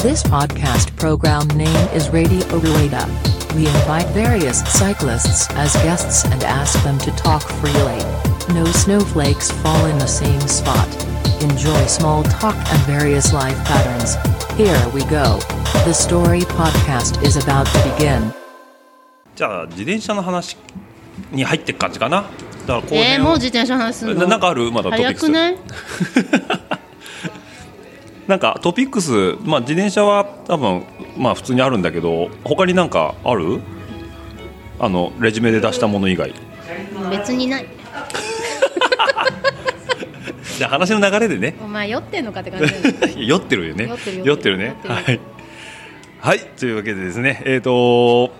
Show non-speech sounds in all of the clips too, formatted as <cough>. This podcast program name is Radio Rueda. We invite various cyclists as guests and ask them to talk freely. No snowflakes fall in the same spot. Enjoy small talk and various life patterns. Here we go. The story podcast is about to begin. じゃあ自転車の話に入っていく感じかなだから後えー、編もうを自転車の話すんのななんかあるまだトピッ早クスくないなんかトピックス、まあ、自転車は多分まあ普通にあるんだけど他になんかあるあのレジュメで出したもの以外別にないじゃあ話の流れでね <laughs> お前酔ってんのかって感じだよね酔ってるよね酔ってる酔酔っっててるるね酔っはてい、はい、というわけでですねえっ、と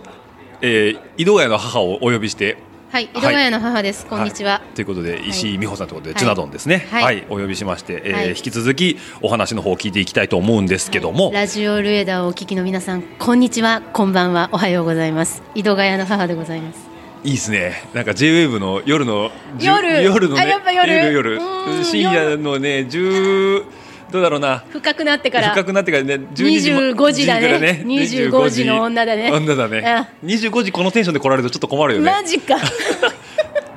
えー井戸ヶ谷の母をお呼びしてはい井戸ヶ谷の母です、こんにちは、いということで石井美穂さんということで、はいジュナドンですね、ははいいお呼びしまして、えーはい引き続きお話の方を聞いていきたいと思うんですけども、ラジオルエダをお聞きの皆さんこんにちはこんばんはおはようございます井戸ヶ谷の母でございますいいですね。なんか J-WAVE の夜のじゅ夜夜のねあやっぱ夜夜うーん深夜のね10どうだろうな深くなってから深くなってからね12時も25時だねから25時の女だね女だね。25時このテンションで来られるとちょっと困るよマね。ジ <laughs> か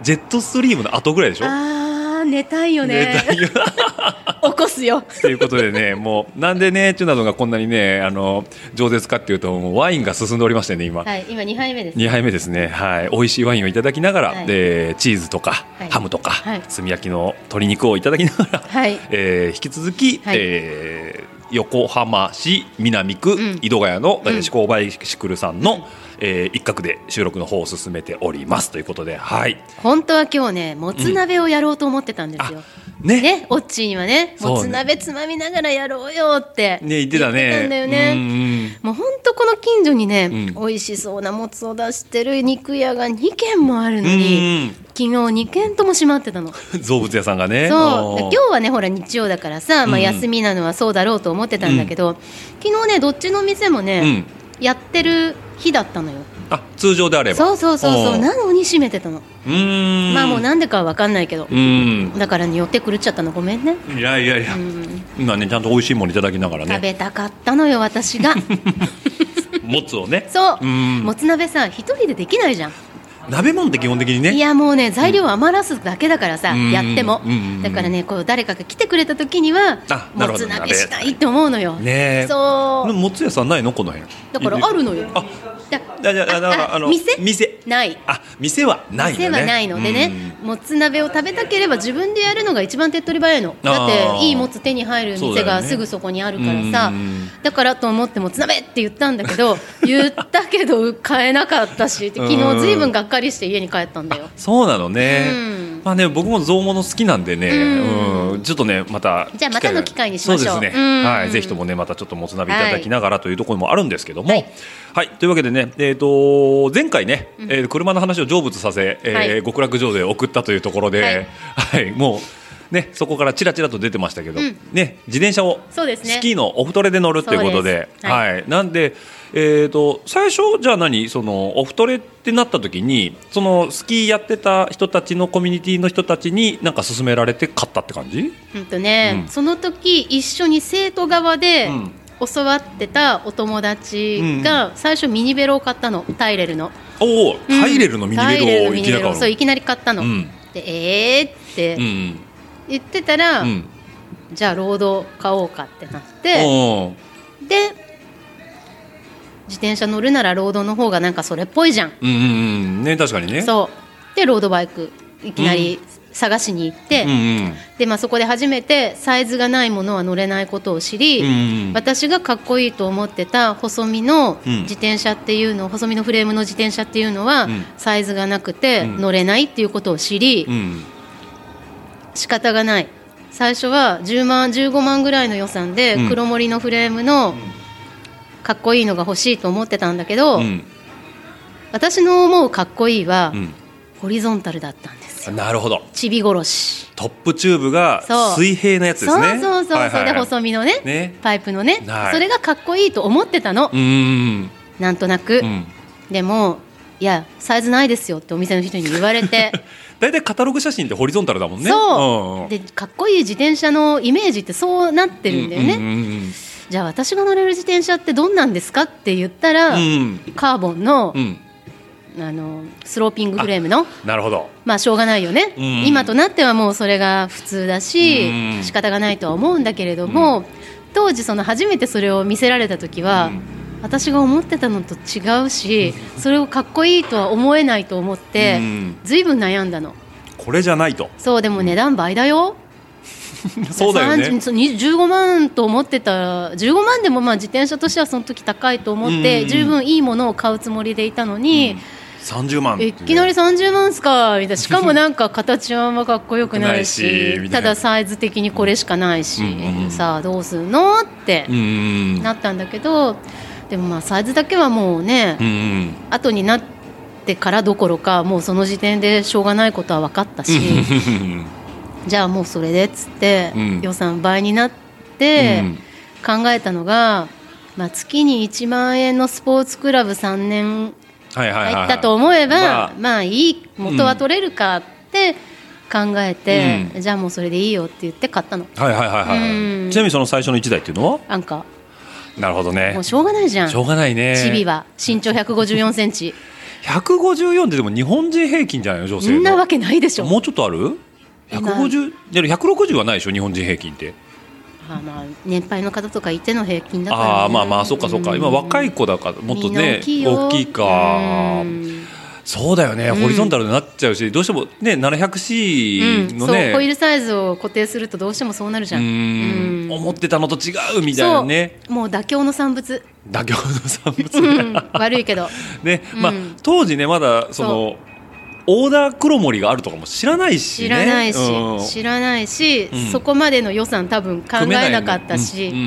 ジェットストリームの後ぐらいでしょ。あー寝たいよね絶対言う起こすよということでね、 <laughs> もうなんでねチュナドンがこんなにねあの饒舌かっていうともうワインが進んでおりましてね今。はい今2杯目です2杯目ですね、はい、美味しいワインをいただきながら、はいでチーズとか、いハムとか、はい炭焼きの鶏肉をいただきながら、はいえー引き続き、はいえー横浜市南区、ん井戸ヶ谷の、えーうん思考バイシクルさんの、えー一角で収録の方を進めておりますということで、はい、本当は今日ねもつ鍋をやろうと思ってたんであすよ、ねね、オッチーにはね、そうねもつ鍋つまみながらやろうよって。ね言ってたね言ってたんだようんうんね。もう本当この近所にね、ん美味しそうなもつを出してる肉屋が2軒もあるのうんうんに、昨日2軒とも閉まってたの。 <laughs> そう。造物屋さんがね、今あー日はね、ほら日曜だからさ、まうあん休みなのはそうだろうと思ってたんだけど、昨日ね、どっちの店もね、やってる日だったのよ。あ通常であれば、そうそうそうそう、んなのに閉めてたの。うーんまあもうなんでかは分かんないけどう。ーんだからね、寄って狂っちゃったのごめんね。いやいやいや、今ねちゃんと美味しいものいただきながらね食べたかったのよ <laughs> 私がもつをねそううんもつ鍋さ一人でできないじゃん鍋もんって基本的にねいやもうね材料余らすだけだからさ、うんやっても、うんうんうんだからねこう誰かが来てくれた時にはあなるもほどつ鍋したいって思うのよ、ねえそうもつ屋さんないのこの辺だからあるのよあだだだだからあの店店ないあ店はないのね店はないのでねもつ鍋を食べたければ自分でやるのが一番手っ取り早いのだっあーていいもつ手に入るそうだ店よがねすぐそこにあるからさうんうんだからと思ってもつ鍋って言ったんだけど言ったけど買えなかったしって昨 <laughs> うん日ずいぶんがっかりして家に帰ったんだようんそうなのね、うんまあね僕も造物好きなんでね、うんうんちょっとねまたじゃあまたの機会にしましょうそうですうね、んはい、ぜひともねまたちょっともつ鍋いただきながらというところもあるんですけどもははいい、というわけでねえっ、と前回ね、えー車の話を成仏させ、えーはい極楽浄土へ送ったというところで、はい、もうねそこからちらちらと出てましたけど、うんね自転車をそうですねスキーのオフトレで乗るということでそうですはいはい、なんで、えー、と最初じゃあ何そのオフトレってなった時にそのスキーやってた人たちのコミュニティの人たちになんか勧められて買ったって感じうんとね、うんその時一緒に生徒側でうん教わってたお友達が最初ミニベロを買ったのタイレルのおお、タイレルのミニタイレベルルのをミいニきなベり買ロうそういのきなり買ったの、うんでえーってうん言ってたら、うんじゃあロード買おうかってなっておで自転車乗るならロードの方がなんかそれっぽいじゃんうんうんうんね確かにねうそうでロードバイクいきなり探しに行って、んうんでまあ、そこで初めてサイズがないものは乗れないことを知り、うん私がかっこいいと思ってた細身のうん自転車っていうの、細身のフレームの自転車っていうのは、うんサイズがなくてうん乗れないっていうことを知り、うん仕方がない最初は10万15万ぐらいの予算でうん黒森のフレームのかっこいいのが欲しいと思ってたんだけど、うん私の思うかっこいいは、うんホリゾンタルだったんですよなるほどちび殺しトップチューブがそう水平なやつですねそうそうそはう、いはいそれで細身のねねパイプのねはいそれがかっこいいと思ってたの、うんうんなんとなく、うんうんでもいやサイズないですよってお店の人に言われ <laughs> て、大体カタログ写真ってホリゾンタルだもんねそう、んんでかっこいい自転車のイメージってそうなってるんだよね、うんうんうんうんじゃあ私が乗れる自転車ってどんなんですかって言ったら、うんカーボンの,、うんあのスローピングフレームのなるほどまあしょうがないよね、うん今となってはもうそれが普通だし、うん仕方がないとは思うんだけれども、当時その初めてそれを見せられた時は、うん私が思ってたのと違うしそれをかっこいいとは思えないと思って、うんずいぶん悩んだのこれじゃないとそうでも値段倍だよ、そうだよね30そうに15万と思ってた15万でもまあ自転車としてはその時高いと思って、うん十分いいものを買うつもりでいたのに、 30万ってえねいきなり30万っす <laughs> かみたいなしかもなんか形はあんまかっこよくないしないしみたたいなだサイズ的にこれしかないし、うんうんうんさあどうすんのってうんうんなったんだけどでもまあサイズだけはもうね、うんうん後になってからどころかもうその時点でしょうがないことは分かったし、じゃあもうそれでっつって、うん予算倍になって考えたのが、まあ、月に1万円のスポーツクラブ3年はいはいはいは入いったと思えば、まあまあいい元は取れるかって考えて、うじゃあもうそれでいいよって言って買ったのはいはいはいはういんちなみにその最初の1台っていうのはアンカなるほどーもねうしょうがないじゃんしょうがないねチビは身長1 5 4セ <laughs> ンチ154ってでも日本人平均じゃないの女そ性のんなわけないでしょもうちょっとある ?150? いや160はないでしょ日本人平均ってあまあ年配の方とかいての平均だから、ね、ああーまあまあそうかそうか今若い子子だからもっとね大きいよ大きいかうんそうだよねうんホリゾンタルになっちゃうしどうしてもね 700C のうんそうホイーねルサイズを固定するとどうしてもそうなるじうゃん、んうん思ってたのと違うみたいなねそうもう妥協の <laughs> 産物、妥協の産う物ん、悪いけどねまあうん当時ねまだそのオーダー黒森があるとかも知らないしね知らないし、うん知らないし、うんそこまでの予算多分考えなかったし、組めないねう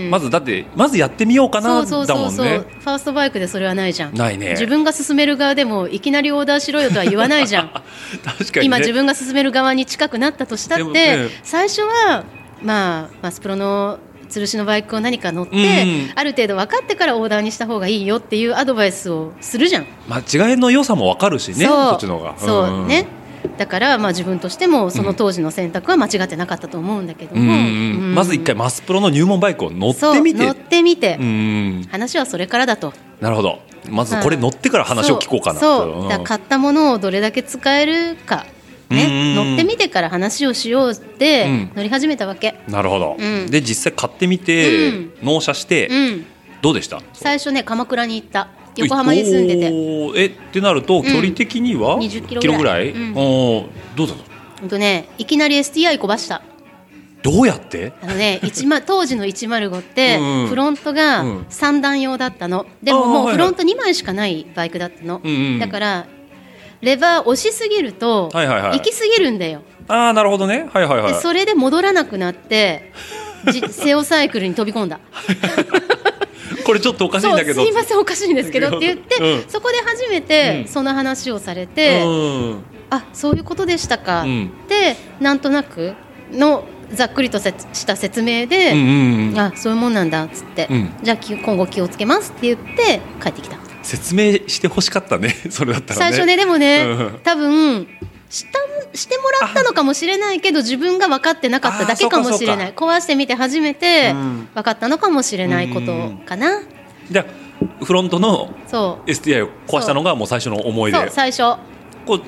んうんまずだってまずやってみようかそなうそうだそもうんそう、ねファーストバイクでそれはないじゃんないね自分が勧める側でもいきなりオーダーしろよとは言わないじゃん、 <laughs> 確かにね今自分が勧める側に近くなったとしたって、でもね最初はまあマスプロの吊るしのバイクを何か乗って、うんある程度分かってからオーダーにした方がいいよっていうアドバイスをするじゃん間違いの良さもわかるしねそうそっちの方がそう、んねだからまあ自分としてもその当時の選択は間違ってなかったと思うんだけどうも、んうんうんまず一回マスプロの入門バイクを乗っそうてみて乗ってみて、うん話はそれからだとなるほどまずこれ乗ってから話を聞こうかなそうとそううんだから買ったものをどれだけ使えるか、ね、うん乗ってみてから話をしようってうん乗り始めたわけ、なるほどうんで実際買ってみてうん納車してうん、どうでした最初ね鎌倉に行った横浜に住んでておーえってなると距離的にはうん20 20キロぐらいキロぐらいうんおーどうだったほんとねいきなり STI こばしたどうやってあのね、<laughs> 一万当時の105ってうんうんフロントうんが三段用だったの、であもーもはういはいフロント2枚しかないバイクだったの、うんうんだからレバー押しすぎると、はいはいはい行きすぎるんだよ、ああなるほどねはいはいはでいそれで戻らなくな <laughs> ってじセオサイクルに飛び込んだこれちょっとおかしいんだけどそうすいませんおかしいんですけどって言って、うんそこで初めうてんその話をされて、うんあそういうことでしたか、うんでなんとなくのざっくりとせつした説明で、うんうんうんあそういうもんなんだっつって、うんじゃあき今後気をつけますって言って帰ってきた、説明してほしかったね <laughs> それだったらね最初ねでもね、うん多分したしてもらったのかもしれないけど自分が分かってなかっただけかもしれなあい壊してみて初めてうん分かったのかもしれないことかな、じゃあフロントのそう STI を壊したのがもう最初の思いそうで最初こう、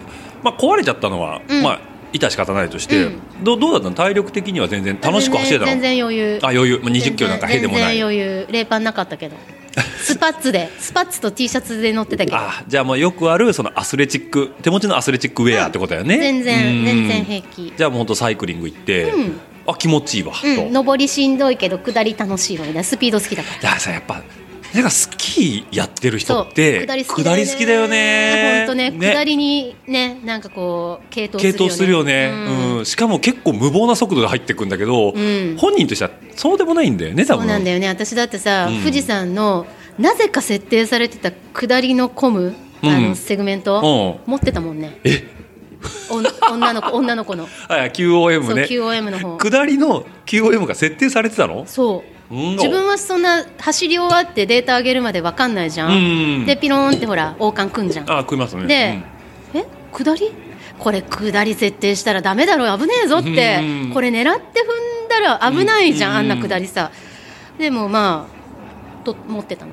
まあ、壊れちゃったのは、うんまあ致し方ないとして、うんどうどうだったの体力的には全然楽しく走れたの全然余裕あ余裕、まあ、20キロなんかへでもな全然い余裕冷パンなかったけどスパッツでスパッツと T シャツで乗ってたけどあじゃあもうよくあるそのアスレチック手持ちのアスレチックウェアってことだよね、全然うん全然平気じゃあもうほんとサイクリング行って、うんあ気持ちいいわ、うん、と上りしんどいけど下り楽しいわみたいなスピード好きだからだからさやっぱなんかスキーやってる人そうって下り好き下り好きだよね本当ね下りにねなんかこう系統系統するよね、うんしかも結構無謀な速度で入ってくんだけど、ん本人としてはそうでもないんだよね多そ分うなんだよね私だってさ、うん富士山のなぜか設定されてた下りの混むあうのんセグメント、う持ってたもんねえおん女の子女 <laughs> の子の、あいや QOM そうね QOM の方下りの QOM が設定されてたのそううん自分はそんな走り終わってデータ上げるまで分かんないじゃん、うんでピローンってほら王冠くんじゃんあ食いますねで、え下りこれ下り設定したらダメだろ危ねえぞってうんこれ狙って踏んだら危ないじゃん、うんあんな下りさでもまあと持ってたの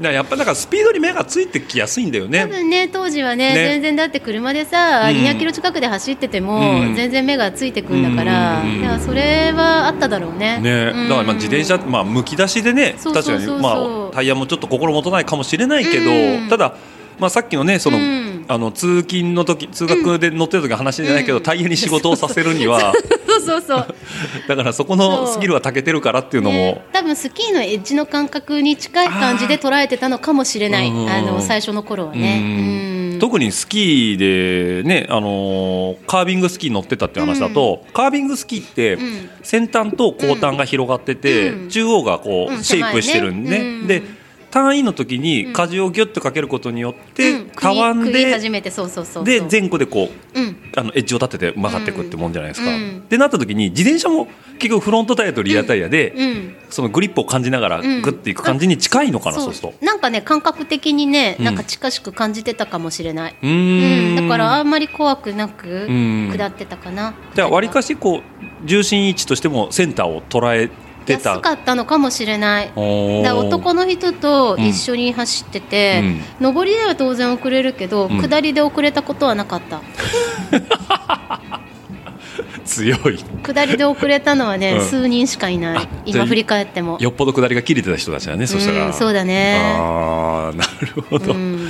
らやっぱだからスピードに目がついてきやすいんだよ多ね分ね当時はねね全然だって車でさ、うん200キロ近くで走ってても、うん全然目がついてくんだから、うんいやそれはあっただろうねねうんだからまあ自転車、まあ、むき出しでねそうそう確そうかそうに、まあ、タイヤもちょっと心もとないかもしれないけど、うんただ、まあ、さっきのねその、うんあの通勤の時通学で乗ってる時の話じゃないけど、うんタイヤに仕事をさせるには <laughs> <laughs> そうそうそう <laughs> だからそこのスキルは長けてるからっていうのも、ね多分スキーのエッジの感覚に近い感じで捉えてたのかもしれないあーあうのん最初の頃はうんね。うん特にスキーでね、あのーカービングスキー乗ってたっていう話だと、カービングスキーってうん先端と後端が広がってて、うん中央がこうんうシェイプしてるんで、ね狭いねうんで単位の時うんに舵をギュッとかけることによって、うんたわん食い食いで始めてそうそうそうそうで前後でこううんあのエッジを立てて曲がっていくってもんじゃないですか。うんうんってなった時に自転車も結局フロントタイヤとリアタイヤで、うんそのグリップを感じながらうんグッていく感じに近いのかな、そうすると。なんかね感覚的にねうんなんか近しく感じてたかもしれない。ううーんだからあんまり怖くなくうん下ってたかな。じゃあわりかししこう重心位置としてもセンターを捉えてた安かったのかもしれない。おーだから男の人と一緒に走ってて、上りでは当然遅れるけど、うん下りで遅れたことはなかった。強い下りで遅れたのはね、うん数人しかいなあいじゃ今あ振り返ってもよっぽど下りが切れてた人たちだねそしたら、うんそうだねああなるほど、うん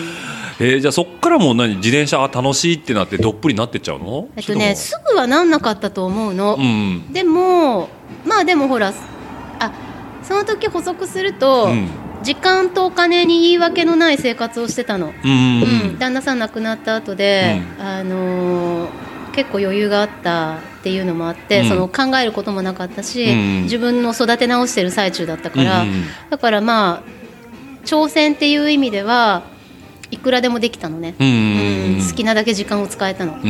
えーじゃあそっからもう何自転車あ楽しいってなってどっぷりなってっちゃうのえっとねそすぐはなんなかったと思うれのと、もうんでもまあでもほらあその時補足すると、うん時間とお金に言い訳のない生活をしてたうの、んうん旦那さん亡くなった後で、あのー結構余裕があったっていうのもあって、うんその考えることもなかったし、うん自分の育て直してる最中だったから、うんうんだからまあ挑戦っていう意味ではいくらでもできたのね、うんうんうん好きなだけ時間を使えたの、うん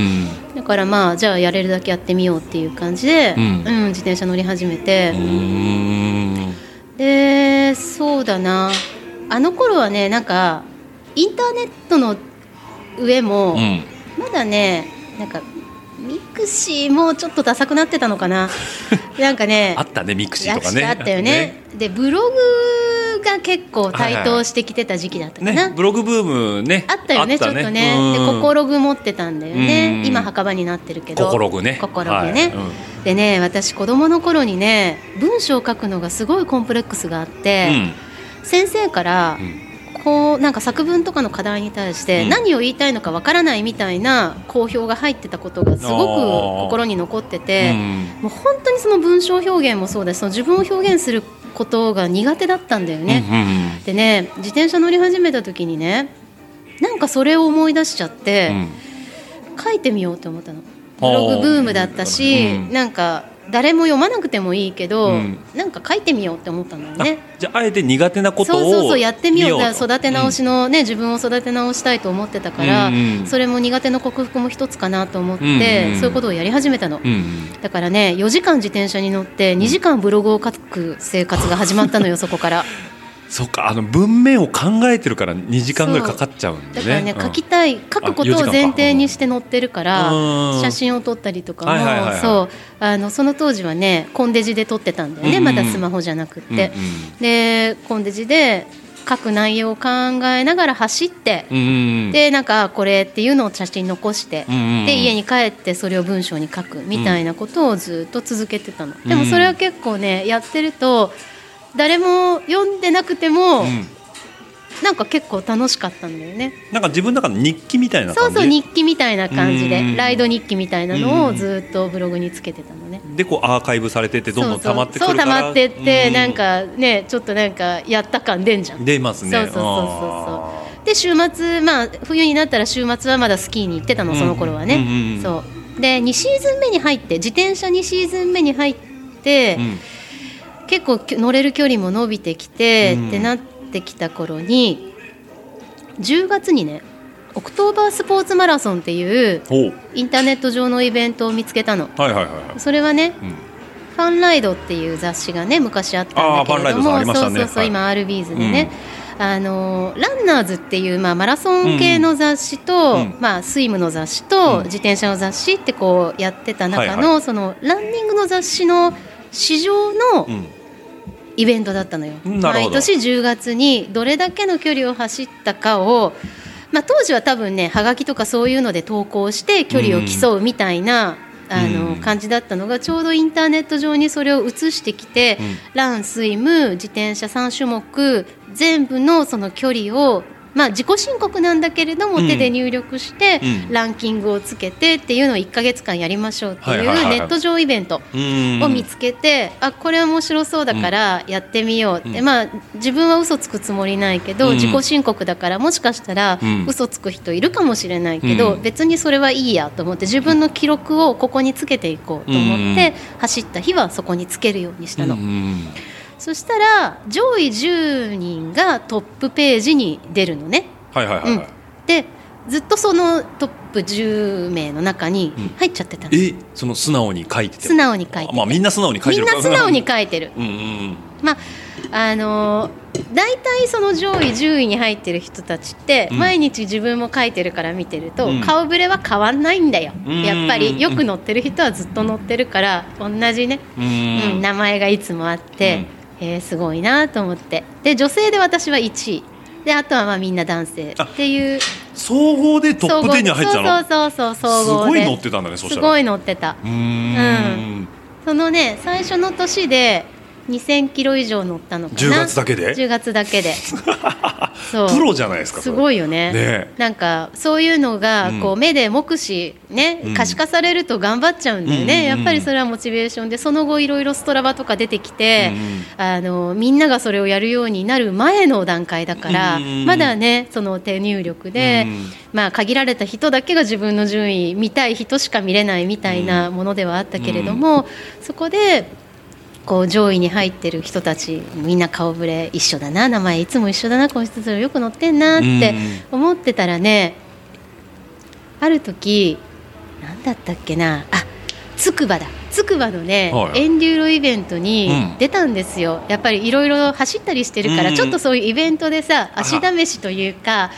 だからまあじゃあやれるだけやってみようっていう感じで、ううんん自転車乗り始めてう、んでそうだなあの頃はねなんかインターネットの上も、うんまだねなんかミクシーもちょっとダサくなってたのか <laughs> ななんかねあったねミクシーとかねあったよねでブログが結構台頭してきてた時期だったかな、ねねブログブームねあったよねちょっとね、うんで心具持ってたんだよねうん今墓場になってるけど心具ね心具ね、はいでね私子供の頃にね文章を書くのがすごいコンプレックスがあって、先生から、こうなんか作文とかの課題に対してうん何を言いたいのかわからないみたいな好評が入ってたことがすごく心に残ってて、もう本当にその文章表現もそうだしその自分を表現することが苦手だったんだよね。ねでね自転車乗り始めた時にねなんかそれを思い出しちゃって、書いてみようと思ったのブログブームだったし、うんなんか誰も読まなくてもいいけど、うんなんか書いてみようって思ったのよねあじゃああえて苦手なことをそうそうそうやってみようだとから育て直しのね、自分を育て直したいと思ってたから、うんうんそれも苦手の克服も一つかなと思って、うんうんそういうことをやり始めたの、うんうんだからね4時間自転車に乗って2時間ブログを書く生活が始まったのよそこからそっかあの文面を考えてるから2時間ぐらいかかっちゃうんでだねからね、うん書きたい書くことを前提にして載ってるからうん写真を撮ったりとかはいはいはいはいもそうあのその当時はねコンデジで撮ってたんだよね、うんうんまだスマホじゃなくって、でコンデジで書く内容を考えながら走って、うんうんでなんかあこれっていうのを写真残して、うんうんうんで家に帰ってそれを文章に書くみたいなことをずっと続けてたの、でもそれは結構ねやってると誰も読んでなくても、うんなんか結構楽しかったんだよね。なんか自分の中の日記みたいなそ感うじそう日記みたいな感じうんでライド日記みたいなのをずっとブログにつけてたのね。でこうアーカイブされてってどんどん溜まってくるからそうそうそう溜まってってうなんかねちょっとなんかやった感出んじゃん。出ますねそうそうそうそうそうで週末まあ冬になったら週末はまだスキーに行ってたのその頃はね。うんうんうんそうで2シーズン目に入って自転車2シーズン目に入って、ううん結構きょ乗れる距離も伸びてきて、うんってなってきた頃に10月にねオクトーバースポーツマラソンっていうほうインターネット上のイベントを見つけたのはいはいはいはいそれはねうん「ファンライド」っていう雑誌がね昔あったんだけあーファンラれイどドさんあもりましそたうねそうそう、はい今 RBs でね、あのランナーズっていう、まあ、マラソン系の雑誌と、うんうんまあ、スイムの雑誌と、うん自転車の雑誌ってこうやってた中の,、はいそのランニングの雑誌の市場のうんイベントだったのよ。うんなるほ毎ど年10月にどれだけの距離を走ったかを、まあ、当時は多分ねはがきとかそういうので投稿して距離を競うみたいな、あうのん感じだったのがちょうどインターネット上にそれを移してきて、うんラン、スイム自転車3種目全部のその距離を、まあ、自己申告なんだけれどもうん手で入力して、うんランキングをつけてっていうのを1か月間やりましょうってはいいはいはういはいネット上イベント。うんを見つけて、あこれ面白そうだからやってみようって、うんまあ、自分は嘘つくつもりないけど、うん自己申告だからもしかしたらうん嘘つく人いるかもしれないけど、うん別にそれはいいやと思って自分の記録をここにつけていこうと思って、走った日はそこにつけるようにしたの、うんそしたら上位10人がトップページに出るのね。はいはいはい、うんでずっとそのトップ10名の中に入っちゃってたの、えその素直に書いてて素直に書いててまあみんな素直に書いみてんるな素直にい書いてるてうんうんまああのー大体その上位10位に入ってる人たちって、うん毎日自分も書いてるから見てると、うん顔ぶれは変わんないんだよ、うんやっぱりよく乗ってる人はずっと乗ってるから同じね、ううんん名前がいつもあって、えーすごいなと思ってで女性で私は1位であとはまあみんな男性っていう総合でトップ10には入ってたのそうそうそうそう総合すごでい乗ってたんだねそしたすらごいい乗ってたうーんそのね最初の年で2000キロ以上乗ったのかな10月だけで10月だ <laughs> けでそうプロじゃないですかすいごいよねねなんかそういうのがうんこう目で目視ね、うん可視化されると頑張っちゃうんだようんうんうんね、やっぱりそれはモチベーションでその後いろいろストラバとか出てきて、あのみんながそれをやるようになる前の段階だから、うんうんうんまだねその手入力で、うんまあ、限られた人だけが自分の順位見たい人しか見れないみたいなものではあったけれども、そこでこう上位に入ってる人たちみんな顔ぶれ一緒だな名前いつも一緒だなこの人たちよく乗ってんなって思ってたらねある時何だったっけなあつくばだつくばのね、はいエンデューロイベントにうん出たんですよ、やっぱりいろいろ走ったりしてるから、うんちょっとそういうイベントでさあ足試しというか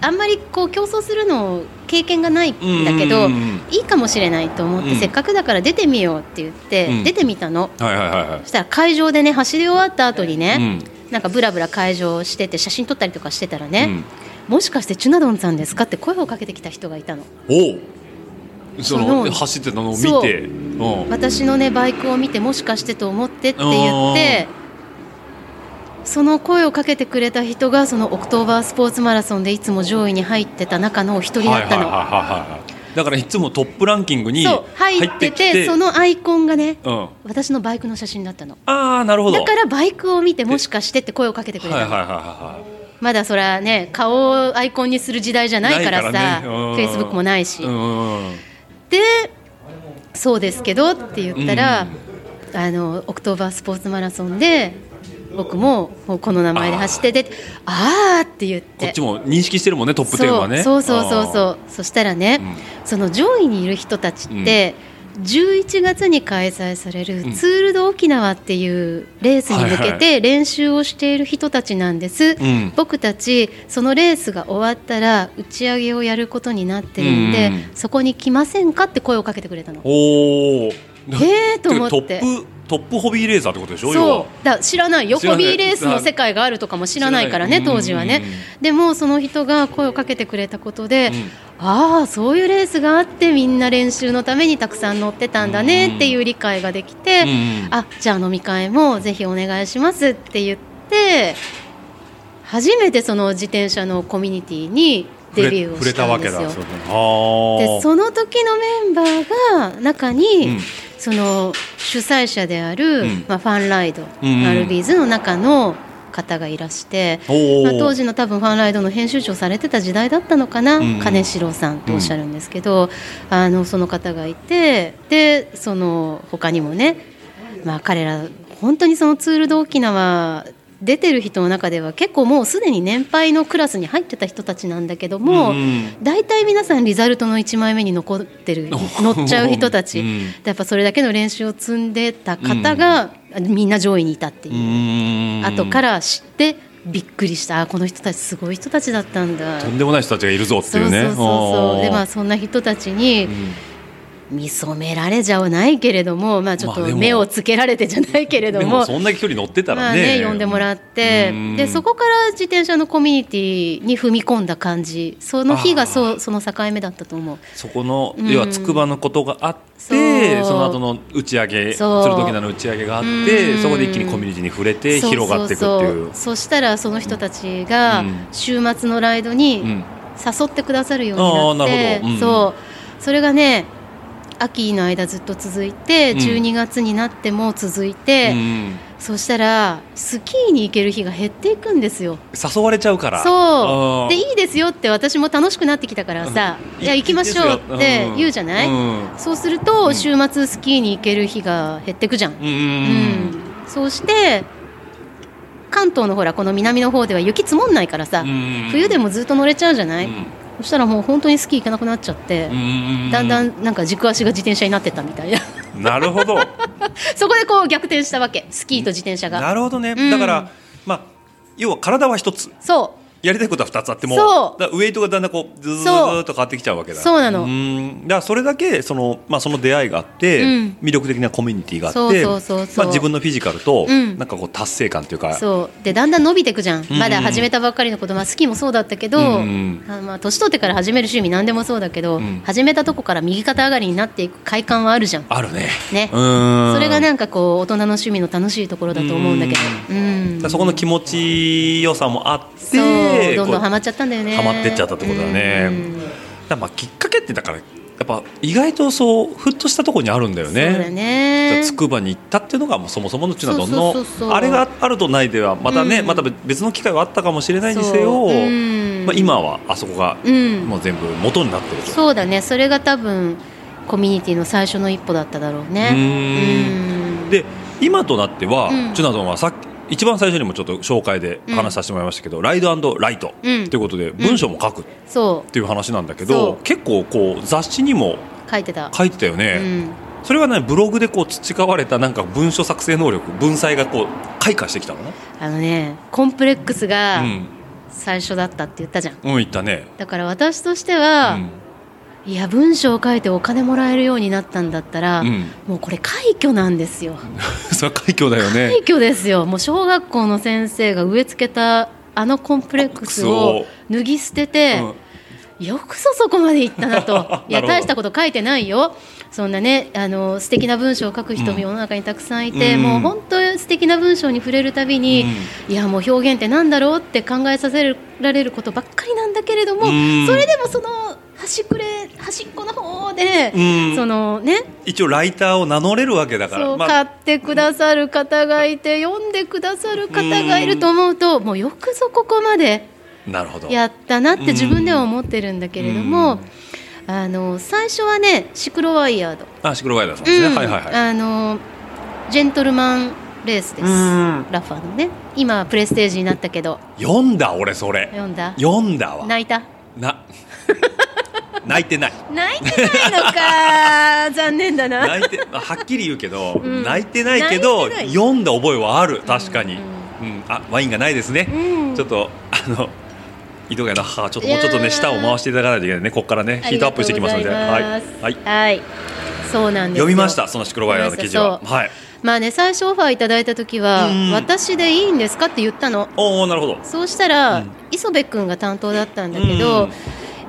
あんまりこう競争するの経験がないんうんだけうど、んうんいいかもしれないと思って、うんせっかくだから出てみようって言って、うん出てみたのうんはいはいはいはいそしたら会場でね走り終わった後にうね、んなんかブラブラ会場してて写真撮ったりとかしてたらね、うんもしかしてチュナドンさんですかって声をかけてきた人がいたのおうそそのの走ってたのを見そうてうん私のねバイクを見てもしかしてと思ってって言ってその声をかけてくれた人がそのオクトーバースポーツマラソンでいつも上位に入ってた中のお一人はいだはいはっいたはいの、はいだからいつもトップランキングにそう入入っってててきてそのアイコンがねうん私のバイクの写真だったのああなるほどだからバイクを見てもしかしてって声をかけてくれたはいの、はいはいはいはいまだそれはね顔をアイコンにする時代じゃないからなさいからねフうんェイスブックもないし、うんでそうですけどって言ったら、うんあのオクトーバースポーツマラソンで僕ももうこの名前で走っててあーって言ってこっちも認識してるもんねトップ10はねそうそうそうそううそうそしたらね、うんその上位にいる人たちって、11月に開催されるうんツール・ド・沖縄っていうレースに向はいけはて練習をしている人たちなんです、うん僕たちそのレースが終わったら打ち上げをやることになってるんで、うんそこに来ませんかって声をかけてくれたの。おおえーと思ってトップトップホビーレーザーってことでしょ要はそうだ知らないよ知らホないビーレースの世界があるとかも知らないから知ねらない当時はうねんでもその人が声をかけてくれたことで、うんああそういうレースがあってみんな練習のためにたくさん乗ってたんだねっていう理解ができて、うんあじゃあ飲み会もぜひお願いしますって言って初めてその自転車のコミュニティにデビューを触れ触れしたたわんでけすだよ。それであでその時のメンバーが中に、うんその主催者である、うんまあ、ファンライド、うんアルビーズの中の方がいらして、おお、まあ、当時の多分ファンライドの編集長されてた時代だったのかな、うん金城さんとおっしゃるんですけど、あのその方がいてでその他にもね、まあ、彼ら本当にそのツール・ド・沖縄出てる人の中では結構もうすでに年配のクラスに入ってた人たちなんだけども、うん大体皆さんリザルトの1枚目に残っ <laughs> てる乗っちゃう人たち、うんやっぱそれだけの練習を積んでた方が、みんな上位にいたっていうう。ん後から知ってびっくりしたあこの人たちすごい人たちだったんだとんでもない人たちがいるぞってそいうそううねそうそうでまあそそんな人たちに見初められじゃないけれどもまあちょっまあでとも目をつけられてじゃないけれどでももそんな距離乗ってたまらあねね呼んでもらうっんてでそこから自転車のコミュニティに踏み込んだ感じその日がそうその境目だったと思うそこのうん要はつくばのことがあって、そうその後の打ち上げするそう時なの打ち上げがあって、うんそこで一気にコミュニティに触れてそう広がっていくっていうそうそうそしたらその人たちがうん週末のライドにうん、誘ってくださるようになってあーなるほどうんそうそれがね秋の間ずっと続いて、うん12月になっても続いて、うんそしたらスキーに行ける日が減っていくんですよ。誘われちゃうからそうでいいいですよって私も楽しくなってきたからさ「いや行きましょう」って言うじゃない、うんそうするうとん週末スキーに行ける日が減ってくじゃんうんうん、そうして関東のほらこの南の方では雪積もんないからさ、うん冬でもずっと乗れちゃうじゃない、うんそしたらもう本当にスキー行かなくなっちゃってう、んだんだんなんか軸足が自転車になってったみたいな <laughs> なるほどそこでこう逆転したわけスキーと自転車がなるほどね、うんだからまあ要は体は一つそやりたいことは二つあってもそうだからウエイトがだんだんこうずーっと変わってきちゃうわけだそうなのんだからそれだけその,、まあ、その出会いがあって、うん魅力的なコミュニティがあってそうそうそうそまうあ、自分のフィジカルと、うんなんかこう達成感というかうそうでだんだん伸びてくじゃん、うんまだ始めたばっかりのこと、まあ、スキーもそうだったけど、うんあまあ、年取ってから始める趣味何でもそうだけうど、ん始めたとこから右肩上がりになっていく快感はあるじゃんあるねねうーんそれがなんかこう大人の趣味の楽しいところだと思うんだけど、うんだからそこの気持ちよさもあってそうどんどんハこうマっちゃったんだよねハマってっちゃったってことだねうんだからまあきっかけってだからやっぱ意外とそうふっとしたところにあるんだよねそうだねつくばに行ったっていうのがもうそもそものうちのどんそうそうそうそうのあれがあるとないではまたね、うんまた別の機会はあったかもしれないにせよ、そううんまあ、今はあそこがうんもう全部元になってると、そうだねそれが多分コミュニティの最初の一歩だっただろうねうーうんで今となっては、うんチュナドンはさっき一番最初にもちょっと紹介で話させてもらいましたけど、ライドライトとうんいうことで文章も書くっそていう話なんだけそど、う結構こう雑誌にもう書いてた書いてたよね。うんそれはねブログでこう培われたなんか文書作成能力文才がこう開花してきたのね。あのねコンプレックスがうん最初だったって言ったじゃんうん言ったね。だから私としてうは、ん <laughs> いや文章を書いてお金もらえるようになったんだったら、うん、もうこれ快挙なんですよそれは快挙だよね快。挙ですよもう小学校の先生が植え付けたあのコンプレックスを脱ぎ捨てて、よくぞそこまで行った <laughs> なといなるやほど大したこと書いてないよそんなねあの素敵な文章を書く人うんも世の中にたくさんいて、うんもう本当に素敵な文章に触れるたびに、いやもう表現ってなんだろうって考えさせられることばっかりなんだけれども、うんそれでもその端くれ端っこの方で、うんそのね一応ライターを名乗れるわけだから。そう、まあ買ってくださる方がいて読んでくださる方がいると思うともうよくぞここまでなるほど。やったなって自分では思ってるんだけれどもあの最初はねシクロワイヤード、あシクロガイダーさんですね。うんはいはいはい。あのジェントルマンレースですうんラファのね今プレステージになったけど読んだ俺それ。読んだ読んだわ。泣いたな <laughs> 泣いてない。泣いてないの <laughs> か残念だな泣いてはっきり言うけど、ん泣いてないけど泣いてない読んだ覚えはある確かに、うんあワインがないですね、うんちょっとあの井戸谷の母ちょっといもやうーちょっとね舌を回していただかないといけないねここからねヒートアップしていきますのでありはがい、とうございますはい、はいそうなんですよ読みましたそのシクロワイヤーの記事はそうはいまあね最初オファーいただいた時はうん「私でいいんですか?」って言ったのおおなるほどそうしたら、うん磯部君が担当だったんだけど、うん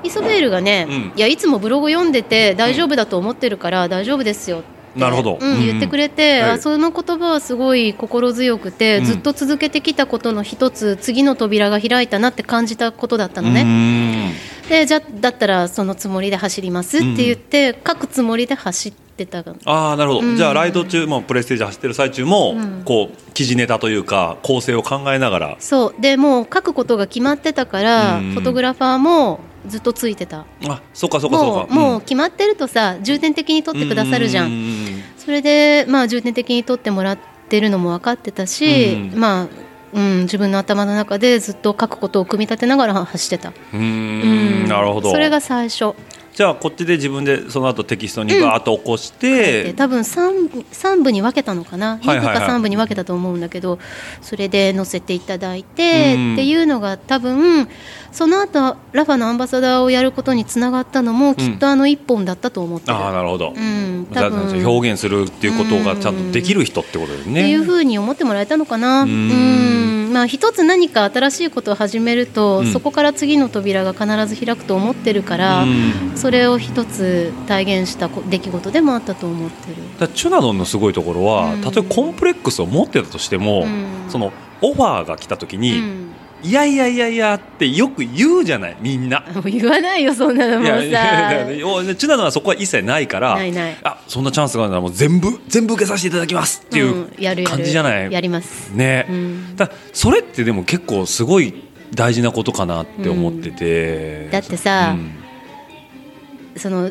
磯ベールがね、うんいやいつもブログ読んでて大丈夫だと思ってるから大丈夫ですよってなるほどうんうん言ってくれて、はいあその言葉はすごい心強くて、うんずっと続けてきたことの一つ次の扉が開いたなって感じたことだったのね、でじゃだったらそのつもりで走りますって言って、書くつもりで走ってたのああなるほど、うんじゃあライド中もプレステージ走ってる最中も、うんこう記事ネタというか構成を考えながらそうでもう書くことが決まってたから、うんフォトグラファーもずっとついてたあそうかそうかそもううかも撮う決まってるとさ重点的に撮ってくださるじゃん、んそれで、まあ、重点的に撮ってもらってるのも分かってたし、うんまあうん、自分の頭の中でずっと書くことを組み立てながら走ってた、うんうんなるほどそれが最初じゃあこっちで自分でその後テキストにバーッと起こして、で多分 3, 三部に分けたのかな、はいはいはい2部か3部に分けたと思うんだけどそれで載せていただいて、うんっていうのが多分その後ラファのアンバサダーをやることにつながったのもきっとあの1本だったと思ってる、ああなるほど、うんじゃ多あ分表現するっていうことがちゃんとできる人ってことですね。っていうふうに思ってもらえたのかな。ううーんんまあ、一つ何か新しいことを始めると、うんそこから次の扉が必ず開くと思ってるから、うんそれを一つ体現したこ出来事でもあったと思ってる。だからチュナドンのすごいところは、うんたとえコンプレックスを持ってたとしても、うんそのオファーが来た時に、うんいやいやいやいやってよく言うじゃないみんな。もう言わないよそんなのもういさやいやいやおチュナドンはそこは一切ないからないないあそんなチャンスがあるならもう全部全部受けさせていただきますっていううんやるやる感じじゃない、やります、ね、うんだからそれってでも結構すごい大事なことかなって思ってて、だってさうんその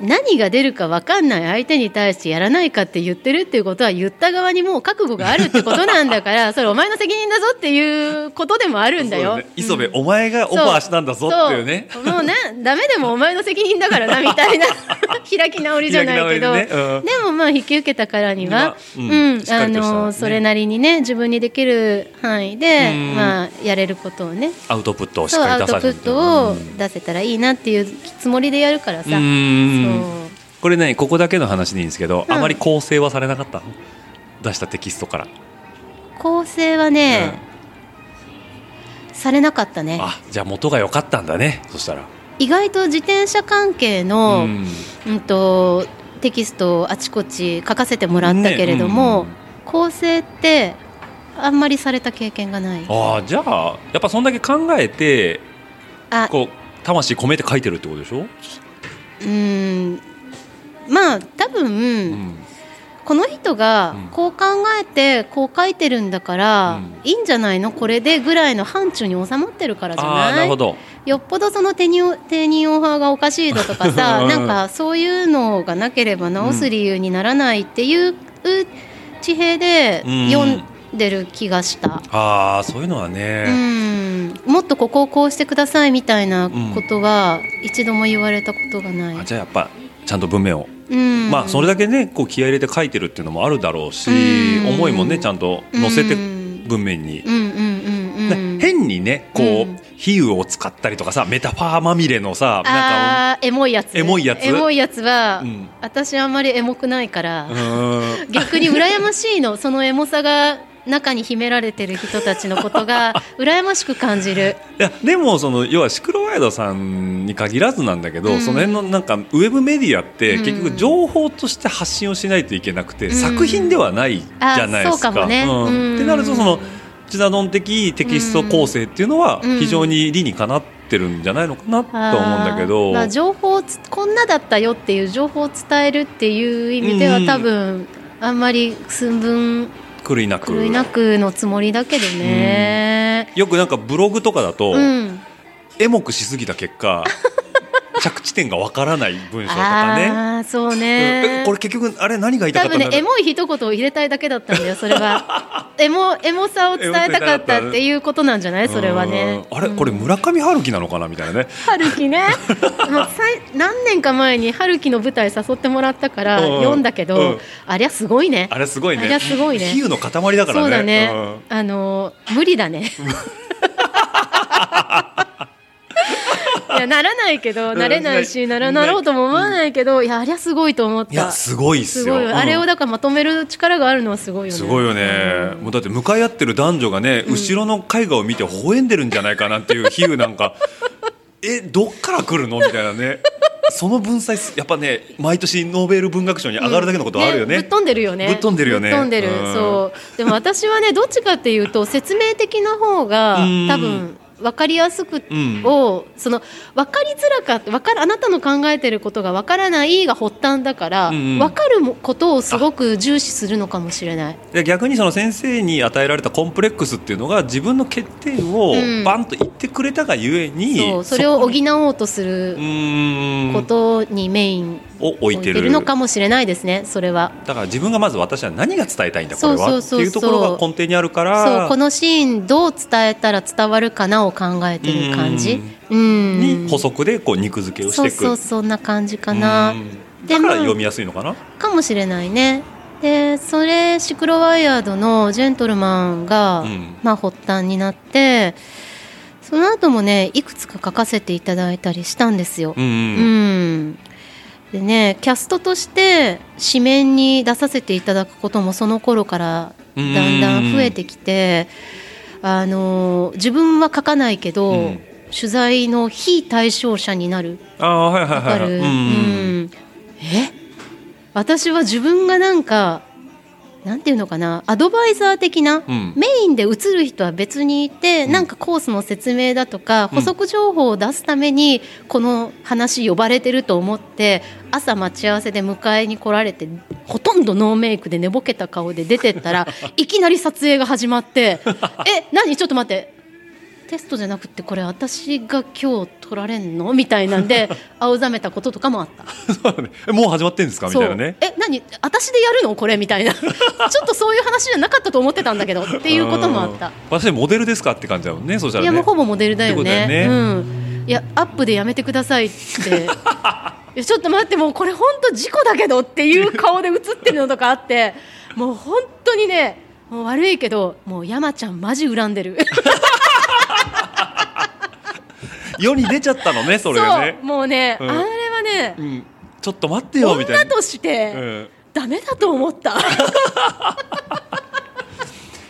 何が出るか分かんない相手に対してやらないかって言ってるっていうことは言った側にもう覚悟があるってことなんだからそれお前の責任だぞっていうことでもあるんだそよ。うね磯部、お前がオファーしたんだぞっていうね。そうもうなダメでもお前の責任だからなみたいな <laughs> 開き直りじゃないけど開き直りねうんでもまあ引き受けたからには、うんうんしっかありとしたねのそれなりにね自分にできる範囲でうんまあやれることをねアウトプットをしっそうかアりウ出さトプせるットを出せたらいいなっていうつもりでやるからさ。うーんそうこれねここだけの話でいいんですけど、うんあまり構成はされなかったの出したテキストから、構成はね、されなかったねあじゃあ元が良かったんだねそしたら意外と自転車関係の、ううんんとテキストをあちこち書かせてもらったけれども、ね構成ってあんまりされた経験がないあーじゃあやっぱそんだけ考えてあこう魂込めて書いてるってことでしょ、うんまあ多分、うんこの人がうんこう考えてこう書いてるんだから、うんいいんじゃないのこれでぐらいの範疇に収まってるからじゃあなあいなるほどよっぽどその手に定人オファーがおかしいだとかうさんなんかそういうのがなければ直す理由にならないっていう地平でうん読んでる気がした。ああそういうのはうね、んもっとここをこうしてくださいみたいなことは一度も言われたことがないあ。じゃあやっぱちゃんと文面を、うんまあそれだだけねこう気合い入れて書いてるっていうのもあるだろうし、うん思いもねちゃんと載せてうん文面にうんうんうんうん、ね変にねこう、うん比喩を使ったりとかさメタファーまみれのさなんかあーエモいやつエモいやつエモいやつは、うん私あんまりエモくないから。うーん逆に羨ましいのそのエモさが中に秘められてる人たちのこ <laughs> とが羨ましく感じるいやでもその要はシクロワイドさんに限らずなんだけど、うんその辺のなんかウェブメディアってうん結局情報として発信をしないといけなくて、ん作品ではないじゃないであそうすか。かもねんうんってなるとそのチダドン的テキスト構成っていうのはうん非常に理にかなってるんじゃないのかなとあーは思うんだけど、まあ、情報をつこんなだったよっていう情報を伝えるっていう意味では、うん多分あんまり寸分狂いなく狂いなくのつもりだけどね。よくなんかブログとかだと、うん、エモくしすぎた結果着地点がわからない文章とかね。 <laughs> ああそううんえね、これ結局あれ何が言いたか多った分んだねろエうモい一言を入れたいだけだったんだよそれ <laughs> はエモエモさを伝えたかったっていうことなんじゃないそれはねうんあれうんこれ村上春樹なのかなみたいなね。春樹 <laughs> ねもうさい何年か前に春樹の舞台誘ってもらったからうん読んだけど、うんありゃすごいねあれすごいね。あれはすごいね比喩の塊だからね。そうだね、んあの無理 <laughs> だねいやならないけどなれないしならなろうとも思わないけどいやありゃすごいと思ったいやすごいっすすよ。ごい、うんあれをだからまとめる力があるのはすごいよねすごいよね、もうだって向かい合ってる男女がね、後ろの絵画を見て微笑んでるんじゃないかなっていう比喩なんか <laughs> えどっから来るのみたいなねその文才すやっぱね毎年ノーベル文学賞に上がるだけのことはあるよね,、ぶっ飛んでるよね。ぶっ飛んでるよねぶっ飛んでるうんそう。でも私はね、どっちかっていうと、説明的な方がうん、多分。分かりやすくんを、その分かりづらかった分かるあなたの考えてることが分からないが発端だから、うんうん分かるもことをすごく重視するのかもしれない。で逆にその先生に与えられたコンプレックスっていうのが自分の欠点をうんバンと言ってくれたがゆえに、そうそれを補おうとするうーんことにメインを置い置ていてるるのかもしれないですねそれは。だから自分がまず私は何が伝えたいんだこれはそっうてそうそうそういうところが根底にあるからそうこのシーンどう伝えたら伝わるかなを考えてる感じうんに補足でこう肉付けをしそてういくそうそんな感じかなうんでだからまあ読みやすいのかな、かもしれないねでそれシクロワイヤードの「ジェントルマンが」うんまあ、発端になってその後もねいくつか書かせていただいたりしたんですよう、んうんうんでねキャストとして紙面に出させていただくこともその頃からだんだん増えてきてあの自分は書かないけど、うん取材の非対象者になるああはいはいわかはいはいる、ううんうんん、え私は自分がなんかなんていうのかなアドバイザー的な、うんメインで映る人は別にいて、うんなんかコースの説明だとかうん補足情報を出すためにこの話呼ばれてると思って朝待ち合わせで迎えに来られてほとんどノーメイクで寝ぼけた顔で出てっ <laughs> たらいきなり撮影が始まって「え何ちょっと待ってテストじゃなくてこれ私が今日取られんの?」みたいな <laughs> んで青ざめたこととかもあった。そうだねえもう始まってんですかみたいなねそうえ何私でやるのこれみたい <laughs> なちょっとそういう話じゃなかったと思ってたんだけどっていうこともあったうん。私モデルですかって感じだもんねそしたらいねやもうほぼモデルだよねってことだうん、いやアップでやめてくださいっ <laughs> ていやちょっと待ってもうこれ本当事故だけどっていう顔で映ってるのとかあってもう本当にねもう悪いけどもう山ちゃんマジ恨んでる世に出ちゃったのねそれが <laughs> ねうもうね、うんあれはねうんちょっと待ってよみた女いなとして、うんダメだと思った。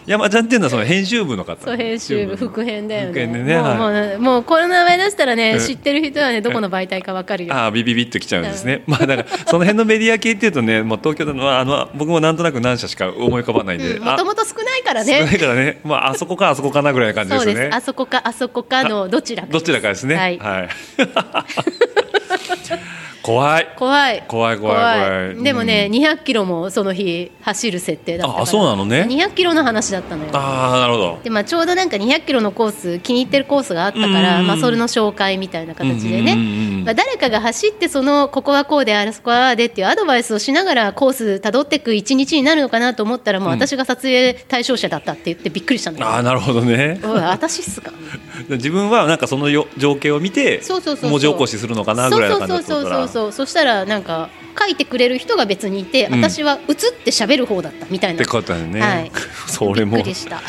山ちゃんっていうのはその編集部の方そう編集部副編だよね副編でねもう,、はいもうもうこの名前出したらね、うん知ってる人はねどこの媒体かわかるよ、ああビビビッときちゃうんですね、まあだからその辺のメディア系っていうとねもう東京でのあの僕もなんとなく何社しか思い浮かばないんで、もあともと少ないから少なねいからね、まあ、あそこかあそこかなぐらいな感じでそうすよですねあそこかあそこかのどちらかどちらかですねははいい、怖い怖い怖い怖い怖いでもね、うん200キロもその日走る設定だったからあそうなのね200キロの話だったのよああなるほどでまあ、ちょうどなんか200キロのコース気に入ってるコースがあったかうんうんら、うんまあ、それの紹介みたいな形でうんうんうんうね、んまあ、誰かが走ってそのここはこうであれそこはああでっていうアドバイスをしながらコースたどっていく一日になるのかなと思ったらもう私が撮影対象者だったって言ってびっくりしたんだああよ、なるほどねおい私っすか自分はなんかそのよ情景を見てそうそうそうそう文字起こしするのかなぐらいな感じだったそうそうそうそううそうそしたらなんか書いてくれる人が別にいて、うん私は映って喋る方だったみたいっなてことだよね、はい <laughs> それびもっくりした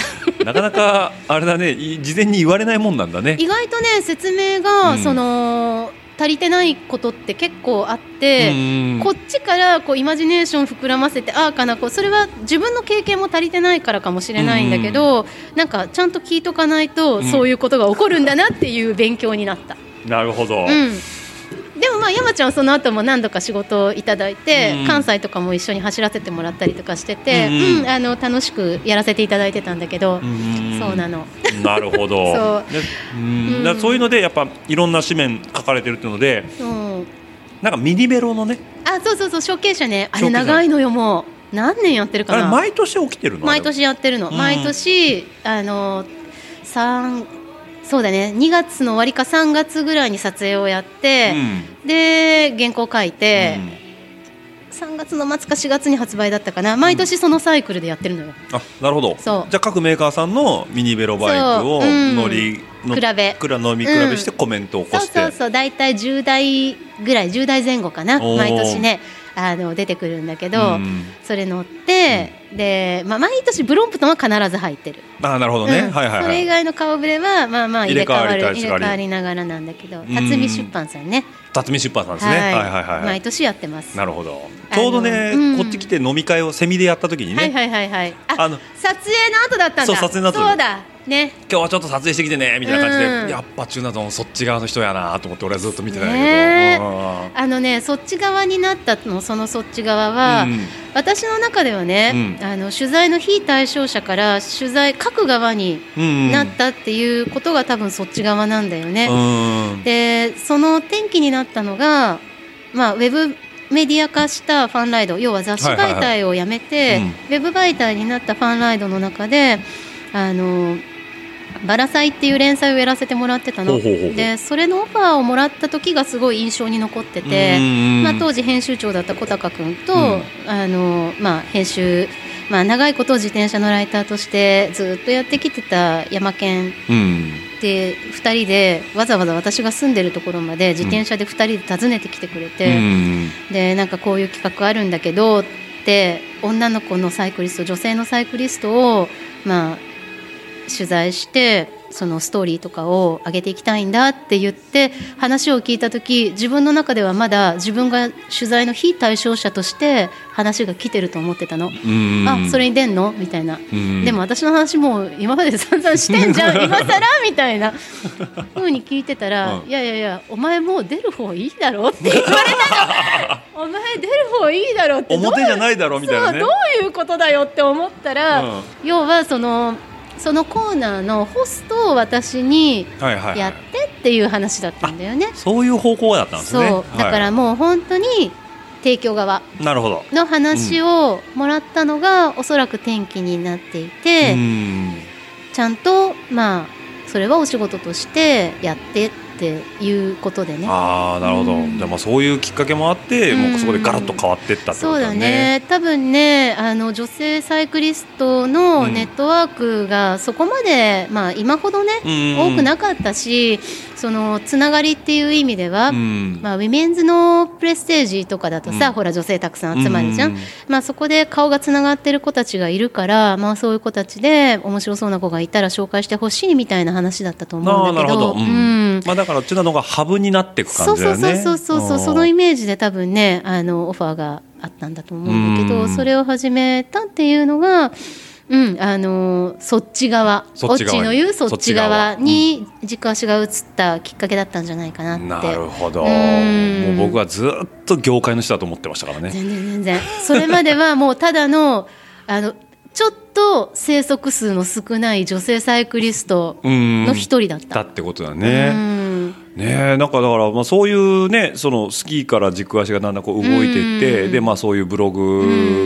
なかなかあれだねい事前に言われないもんなんだね意外とね説明うがんその、足りてないことって結構あって、うんこっちからこうイマジネーション膨らませてああかなこうそれは自分の経験も足りてないからかもしれないんだけど、なんかちゃんと聞いとかないと、んそういうことが起こるんだなっていう勉強になった。なるほど、うん、でもまあ山ちゃんはその後も何度か仕事をいただいて、うん関西とかも一緒に走らせてもらったりとかしてて、うんうんあの楽しくやらせていただいてたんだけど、うんそうなの。なるほど <laughs> そうでうんうんだからそういうのでやっぱいろんな紙面書かれてるっていうのでうんなんかミニベロのねあ、そうそうそう、処刑者ね、あ処れ刑者長いのよ、もう。何年やってるかあれな。毎年起きてるのあれ毎年やってるの、うん毎年、あの、三。そうだね、2月の終わりか3月ぐらいに撮影をやって、で原稿書いて、うん3月の末か4月に発売だったかな毎年そのサイクルでやってるのよ、あなるほどじそゃうあ各メーカーさんのミニベロバイクをそううん乗りの比べくら飲み比べしてコメントを起そこうして、そうそう大体10代ぐらい10代前後かなおー毎年ねあの出てくるんだけど、うんそれ乗って、で、まあ、毎年ブロンプトンは必ず入ってる、あなるほどね、うんはいはいそはれ以い外の顔ぶれはまあまあ入れ替わる入れ入れ替替わり立ち替わりわりながらなんだけどん辰巳出版さんね辰巳出版さんですね、はい、はいはいはい毎年やってますなるほどちょうどね、あのうんこっち来て飲み会をセミでやった時にね、はいはいはいはいああの撮影の後だったんだそう撮影の後そうだね今日はちょっと撮影してきてねみたいな感じで、うんやっぱ中納言そっち側の人やなと思って俺はずっと見てたんだけど、ねえうんあのねそっち側になったのそのそっち側は、うん私の中ではね、うんあの取材の非対象者から取材書く側にうんなったっていうことが多分そっち側なんだよね。うんでその転機になったのが、まあ、ウェブメディア化したファンライド要は雑誌はいはい媒はい体をやめて、うんウェブ媒体になったファンライドの中であの「バラサイ」っていう連載をやらせてもらってたのほうほうほうほうでそれのオファーをもらった時がすごい印象に残ってて、まあ、当時編集長だった小高君と、うんあのまあ、編集、まあ、長いことを自転車のライターとしてずっとやってきてた山県うんで2人でわざわざ私が住んでるところまで自転車で2人で訪ねてきてくれうて。んでなんかこういう企画あるんだけどって女の子のサイクリスト女性のサイクリストを、まあ、取材してそのストーリーとかを上げていきたいんだって言って話を聞いた時自分の中ではまだ自分が取材の非対象者として話が来てると思ってたの。うんあそれに出んのみたいな、うんでも私の話もう今まで散々してんじゃん今更みた <laughs> いなふうに聞いてたら、うんいやいやいやお前もう出る方いいだろって言われ <laughs> たのお前出る方いいだろってどう表じゃないだろみたいなねそうどういうことだよって思ったら、うん要はそのそのコーナーのホストを私にはいはいはいやってっていう話だったんだよね、そういう方向だったんですねそうだかはらもう本当に提供側いなるほどの話をもらったのが、おそらく転機になっていて、うんちゃんとまあそれはお仕事としてやってっていうことでねああなるほど、うんじゃあまあそういうきっかけもあって、うんもうそこでガラッと変わってったってこそうとだだねね多分ねあの女性サイクリストのうんネットワークがそこまで、まあ、今ほどね、うん多くなかったしそのつながりっていう意味では、うんまあ、ウィメンズのプレステージとかだとさ、うんほら女性たくさん集まるじゃん、うんまあ、そこで顔がつながってる子たちがいるから、まあ、そういう子たちで面白そうな子がいたら紹介してほしいみたいな話だったと思あうあんなだるけほどど、うんうんまあ、だからっていうのがハブになっていくそ感うじそだうよねそうそうそうあーそのイメージで多分ねあのオファーがあったんだと思うんだけど、うんそれを始めたっていうのが、うん、あのそっち側そっち側オッチの言うそっち側そっち側に軸足が移ったきっかけだったんじゃないかなって。なるほどうんもう僕はずっと業界の人だと思ってましたからね全然全然それまではもうただのあのちょっと生息数の少ない女性サイクリストうんの一人だっだた。ってことだうねんねえなんかだからまあそういうねそのスキーから軸足がだんだんこう動いていっうてんでまあそういうブロ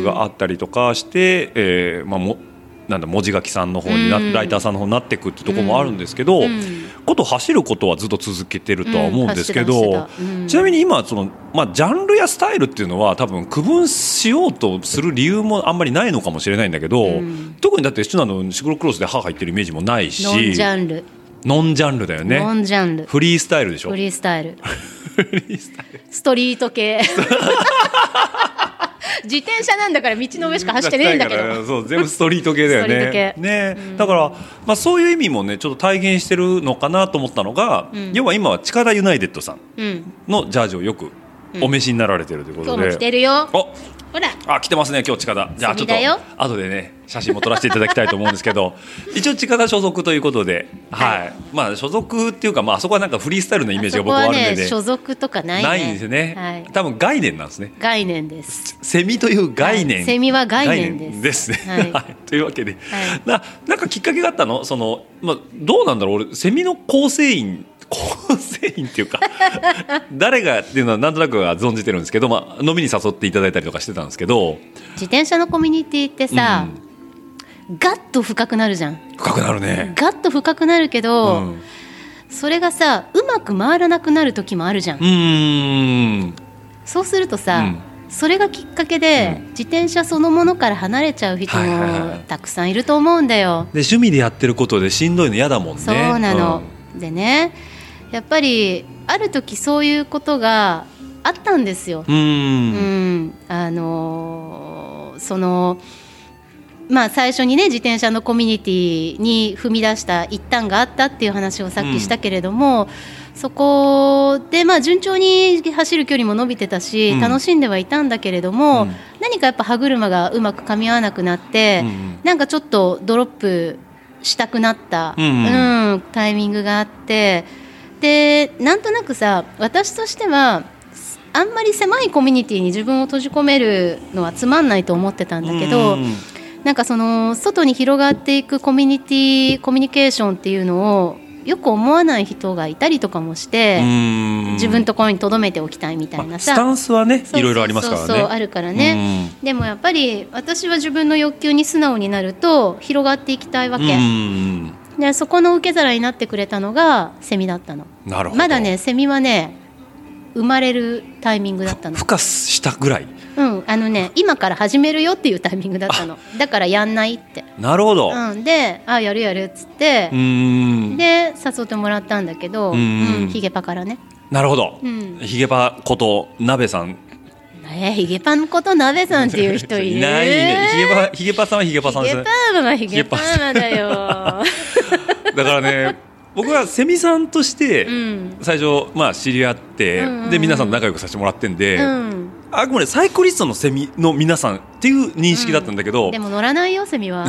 グがあったりとかしてえーまあもなんだ文字書きさんの方になうんライターさんの方になっていくってところもあるんですけどうんこと走ることはずっと続けてるとは思うんですけうんど走ってた走ってたうんちなみに今そのまあジャンルやスタイルっていうのは多分区分しようとする理由もあんまりないのかもしれないんだけどうん特にだってシュナのシクロクロスで歯入ってるイメージもないしノンジャンル、ノンジャンルだよねノンジャンルフリースタイルでしょフリースタイルストリート系 <laughs> 自転車なんだから道の上しか走ってねえんだけだからどそう全部ストリート系だよストリーねト系ねだから、まあ、そういう意味もねちょっと体現してるのかなと思ったのが、うん要は今は力ユナイテッドさんうんのジャージをよくお召しになられてるというこ今と日で、も来てるよおほらあ来てますね今日近田じゃあちょそうっとだよ後でね写真も撮らせていただきたいと思うんですけ <laughs> ど一応近田所属ということで、はいはいまあ、所属っていうか、まああそこはなんかフリースタイルのイメージが僕はああそるこんで、はねね所属とかないねないんですよね、はい、多分概念なんですね概念ですセミという概念、はいセミは概念ですね。はいはいというわけで、ななんかきっかけがあったのその、まあ、どうなんだろう俺セミの構成員 <laughs> 構成員っていうか <laughs> 誰がっていうのはなんとなくは存じてるんですけど、まあ、飲みに誘っていただいたりとかしてたんですけど自転車のコミュニティってさ、ガッと深くなるじゃん深くなるね。ガッと深くなるけうど、んうそれがさうまく回らなくなる時もあるじゃん、ーんそうするとさ、うんそれがきっかけで、うん自転車そのものから離れちゃう人はいはいはいはもいたくさんいると思うんだよ。で趣味でやってることでしんどいの嫌だもんね。そうなの、でねやっぱりある時そういうことがあったんですよ。うん。うんうん、あのーそのまあ最初にね自転車のコミュニティに踏み出した一端があったっていう話をさっきしたけれども、そこでまあ順調に走る距離も伸びてたし、うん楽しんではいたんだけれども、うん何かやっぱ歯車がうまく噛み合わなくなって、うんなんかちょっとドロップしたくなった、うんうんうんタイミングがあってでなんとなくさ私としてはあんまり狭いコミュニティに自分を閉じ込めるのはつまんないと思ってたんだけど、うんなんかその外に広がっていくコミュニティコミュニケーションっていうのをよく思わない人がいたりとかもして、うん自分のところに留めておきたいみたいまあなスさ、タンスはねそうそうそういろいろありますからね。そうあるからね、でもやっぱり私は自分の欲求に素直になると広がっていきたいわけ、うんでそこの受け皿になってくれたのがセミだったのなるほどまだねセミはね生まれるタイミングだったの孵化したぐらいうんあのね今から始めるよっていうタイミングだったのだからやんないって、なるほど、ううん、であやるやるっつってー、んで誘ってもらったんだけど、ううんんヒゲパからねなるほど、うんヒゲパこと鍋さんえー、ヒゲパンこと鍋さんっていう人いるないねヒゲパヒゲパさんはヒゲパさんですヒゲねパーマはヒゲパーマだよだから <laughs> ね僕はセミさんとしてうん最初、まあ、知り合って、うんうんうんで皆さん仲良くさせてもらってんで、うんあくまでサイコリストのセミの皆さんっていう認識だったんだけど、でも乗らないよセミは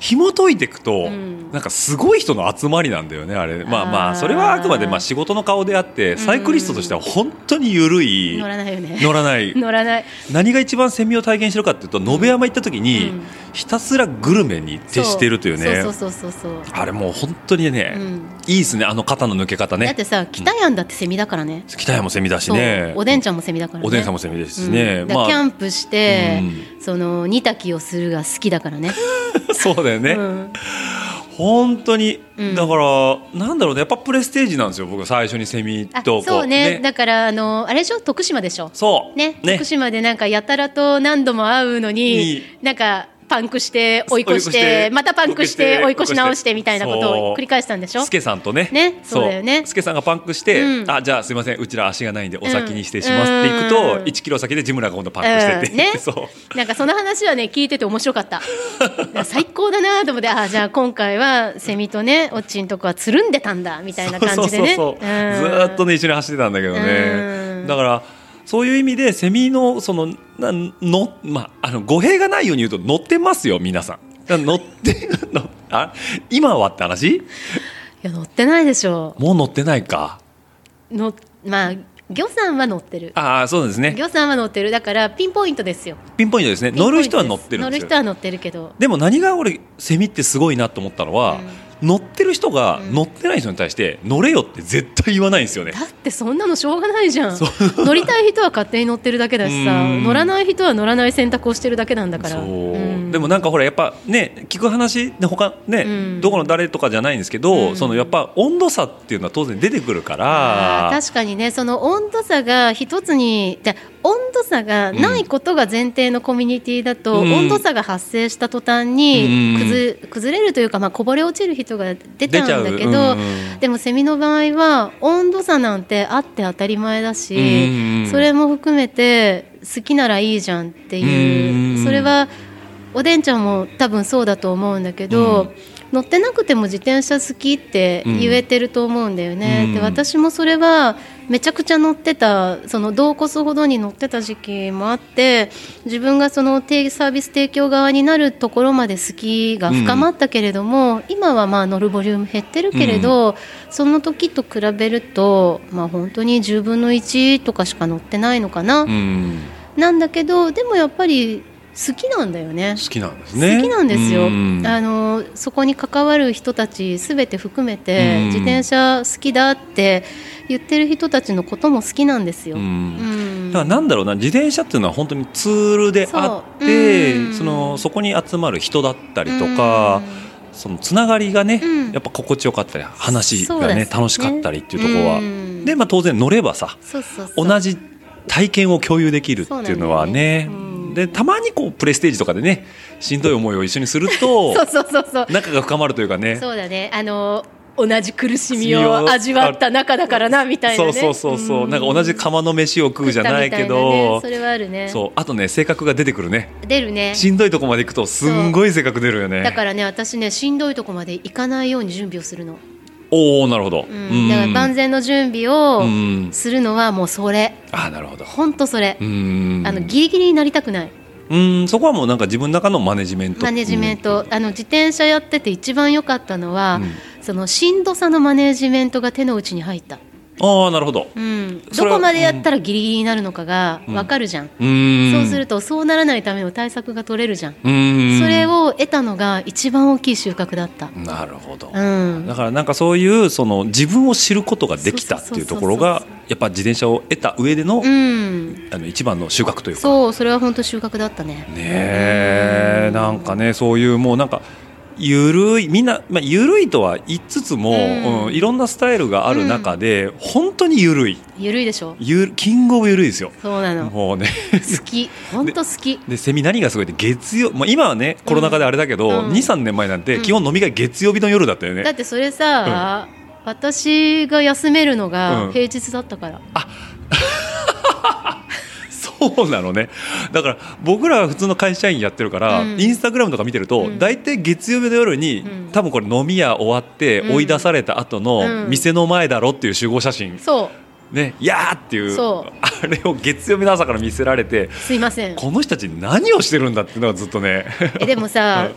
紐解いていくと、うんなんかすごい人の集まりなんだよねあれまあまああーそれはあくまでまあ仕事の顔であってサイクリストとしては本当に緩い、乗らないよね乗らない乗らない何が一番セミを体験してるかっていうと野辺山行った時に、うんひたすらグルメに徹してるというねそうそうそうそうそうあれもう本当にね、うんいいですねあの肩の抜け方だっねてさ北やんだってセミだからね北山もセミだしねそうおでんちゃんもセミだからねおでんさんもセミですしね、うんだからキャンプして、その煮炊きをするが好きだからね <laughs> そうだよね、うん本当に、うんだからなんだろうねやっぱプレステージなんですよ僕最初にセミあとこうそうねだからあのあれでしょ徳島でしょそうね徳島でなんかやたらと何度も会うのにいいなんかパンクして追い越し追てい越してまたパンクして追い越し直して追い越してみたいなことを繰り返したんでしょスケさんとねねそうだよねスケさんがパンクして、うんあじゃあすいませんうちら足がないんでお先にしてしますっていくと、うん1キロ先でジムラが今度パンクしてって、うんね <laughs> そうなんかその話はね聞いてて面白かった最高だなと思ってあーじゃあ今回はセミとねオッチンとこはつるんでたんだみたいな感じでねそうそうそううんずーっとね一緒に走ってたんだけどうねんだからそういう意味でセミのそのなの、まあ、あの語弊がないように言うと乗ってますよ皆さんだから乗って <laughs> のあ今はって話いや乗ってないでしょもう乗ってないかのまあ魚さんは乗ってるああそうですね魚さんは乗ってるだからピンポイントですよピンポイントですね乗る人は乗ってるん乗でるすよ人は乗ってるけどでも何が俺セミってすごいなと思ったのは、乗ってる人がうん乗ってない人に対して乗れよって絶対言わないんですよねだってそんなのしょうがないじゃん乗りたい人は勝手に乗ってるだけだしさうん乗らない人は乗らない選択をしてるだけなんだからそう、うんでもなんかほらやっぱね聞く話で他ね、うんどこの誰とかじゃないんですけど、うんそのやっぱ温度差っていうのは当然出てくるかあらー確かにねその温度差が一つにじゃ温度差がないことが前提のコミュニティだと、うん温度差が発生した途端うにん崩崩れるというか、まあ、こぼれ落ちる人が出ち出ちゃゃうんうだけうんど、でもセミの場合は温度差なんてあって当たり前だし、うんそれも含めて好きならいいじゃんっていう、うんそれはおでんちゃんも多分そうだと思うんだけど、うん乗ってなくても自転車好きって言えてると思うんだよね。うんで私もそれはめちゃくちゃ乗ってたその同骨ほどに乗ってた時期もあって自分がその定サービス提供側になるところまで好きが深まったけれども、今はまあ乗るボリューム減ってるけれど、その時と比べると、まあ、本当に10分の1とかしか乗ってないのかな、うんなんだけどでもやっぱり好きなんだよね好きなんですね好きなんですよ、うんあのそこに関わる人たちすべて含めて、うん自転車好きだって言ってる人たちのことも好きなんですよ。ううんんだからなんだろうな自転車っていうのは本当にツールであっそううてんそのそこに集まる人だったりとか、そのつながりがね、うんやっぱ心地よかったり話そうがですねね楽しかったりっていうところは、うんで、まあ、当然乗ればさそうそうそう同じ体験を共有できるっていうのはねそうなんだよねうんでたまにこうプレステージとかでねしんどい思いを一緒にするとそうそうそうそう仲が深まるというかねそうだねあの同じ苦しみを味わった仲だからなみたいなそねうそうそうそうなんか同じ釜の飯を食食うっじたゃみたないいけねどそれはあるねそうあとね性格が出てくるね出るねしんどいとこまで行くとすんごい性格出るよねだからね私ねしんどいとこまで行かないように準備をするの、おおなるほど、うんうんだから万全の準備うをんするのはもうそれあなるほどほんとそれ、うんあのギリギリになりたくないうんそこはもうなんか自分の中のマネジメントマネジメント、あの自転車やってて一番良かったのは、うんそのしんどさのマネジメントが手の内に入った、うんああなるほどうん、そどれはこまでやったらギリギリになるのかがうん分かるじゃん、うんそうするとそうならないための対策が取れるじゃん、うんそれを得たのが一番大きい収穫だった、なるほど、うんだからなんかそういうその自分を知ることができたっていうところがそうそうそうやっぱ自転車を得た上での,、うん、あの一番の収穫というかそうそれは本当収穫だったねねえなんかねそういうもうなんかゆるいみんな、まあ、ゆるいとは言いつつも、うんうんいろんなスタイルがある中で、本当にゆるいゆるいでしょゆるキングオブゆるいですよそうなのもうね <laughs> 好き本当好きでセミ何がすごいって月曜、まあ、今はねコロナ禍であれだけど、うん23年前なんてうん基本飲み会月曜日の夜だったよね、だってそれさ、私が休めるのうがん平日だったから、そうなのねだから僕らは普通の会社員やってるから、うんインスタグラムとか見てると、うん大体月曜日の夜に、うん多分これ飲み屋終わってうん追い出された後のうん店の前だろっていう集合写真、そね「やー!」っていうそうあれを月曜日の朝から見せられてうすいませんこの人たち何をしてるんだっていうのがずっとねえでもさ、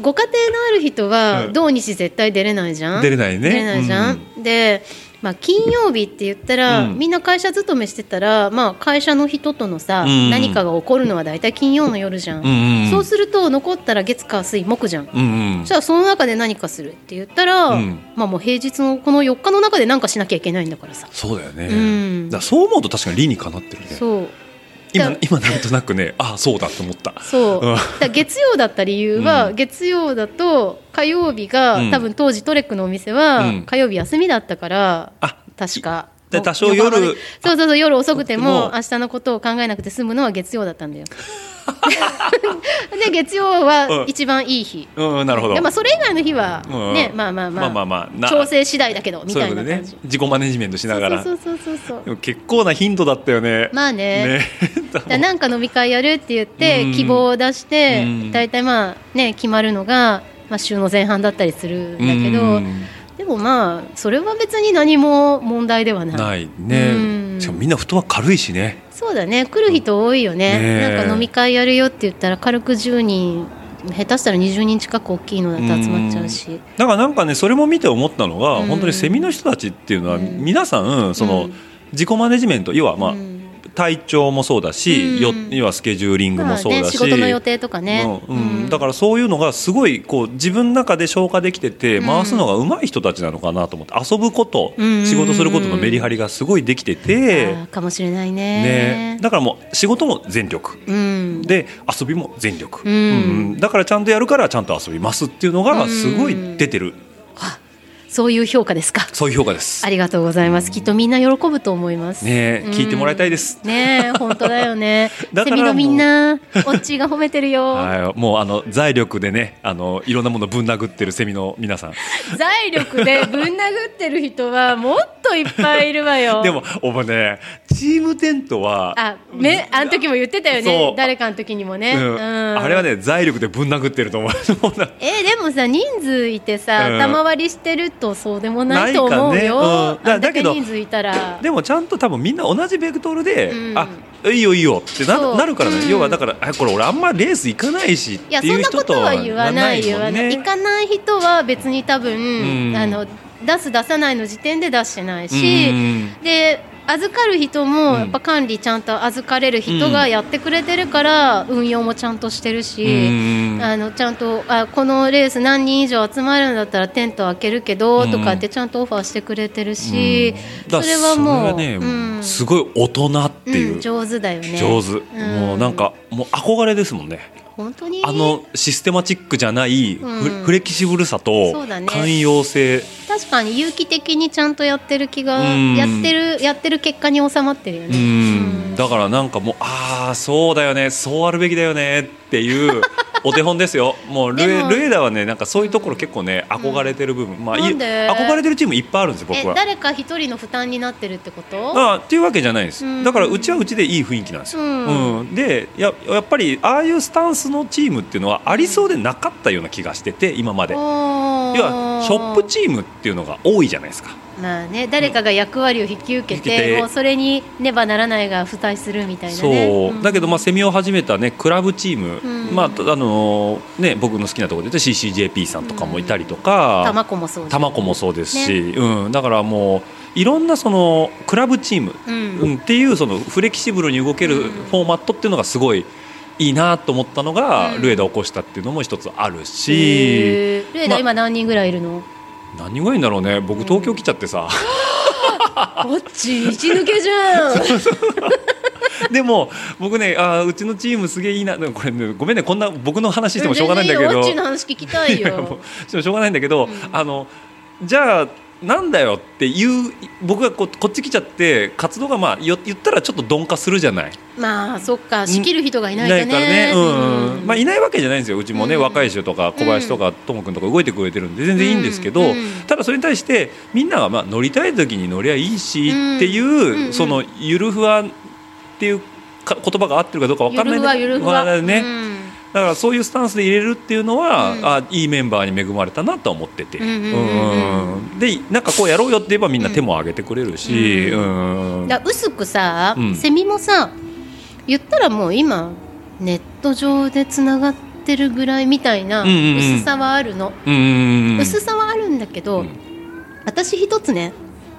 ご家庭のある人うはん土日絶対出れないじゃん出れないね出れないじゃん、で、まあ、金曜日って言ったら、うんみんな会社勤めしてたら、まあ、会社の人とのさ、うん何かが起こるのは大体金曜の夜じゃうん、んうんうんそうすると残ったら月火水木じゃんうんうんじゃあその中で何かするって言ったら、うんまあもう平日のこの4日の中で何かしなきゃいけないんだからさそうだよね、うんだからそう思うと確かに理にかなってるねそう今だ今なんとなくねああそうだと思ったそううんだから月曜だった理由は、うん月曜だと火曜日が、うん多分当時トレックのお店は、うん火曜日休みだったからあ確か。でもう多少夜横浜でそうそうそう夜遅くて遅もくても明日のことを考えなくて済むのは月曜だった <laughs> んだよ。で月曜は一番いい日。うんなるほどでまあそれ以外の日はうんね、まあまあまあ、まあまあまあな調整次第だけどみそうたいういことなでね感じ。自己マネジメントしながらそうそうそうそうでそう。も結構な頻度だったよねまあね。だだなんか飲み会やるって言っうんて希望を出してうん大体まあね決まるのが、まあ、週の前半だったりするんだけどでもまあそれは別に何も問題ではないないねうんしかもみんな布団は軽いしねそうだね来る人多いよねねえなんか飲み会やるよって言ったら軽く10人下手したら20人近く大きいのだと集まっちゃうしだからなんかねそれも見て思ったのがうん本当にセミの人たちっていうのはうん皆さんそうのん自己マネジメント要はまあうん体調もそうだしようん要はスケジューリングもそうまあだね、し仕事の予定とかね、うんうんうんだからそういうのがすごいこう自分の中で消化できててうん回すのが上手い人たちなのかなと思って遊ぶことうんうんうんうん仕事することのメリハリがすごいできてて、あーかもしれないねね、だからもう仕事も全力うん、で遊びも全力、うんうんだからちゃんとやるからちゃんと遊びますっていうのがすごい出てる、そういう評価ですかそういう評価ですあ。りがとうございます。きっとみんな喜ぶと思います。ねえうん聞いてもらいたいです。ねえ、本当だよね <laughs> だからセもミうのみんな、オッチーが褒めてるよ。 <laughs> はい、もうあの財力でねあのいろんなものぶん殴ってるセミの皆さん財力でぶん殴ってる人はもっといっぱいいるわ <laughs> よ。でもお前ねチームテントはあ、ね、あの時も言ってたよそうね。誰かの時にもね。うんうんあれは。ね財力でぶん殴ってると思う <laughs> そうなえでもさ人数いてさ、うん頭割りしてるとそうでもないと思うないかよ、ねうんだあんだだけけど人数いたらでもちゃんと多分みんな同じベクトルで、うんあいいよいいよってそなうなるからね、うん要はだからあこれ俺あんまレース行かないしっいやてそんいうな人こととは言わない言なわらなないいもんね行かない人は別に多分、うんあの出す出さないの時点で出してないし、うんで預かる人うもんやっぱ管理ちゃんと預かれる人がやってくれてるから運用もちゃんとしてるし、うんあのちゃんとあこのレース何人以上集まるんだったらテント開けるけどとかってちゃんとオファーしてくれてるし、だからそれはもうそれがね、うんすごい大人っていう、うん上上手だよね手、うんもうなんかもう憧れですもんね本当にあのシステマチックじゃないフ,、うんフレキシブルさとそうだね寛容性確かに有機的にちゃんとやってる気が、うんやってるやってる結果に収まってるようね、んだからなんかもうああそうだよねそうあるべきだよねっていうお手本ですよもうル <laughs> でエもルエダはねなんかそういうところ結構ね憧れてる部分、まあいいなんで憧れてるチームいっぱいあるんですよ僕えは。誰か一人の負担になってるってことああっていうわけじゃないです、うんだからうちはうちでいい雰囲気なんですよ、うんうんでややっぱりああいうスタンスのチームっていうのはありそうでなかったような気がしてて今まで要要はショップチームっていうのが多いじゃないですかまあね誰かが役割を引き受け引き受けて、てもうそれにねばならないが付帯するみたいなそう、ねんだけどまあセミを始めたねクラブチーム、うんまあたあのーね僕の好きなところで言うと CCJP さんとかもいたりとか、玉子もそうだたまこもそうですし、うんだからもういろんなそのクラブチーム、うんうんっていうそのフレキシブルに動けるうんフォーマットっていうのがすごいいいなと思ったのが、うんルエダを起こしたっていうのも一つあるし、へールエダ、ま今何人ぐらいいるの何がいいんだろうね僕東 <laughs> 京来ちゃってさ、 <laughs> こっち一抜けじゃんでも僕ねあーうちのチームすげえいいなでもこれ、ね、ごめんねこんな僕の話してもしょうがないんだけ全然いいどよオッチーの話聞きたいいやも <laughs> ようしょうがないんだけど、あのじゃあなんだよっていう僕がこうこっち来ちゃって活動がまあよ言ったらちょっと鈍化するじゃない。まあそっか仕切る人がいないとねからね、うんうんまあ、いいないわけじゃないんですようちもね、うん若い人とか小林とかともくんとか動いてくれてるんで全然いいんですけど、うんうんただそれに対してみんながまあ乗りたい時に乗りゃいいしっていう、んうんそのゆるふわっていうか言葉が合ってるかどうかわかゆんないるんふだわけどゆるふわかんなわいね、うんだからそういうスタンスで入れるっていうのは、うんあいいメンバーに恵まれたなとは思ってて、うんうんうんうんうんでなんかこうやろうよって言えばみんな手も挙げてくれるし、ううんだから薄くさ、うんセミもさ言ったらもう今ネット上でつながってるぐらいみたいなうんうんうん薄さはあるの、うん薄さはあるんだけど、うん私一つね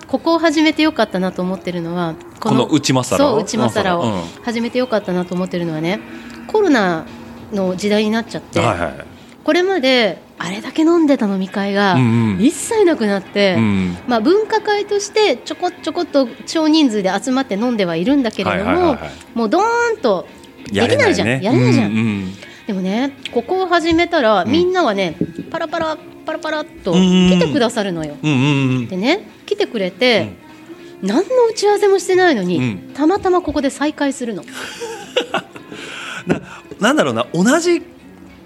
ここを始めてよかったなと思ってるのはこの内まさらをそう内まさらうんを始めてよかったなと思ってるのはねコロナの時代になっちゃって、はいはいこれまであれだけ飲んでた飲み会がうんうん一切なくなって、うんまあ、分科会としてちょこちょこっと少人数で集まって飲んではいるんだけれども、はいはいはいはいもうドーンとでやきれないじゃんやれ,、ないじゃん、うんうんでもねここを始めたらんみんながね、パラパラパラパラっとうんうん来てくださるのよ、うんうんでね来てくれて、何の打ち合わせもしてないのに、うんたまたまここで再会するのななんだろうな同じ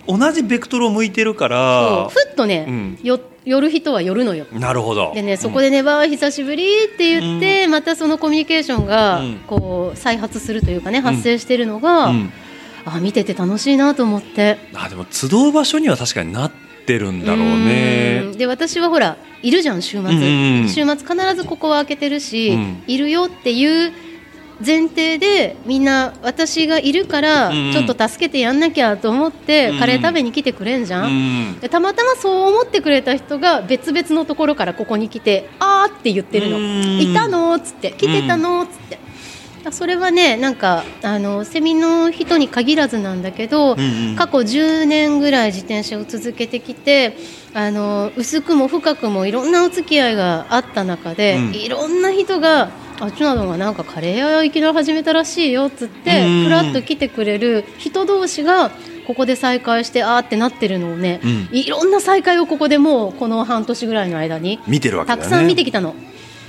同じベクトルを向いてるかこらうふっとね、うんよ寄る人は寄るのよなるほどでねそこでね、わあ久しぶりって言って、またそのコミュニケーションがうんこう再発するというかね発生してるのうが、んうんあ見てて楽しいなと思ってあでも集う場所には確かになってるんだろううねんで私はほらいるじゃん週末、うんうん週末必ずここは開けてるし、うんいるよっていう前提でみんな私がいるからうんうんちょっと助けてやんなきゃと思ってカレー食べに来てくれんじゃ、うんんでたまたまそう思ってくれた人が別々のところからここに来てあーって言ってるのうんいたのっつって来てたのっつって。それはねなんかあのセミの人に限らずなんだけうど、んうん過去10年ぐらい自転車を続けてきてあの薄くも深くもいろんなお付き合いがあった中で、うんいろんな人が「あっちなどがなんかカレー屋をいきなり始めたらしいよ」っつってうんふらっと来てくれる人同士がここで再会してあーってなってるのをね、うんいろんな再会をここでもうこの半年ぐらいの間に見てるわけだたよくねさん見てきたの。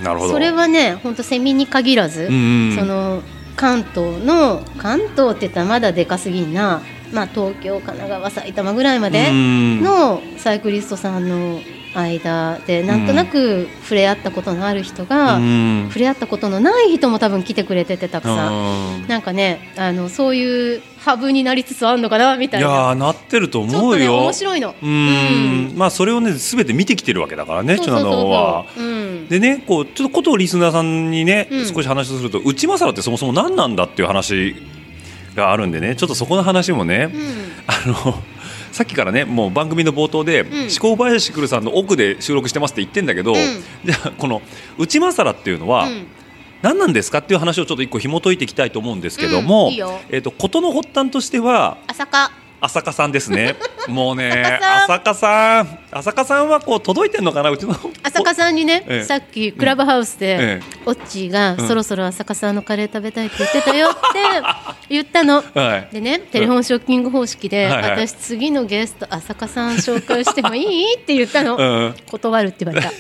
なるほどそれはね本当セミに限らず、うんうんその関東の関東って言ったらまだでかすぎんな、まあ、東京神奈川埼玉ぐらいまでうんのサイクリストさんの間でなんとなく触れ合ったことのある人が、うん触れ合ったことのない人も多分来てくれててたくさん。うんなんかねあのそういうハブになりつつあるのかなみたいいなやーなってるとち思ょっとうねよ面白いの。うーんまあそれをね全て見てきてるわけだからねそうチュそうナそうノそは。ううんでねこうちょっとことをリスナーさんにね、うん少し話をすると内政ってそもそも何なんだっていう話があるんでねちょっとそこの話もね、うんあのさっきからねもう番組の冒頭で「ん思考林くるさんの奥で収録してます」って言ってんだけど、んじゃあこの内政っていうのは、うん何なんですかっていう話をちょっと一個紐解いていきたいと思うんですけども、うんいいよえっと事の発端としては朝霞浅香さんです <laughs> ね。もうね、浅浅香さん、浅香さんはこう届いてんのかな、うちの。朝香さんにね、ええさっきクラブハウスでえ、えオッチーが、んそろそろ朝香さんのカレー食べたいって言って <laughs> たよって言ったの。はいでねテレフォンショッキング方式で、はいはい私次のゲスト朝香さん紹介してもいいって言ったの、うん断るって言われた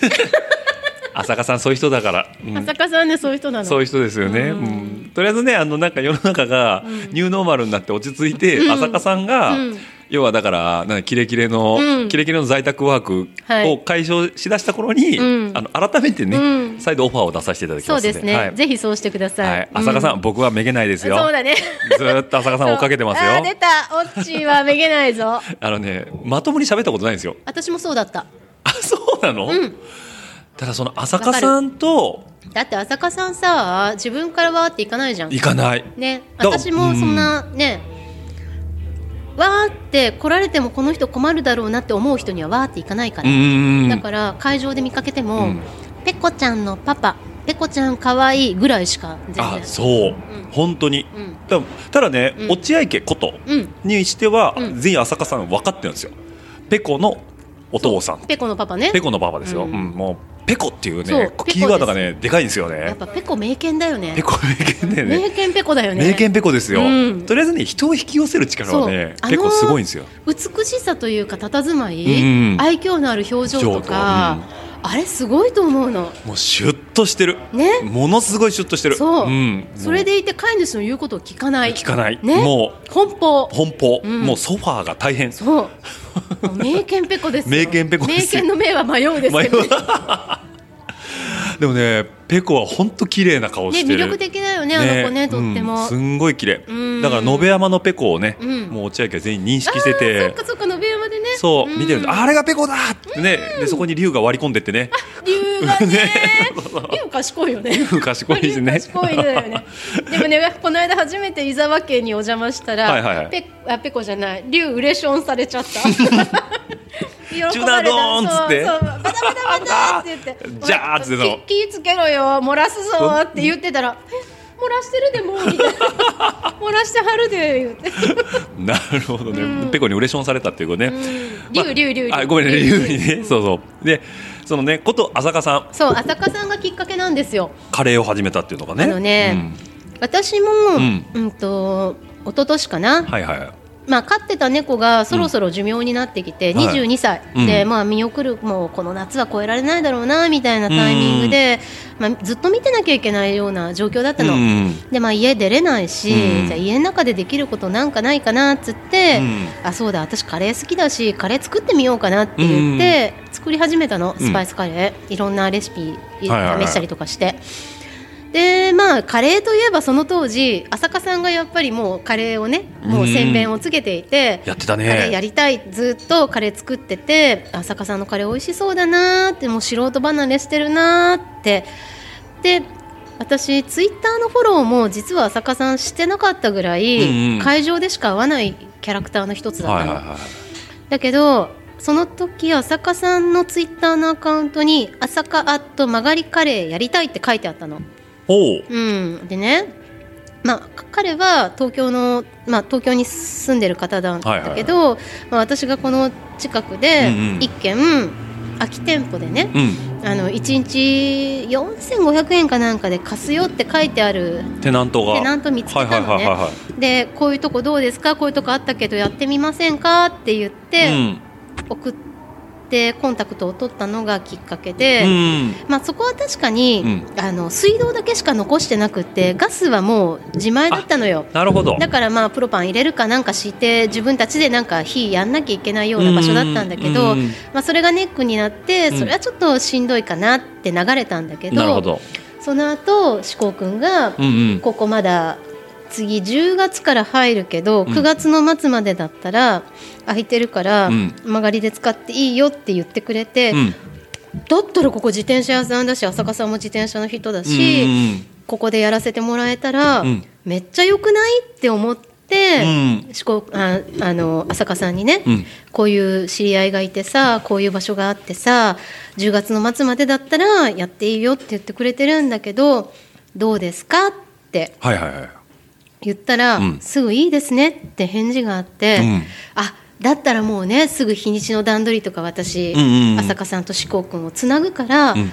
浅香さん、そういう人だから。うん朝香さんねそういう人なのそういう人ですよね、うんとりあえずねあのなんか世の中がニューノーマルになって落ち着いて、浅香さんが、うん要はだからなんかキレキレの、うんキレキレの在宅ワークはいを解消しだした頃に、うんあの改めてね、うん再度オファーを出させていただきそまうすのですね、はいぜひそうしてください、はい、浅香さん、う僕はめげないですよそうだねずーっと浅香さん追っかけてますよあー出たオッチーはめげないぞあのねまともに喋ったことないんですよ <laughs> 私もそうだったあそうなの、ただその浅香わかるさんとだって朝香さんさ自分からわーっていかないじゃん行かないね、だ私もそんなね、わーって来られてもこの人困るだろうなって思う人にはわーっていかないかうら、んだから会場で見かけてうも、んペコちゃんのパパペコちゃんかわいいぐらいしか全あ然そう、本当に、うんだただね、うん落合家ことうんにしては、うん全員浅香さん分かってるんですよペコのお父さんペコのパパねペコのパパですよ、うんうんもうペコっていうそうペねコですキーワードがねでかいんですよやっねぱペコ名犬だよねペコ名犬だよ名ね犬ペコだよね名犬ペコですよ、うんとりあえずね人を引き寄せる力はねそうペコすごいんですよ美しさというか佇まい、うん愛嬌のある表情とか、あれすごいと思うのもうシュッとしてるねものすごいシュッとしてるそう、ん、それでいて飼い主の言うことを聞かない聞かない、ねもう奔放奔放、うんもうソファーが大変そう名犬ペコですよ名犬ペコです名よ犬の名は迷うですけどね迷わ <laughs> でもねペコは本当綺麗な顔してる魅力的だよねあの子ねとってうも、んすんごい綺うん麗だから延山のペコをね、うんもう落合家全員認識しててそっかそっかの弁までねそう、ん見てるとあれがペコだってね、でそこに龍が割り込んでってね理由 <laughs> がねね理由賢いよね <laughs> 賢いですね賢いのよね。でもね、この間初めて伊沢家にお邪魔したら、はいはいはいペあペコじゃない、龍ウレションされちゃった。喜ばれた <laughs> チュナドーンっつってそうそうバタバタバタって言って、 <laughs> ジャーっつってたの気気つけろよ、漏らすぞって言ってたら、え漏らしてるでもうみたい <laughs> な、漏らしてはるで言って、なるほどね、ペコにウレションされたっていうことね、龍まあ龍龍あごめんね龍にね <laughs> そうそうでそのねこと浅香さんそう浅香さんがきっかけなんですよ。カレーを始めたっていうのがねあのね、私も、うんうんと一昨年かなうん、はいはいはいまあ、飼ってた猫がそろそろ寿命になってきて、うんはい22歳、うんで、まあ、見送るもうこの夏は越えられないだろうなみたいなタイミングで、まあ、ずっと見てなきゃいけないような状況だったの、うんでまあ、家出れないし、うんじゃあ家の中でできることなんかないかなっつって、うんあそうだ私カレー好きだしカレー作ってみようかなって言って、作り始めたのスパイスカレー、いろんなレシピ試はいはいはいしたりとかして。でまあカレーといえばその当時浅香さんがやっぱりもうカレーをねもう洗弁をつけていて、やってたカレーねやりたいずっとカレー作ってて浅香さんのカレー美味しそうだなーってもう素人離れしてるなーってで私ツイッターのフォローも実は浅香さんしてなかったぐらい、うんうん会場でしか会わないキャラクターの一つだっはたいの、はいはいだけどその時浅香さんのツイッターのアカウントに「浅香アット曲がりカレーやりたい」って書いてあったの。おううん、でね、まあ、か彼は東京の、まあ、東京に住んでる方なんだけど、まあ、私がこの近くでうんうん一軒、空き店舗でねうんあの1日4500円かなんかで貸すよって書いてあるテナントがテナント見つけたのねはいはいはいはいはでこういうとこどうですかこういうとこあったけどやってみませんかって言っいて送ってコンタクトを取ったのがきっかけで。うん、うんまあ、そこは確かに、うあの水道だけしか残してなくてガスはもう自前だったのよなるほどだからまあプロパン入れるかなんかして自分たちでなんか火やんなきゃいけないような場所だったんだけど、うんうんまあ、それがネックになってうんそれはちょっとしんどいかなって流れたんだけど,、なるほど、その後志功君がうんうん、ここまだ次10月から入るけどん9月の末までだったら空いてるからうん曲がりで使っていいよって言ってくれて。うんだったらここ自転車屋さんだし浅香さんも自転車の人だし、うんここでやらせてもらえたら、うんめっちゃ良くないって思って、うんしこああの浅香さんにね、うんこういう知り合いがいてさこういう場所があってさ10月の末までだったらやっていいよって言ってくれてるんだけどどうですかってはいはいはい言ったら、うんすぐいいですねって返事があって、うんあだったらもうねすぐ日にちの段取りとか私、うんうんうん浅香さんと志功君をつなぐから、うん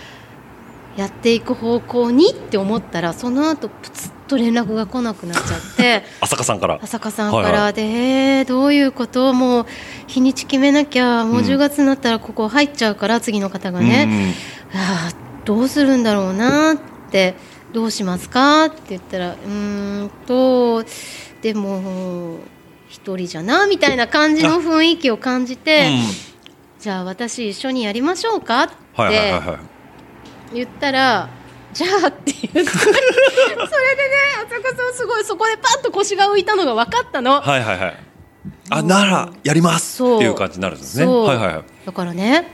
やっていく方向にって思ったらその後プツッと連絡が来なくなっちゃって浅香さんから浅香さんから、はいはいでえーどういうこともう日にち決めなきゃもう10月になったらここ入っちゃうから、次の方がね。あーどうするんだろうなってどうしますかって言ったらうーんとでも一人じゃなみたいな感じの雰囲気を感じうんて、うんじゃあ私一緒にやりましょうかってはいはいはいはい言ったら。じゃあって言ってそれでね浅香さんすごいそこでパッと腰が浮いたのが分かったの、はいはいはいあならやりますそうっていう感じになるんですねそうはいはいはだからね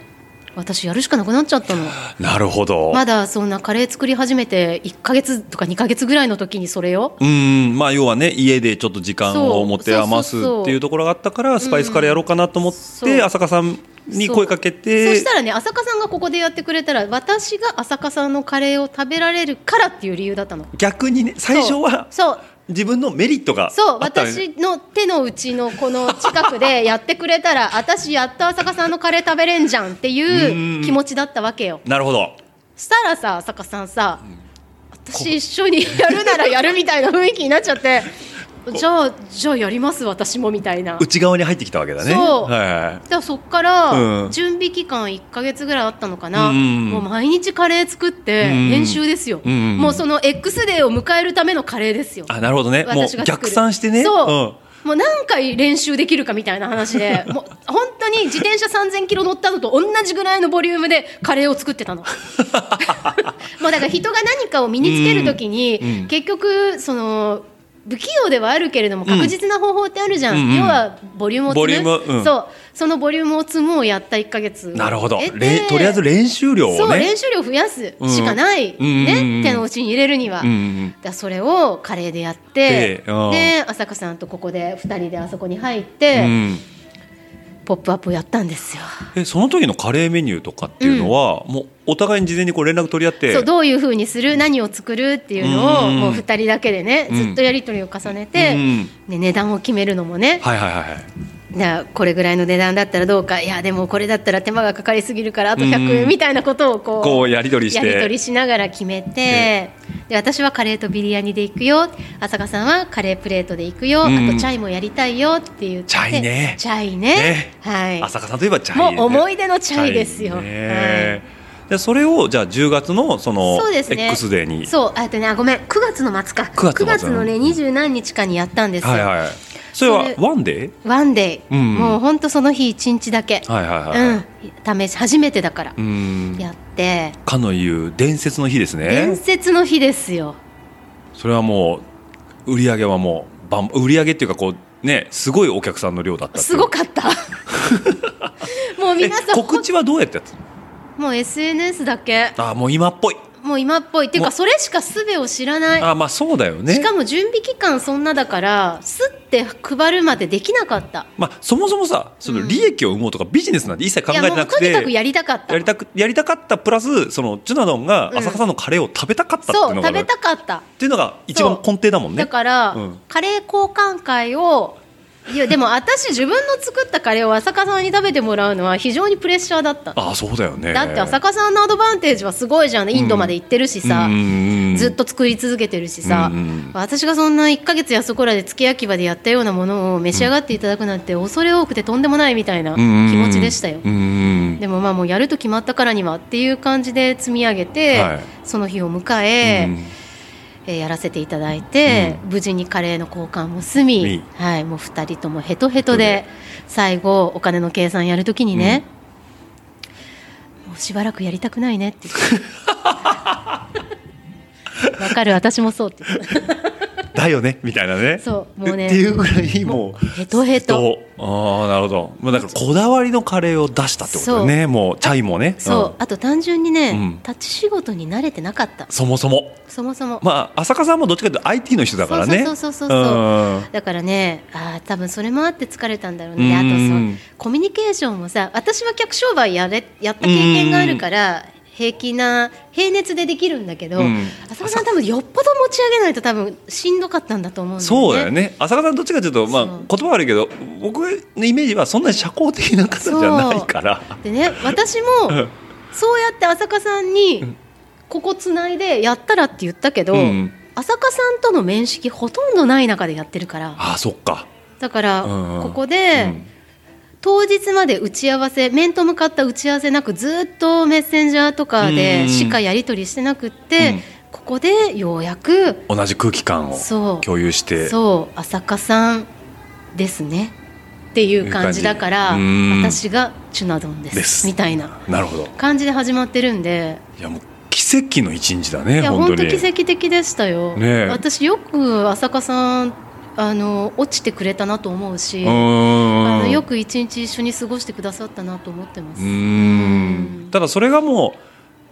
私やるしかなくなっちゃったのいなるほど、まだそんなカレー作り始めて1か月とか2か月ぐらいの時にそれをうんまあ要はね家でちょっと時間そをう持て余すそうそうそうっていうところがあったからスパイスカレーやろうかなと思っうんて浅香さんに声かけそてしたらね浅香さんがここでやってくれたら私が浅香さんのカレーを食べられるからっていう理由だったの逆にね最初はそうそう自分のメリットがそうあったのね私の手の内のこの近くでやって <laughs> くれたら私やっと浅香さんのカレー食べれんじゃんっていう気持ちだったわけよなるほどしたらさ坂さんさ、私一緒にやるならやるみたいな雰囲気になっちゃってじゃあじゃあやります私もみたいな。内側に入ってきたわけだねそはうだからそっかうらん準備期間1か月ぐらいあったのかな、うんもう毎日カレー作っうてん練習ですよ、うんもうその X デーを迎えるためのカレーですよいあなるほどね <laughs> もう私が作る逆算してねそう、もう何回練習できるかみたいな話 <laughs> でもう本当に自転車3000キロ乗ったのと同じぐらいのボリュームでカレーを作って <laughs> たのもうだから人が何かを身につけるときに、うんうん結局その不器用ではあるけれども確実な方法ってあるじゃん、うんうん要はボリュームを積むボリュームうんそうそのボリュームを積むをやった1か月うんなるほど得てれとりあえず練習量をねそう練習量増やすしかない、うんうんうんうんね手の内に入れるには、うんうんだからそれをカレーでやって、ええうんで朝香さんとここで2人であそこに入って、うんポップアップをやったんですよ。えその時のカレーメニューとかっていうのは、もうお互いに事前にこう連絡取り合ってそうどういうふうにする何を作るっていうのを、うんもう2人だけでねうんずっとやり取りを重ねて、うんで値段を決めるのもね、はいはいはいはいじゃあこれぐらいの値段だったらどうかいやでもこれだったら手間がかかりすぎるからあと100うんみたいなことをこうこうやり取りしてやり取りしながら決めて、で私はカレーとビリヤニで行くよ朝香さんはカレープレートで行くよ、うんあとチャイもやりたいよって言ってチャイねチャイねねはい朝香さんといえばチャイね、もう思い出のチャイですよチャイねでそれをじゃあ10月のそのそうですね X デーにそうあとねあごめん9月の末か9月の末のね二十何日かにやったんですよ、はいはいそれはそれワンデーワンデイ、うんもうほんとその日一日だけ、はいはいはい、うん試し初めてだから、うん、やってかの言う伝説の日ですね伝説の日ですよそれはもう売り上げはもうバン売り上げっていうかこうねすごいお客さんの量だったっていうすごかった <laughs> もう皆さえん告知はどうやってやってたのもう SNS だけあーもう今っぽいもう今っぽいっていうもうかそれしか術を知らないあーまあそうだよねしかも準備期間そんなだからすって配るまでできなかったまあ、そもそもさその利益を生もうとかビジネスなんて一切考えいてやもなうくとてにかくやりたかったやりたくやりたかったプラスそのジュナドンがうん浅香さんのカレーを食べたかったっていうそうのが、食べたかったっていうのが一番根底だもんねだから、うんカレー交換会をいやでも私自分の作ったカレーを浅香さんに食べてもらうのは非常にプレッシャーだったああそうだよねだって浅香さんのアドバンテージはすごいじゃんインドまで行ってるしさ、ずっと作り続けてるしさ、うんうん私がそんな1ヶ月やそこらで付け焼き場でやったようなものを召し上がっていただくなんて恐れ多くてとんでもないみたいな気持ちでしたよ、うんうんでもまあもうやると決まったからにはっていう感じで積み上げて、はいその日を迎うんえ、えーやらせていただいて、無事にカレーの交換も済み、いいはい、もう2人ともヘトヘトで最後お金の計算やるときにね、もうしばらくやりたくないねって <laughs> 言って。わかる私もそうって言ってだよねみたいなねそうもうねっていうぐらいもうヘトヘトああなるほどまあだからこだわりのカレーを出したってことだよねもうチャイもねそう、んあと単純にね、うん立ち仕事に慣れてなかったそもそもそもそも、まあ浅香さんもどっちかというと IT の人だからねそうそうそうそうそうだからねあー多分それもあって疲れたんだろうねであとうそんのコミュニケーションもさ私は客商売やれやった経験があるから平気な平熱でできるんだけど、うん浅香さん多分よっぽど持ち上げないと多分しんどかったんだと思うんだよね。そうだよね浅香さんどっちかというと、まあ、そ言う葉悪いけど僕のイメージはそんなに社交的な方じゃないからでね私もうんそうやって浅香さんにここつないでやったらって言ったけど、うん浅香さんとの面識ほとんどない中でやってるから <laughs> ああそっか、だからうんここで。当日まで打ち合わせ面と向かった打ち合わせなくずっとメッセンジャーとかうんでしかやり取りしてなくって、うんここでようやくうん同じ空気感をそう共有してそう浅香さんですねっていう感じだからいう感じうん私がチュナドンですですみたいななるほど感じで始まってるんでいやもう奇跡の一日だねいや本当本に当奇跡的でしたよ、ねえ私よく浅香さんあの落ちてくれたなと思うし、うあーのんよく一日一緒に過ごしてくださったなと思ってます。うーんただそれがも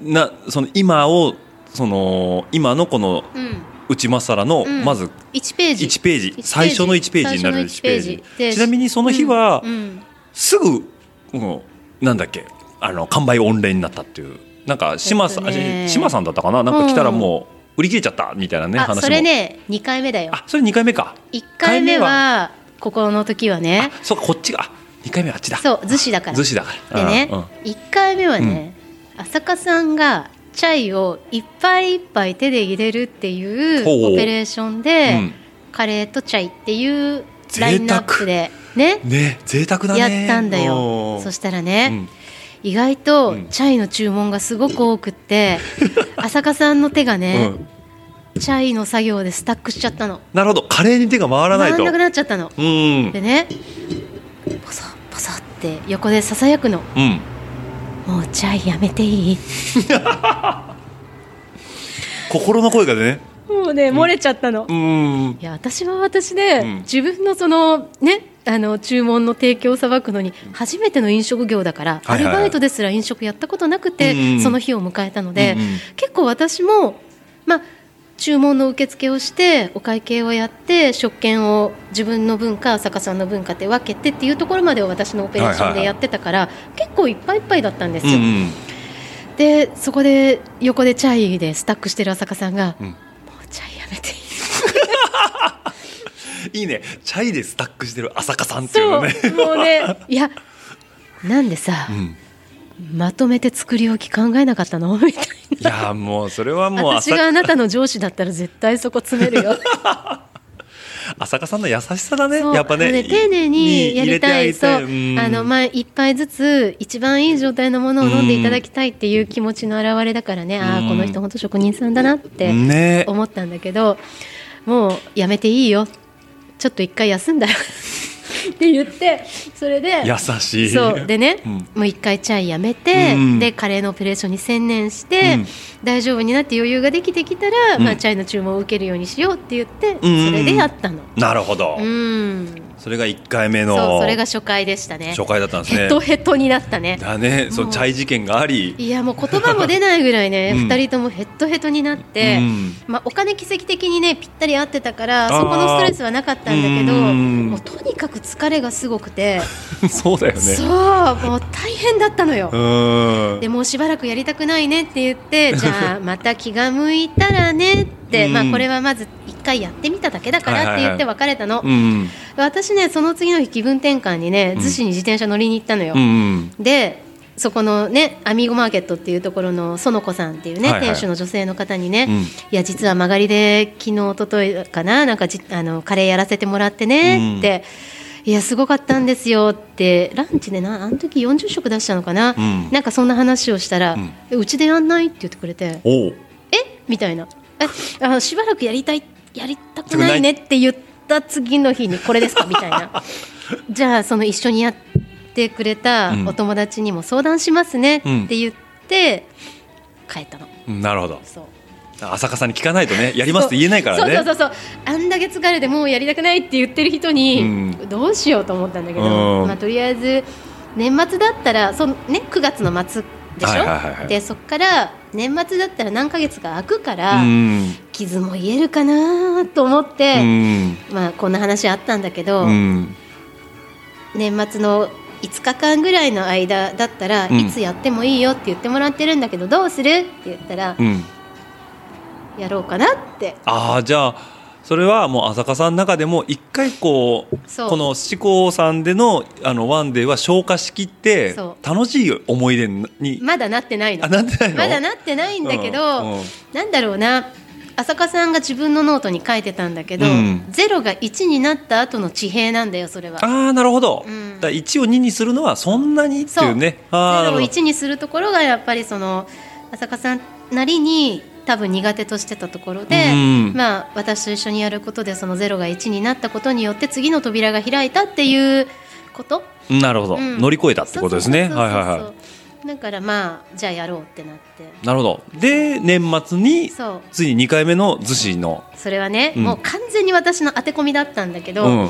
うなその今をその今のこのうん内まさらの、うんまず1ページ1ページ一ページ最初の1ページになる1ページ最初の一ページでちなみにその日は、うんうんすぐ、もうなんだっけあの完売御礼になったっていうなんか島さん、えっとねあ島さんだったかななんか来たらもう売り切れちゃったみたいなね、あ話もそれね2回目だよあそれ2回目か1回目はここの時はねそうかこっちがあ2回目はあっちだそう逗子だから逗子だからでね、うんうん1回目はね、浅香さんがちゃいをいっぱいいっぱい手で入れるっていほううオペレーションうで、んカレーとチャイっていうラインナップでねね贅沢だやっねたんだおよーそしたらうね、ん意外とうんチャイの注文がすごく多くって、浅香さんの手がうね、んチャイの作業でスタックしちゃったのなるほどカレーに手が回らない回とんなくなっちゃったのうんでねポソッポソッって横でささやくのうん「もうチャイやめていい?」心の声がねもうね漏れちゃったの、うんいや私は私で、うん自分のそのねあの注文の提供をさばくのに初めての飲食業だから、はいはいはいアルバイトですら飲食やったことなくて、うんうんその日を迎えたので、うんうん結構私も、まあ、注文の受付をしてお会計をやって食券を自分の文化浅香さんの文化って分けてっていうところまでを私のオペレーションでやってたから、結構いっぱいいっぱいだったんですうんうよ。んでそこで横でチャイでスタックしてる浅香さんが、うんもうチャイやめていいいいねチャイでスタックしてる浅香さんって <laughs> いうそのねう、もうね、 <laughs> いや、なんでさう、んまとめて作り置き考えなかったの <laughs> みたいいやーもうそれはな。もう私浅があなたの上司だったら絶対そこ詰める <laughs> よ。浅香さんの優しさだねそうやっぱあねの丁寧にやりたい、そう、あの、あまあ、一杯ずつ一番いい状態のものを飲んでいただきたいっていう気持ちの表れだからね、ああ、この人本当職人さんだなってね思ったんだけど、もうやめていいよ。ちょっと一回休んだら <laughs> って言って、それで。優しいそうでね、うんもう一回チャイやめて、うんでカレーのオペレーションに専念して、うん大丈夫になって余裕ができてきたら、うんまあ、チャイの注文を受けるようにしようって言って、うんそれでやったの。なるほど、うん、それが1回目のそうそれが初回でしたね。初回だったんですヘねトヘトになったね。だねそうチャイ事件がありいやもう言葉も出ないぐらいね、うん二人ともヘッドヘトになって、うん <laughs> まあ、お金奇跡的にねぴったり合ってたからそこのストレスはなかったんだけどあーうんもうとにかく疲れがすごくて、そうだよねそうもう大変だったのよ。うーんでもうしばらくやりたくないねって言って <laughs> じゃあまた気が向いたらねって、うんまあ、これはまず一回やってみただけだかはいらっはていはい言って別れたの、うん私ねその次の日気分転換にねうん逗子に自転車乗りに行ったのよ、うんうんでそこのねアミーゴマーケットっていうところの園子さんっていうね、はいはい店主の女性の方にね、うんいや実は曲がりで昨日一昨日かななんかじあのカレーやらせてもらってねって、いやすごかったんですよってランチでなあの時40食出したのかな、んなんかそんな話をしたらん「えうち、でやんない?」って言ってくれておう「えみたいな「えあのしばらくやりたいやりたくないね」って言った次の日に「これですか?」みたい <laughs> なじゃあその一緒にやってくれたうんお友達にも相談しますねって言って帰ったの。うんなるほどそう浅香さんに聞かないとねやりますって言えないからねそうそうそうそうあんだけ疲れてもうやりたくないって言ってる人に、うんどうしようと思ったんだけど、うんまあ、とりあえず年末だったらその、ね、9月の末でしょ、はいはいはいはいでそこから年末だったら何ヶ月か空くから、うん傷も癒えるかなと思っうて、んまあ、こんな話あったんだけど、うん年末の5日間ぐらいの間だったら、うんいつやってもいいよって言ってもらってるんだけどどうするって言ったら、うんやろうかなってああじゃあそれはもう浅香さんの中でも一回こうそうこの志功さんでのあのワンデーは消化しきってそ楽しい思い出に、まだなってないのあ。なってないのまだなってないんだけど、うんうんなんだろうな浅香さんが自分のノートに書いてたんだけど、うんゼロが1になった後の地平なんだよそれは。ああなるほど、うんだ1を2にするのはそんなにっていうねあーゼロをなるほ1にするところがやっぱりその浅香さんなりに多分苦手としてたところで、うんまあ、私と一緒にやることでそのゼロが1になったことによって次の扉が開いたっていうことどなるほど、うん乗り越えたってことですねそうそうそうそうはいはいはだからまあじゃあやろうってなっていなるほどで年末にそうついに2回目の逗子のそれはね、うんもう完全に私の当て込みだったんだけど、うん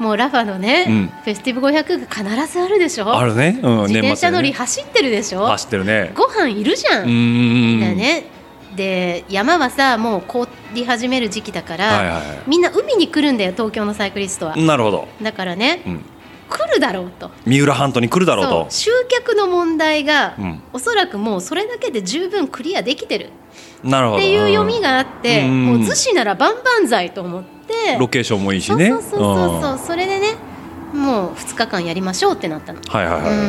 もうラファのね、うんフェスティブ500が必ずあるでしょあるね、うん、自転車乗り年走ってるでし末ょ、ね走ってるねご飯いるじゃ、うんーんだよねで山はさもう凍り始める時期だから、はいはいはみんな海に来るんだよ東京のサイクリストは、いなるほど、だからね、うん、来るだろうと三浦半島に来るだろうそうと集客の問題が、うんおそらくもうそれだけで十分クリアできてるなるほっどていう読みがあって、うんもう逗子なら万々歳と思っうてんロケーションもいいしそうねそうそうそうそううそれでねもう2日間やりましょうってなったの、んはいはいはい、うん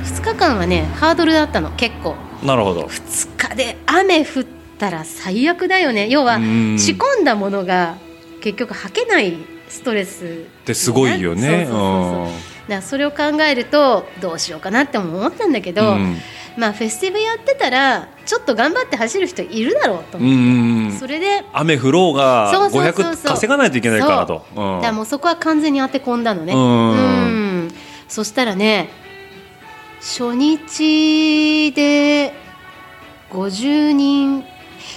2日間はねハードルだったの結構なるほど2日で雨降ったら最悪だよね要はうん仕込んだものが結局はけないストレスってすごいよねそうそうそうそうだからそれを考えるとどうしようかなっても思ったんだけど、うんまあフェスティブやってたらちょっと頑張って走る人いるだろうとうんう思っんうんて、それで雨降ろうがそうそうそう500そう稼がないといけないからとうだんからもうそこは完全に当て込んだのねううんんそしたらね初日で50人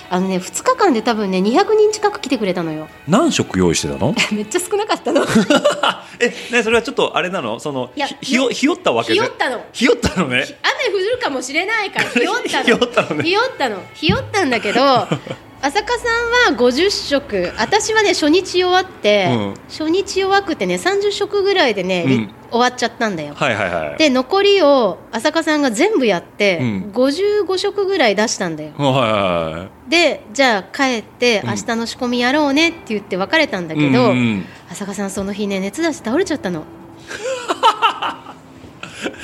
あのね2日間で多分ね200人近く来てくれたのよ何食用意してたの <laughs> めっちゃ少なかったの <laughs> えねそれはちょっとあれなのそのいやひひよひよったわけひでよったのひよったのね雨降るかもしれないからひよった <laughs> のひよったのねひよったのひよったんだけど <laughs> 浅香さんは50食私はね初日弱って、うん初日弱くてね30食ぐらいでね、うん終わっちゃったんだよはいはいはいで残りを浅香さんが全部やって、うん55食ぐらい出したんだよはいはいはいでじゃあ帰ってうん明日の仕込みやろうねって言って別れたんだけど、うんうん浅香さんその日ね熱出して倒れちゃったの、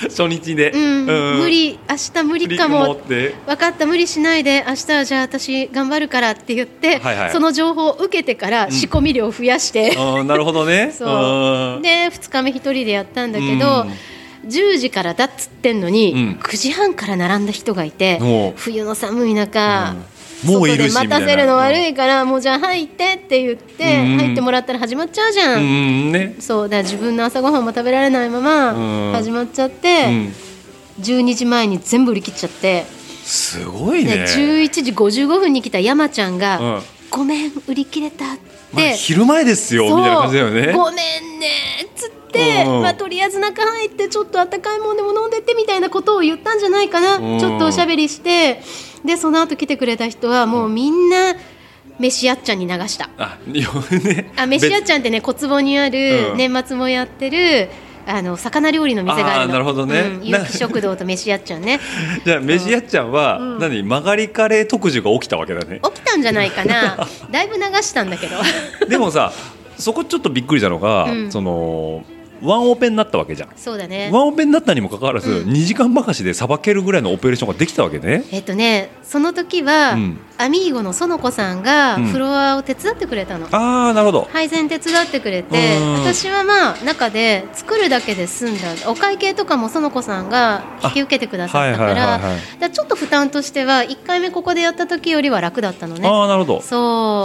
初日でうん無理明日無理かもって分かった無理しないで明日はじゃあ私頑張るからって言って、はいはいその情報を受けてから仕込み量を増やして、あーなるほどねそうあーで2日目1人でやったんだけど、10時からだっつってんのに、うん9時半から並んだ人がいて、おう冬の寒い中、うんもういるし外で待たせるの悪みいから、もうじゃあ入ってって言って、うん入ってもらったら始まっちゃうじゃ、うんんねそうだから自分の朝ごはんも食べられないまうんま始まっちゃって、うん12時前に全部売り切っちゃって、すごいでね11時55分に来た山ちゃんうが、んごめん売り切れたって。まあ昼前ですよみそうたいな感じだよねごめんねっつって、うんまあ、とりあえず中入ってちょっと温かいもんでも飲んでってみたいなことを言ったんじゃないかな、うんちょっとおしゃべりしてでその後来てくれた人はもうみんな飯やっちゃんに流した。あ日本ねあ飯やっちゃんってね小坪にあうるん年末もやってる、あの魚料理の店があるあーのなるほどねうん、有機食堂と飯やっちゃ <laughs> んね別じゃあメジやっちゃんは、うん何曲がりカレー特需が起きたわけだね起きたんじゃないかなだいぶ流したんだけどでもさそこちょっとびっくりしたのが、うんそのワンオペになったわけじゃんそうだねワンオペになったにもかかわらず、うん2時間ばかしでさばけるぐらいのオペレーションができたわけねえっとねその時は、うんアミーゴの園子さんがうんフロアを手伝ってくれたの、ああなるほど配膳手伝ってくれてうん私はまあ中で作るだけで済んだお会計とかも園子さんが引き受けてくださったからだからちょっと負担としては1回目ここでやった時よりは楽だったのねああなるほどそう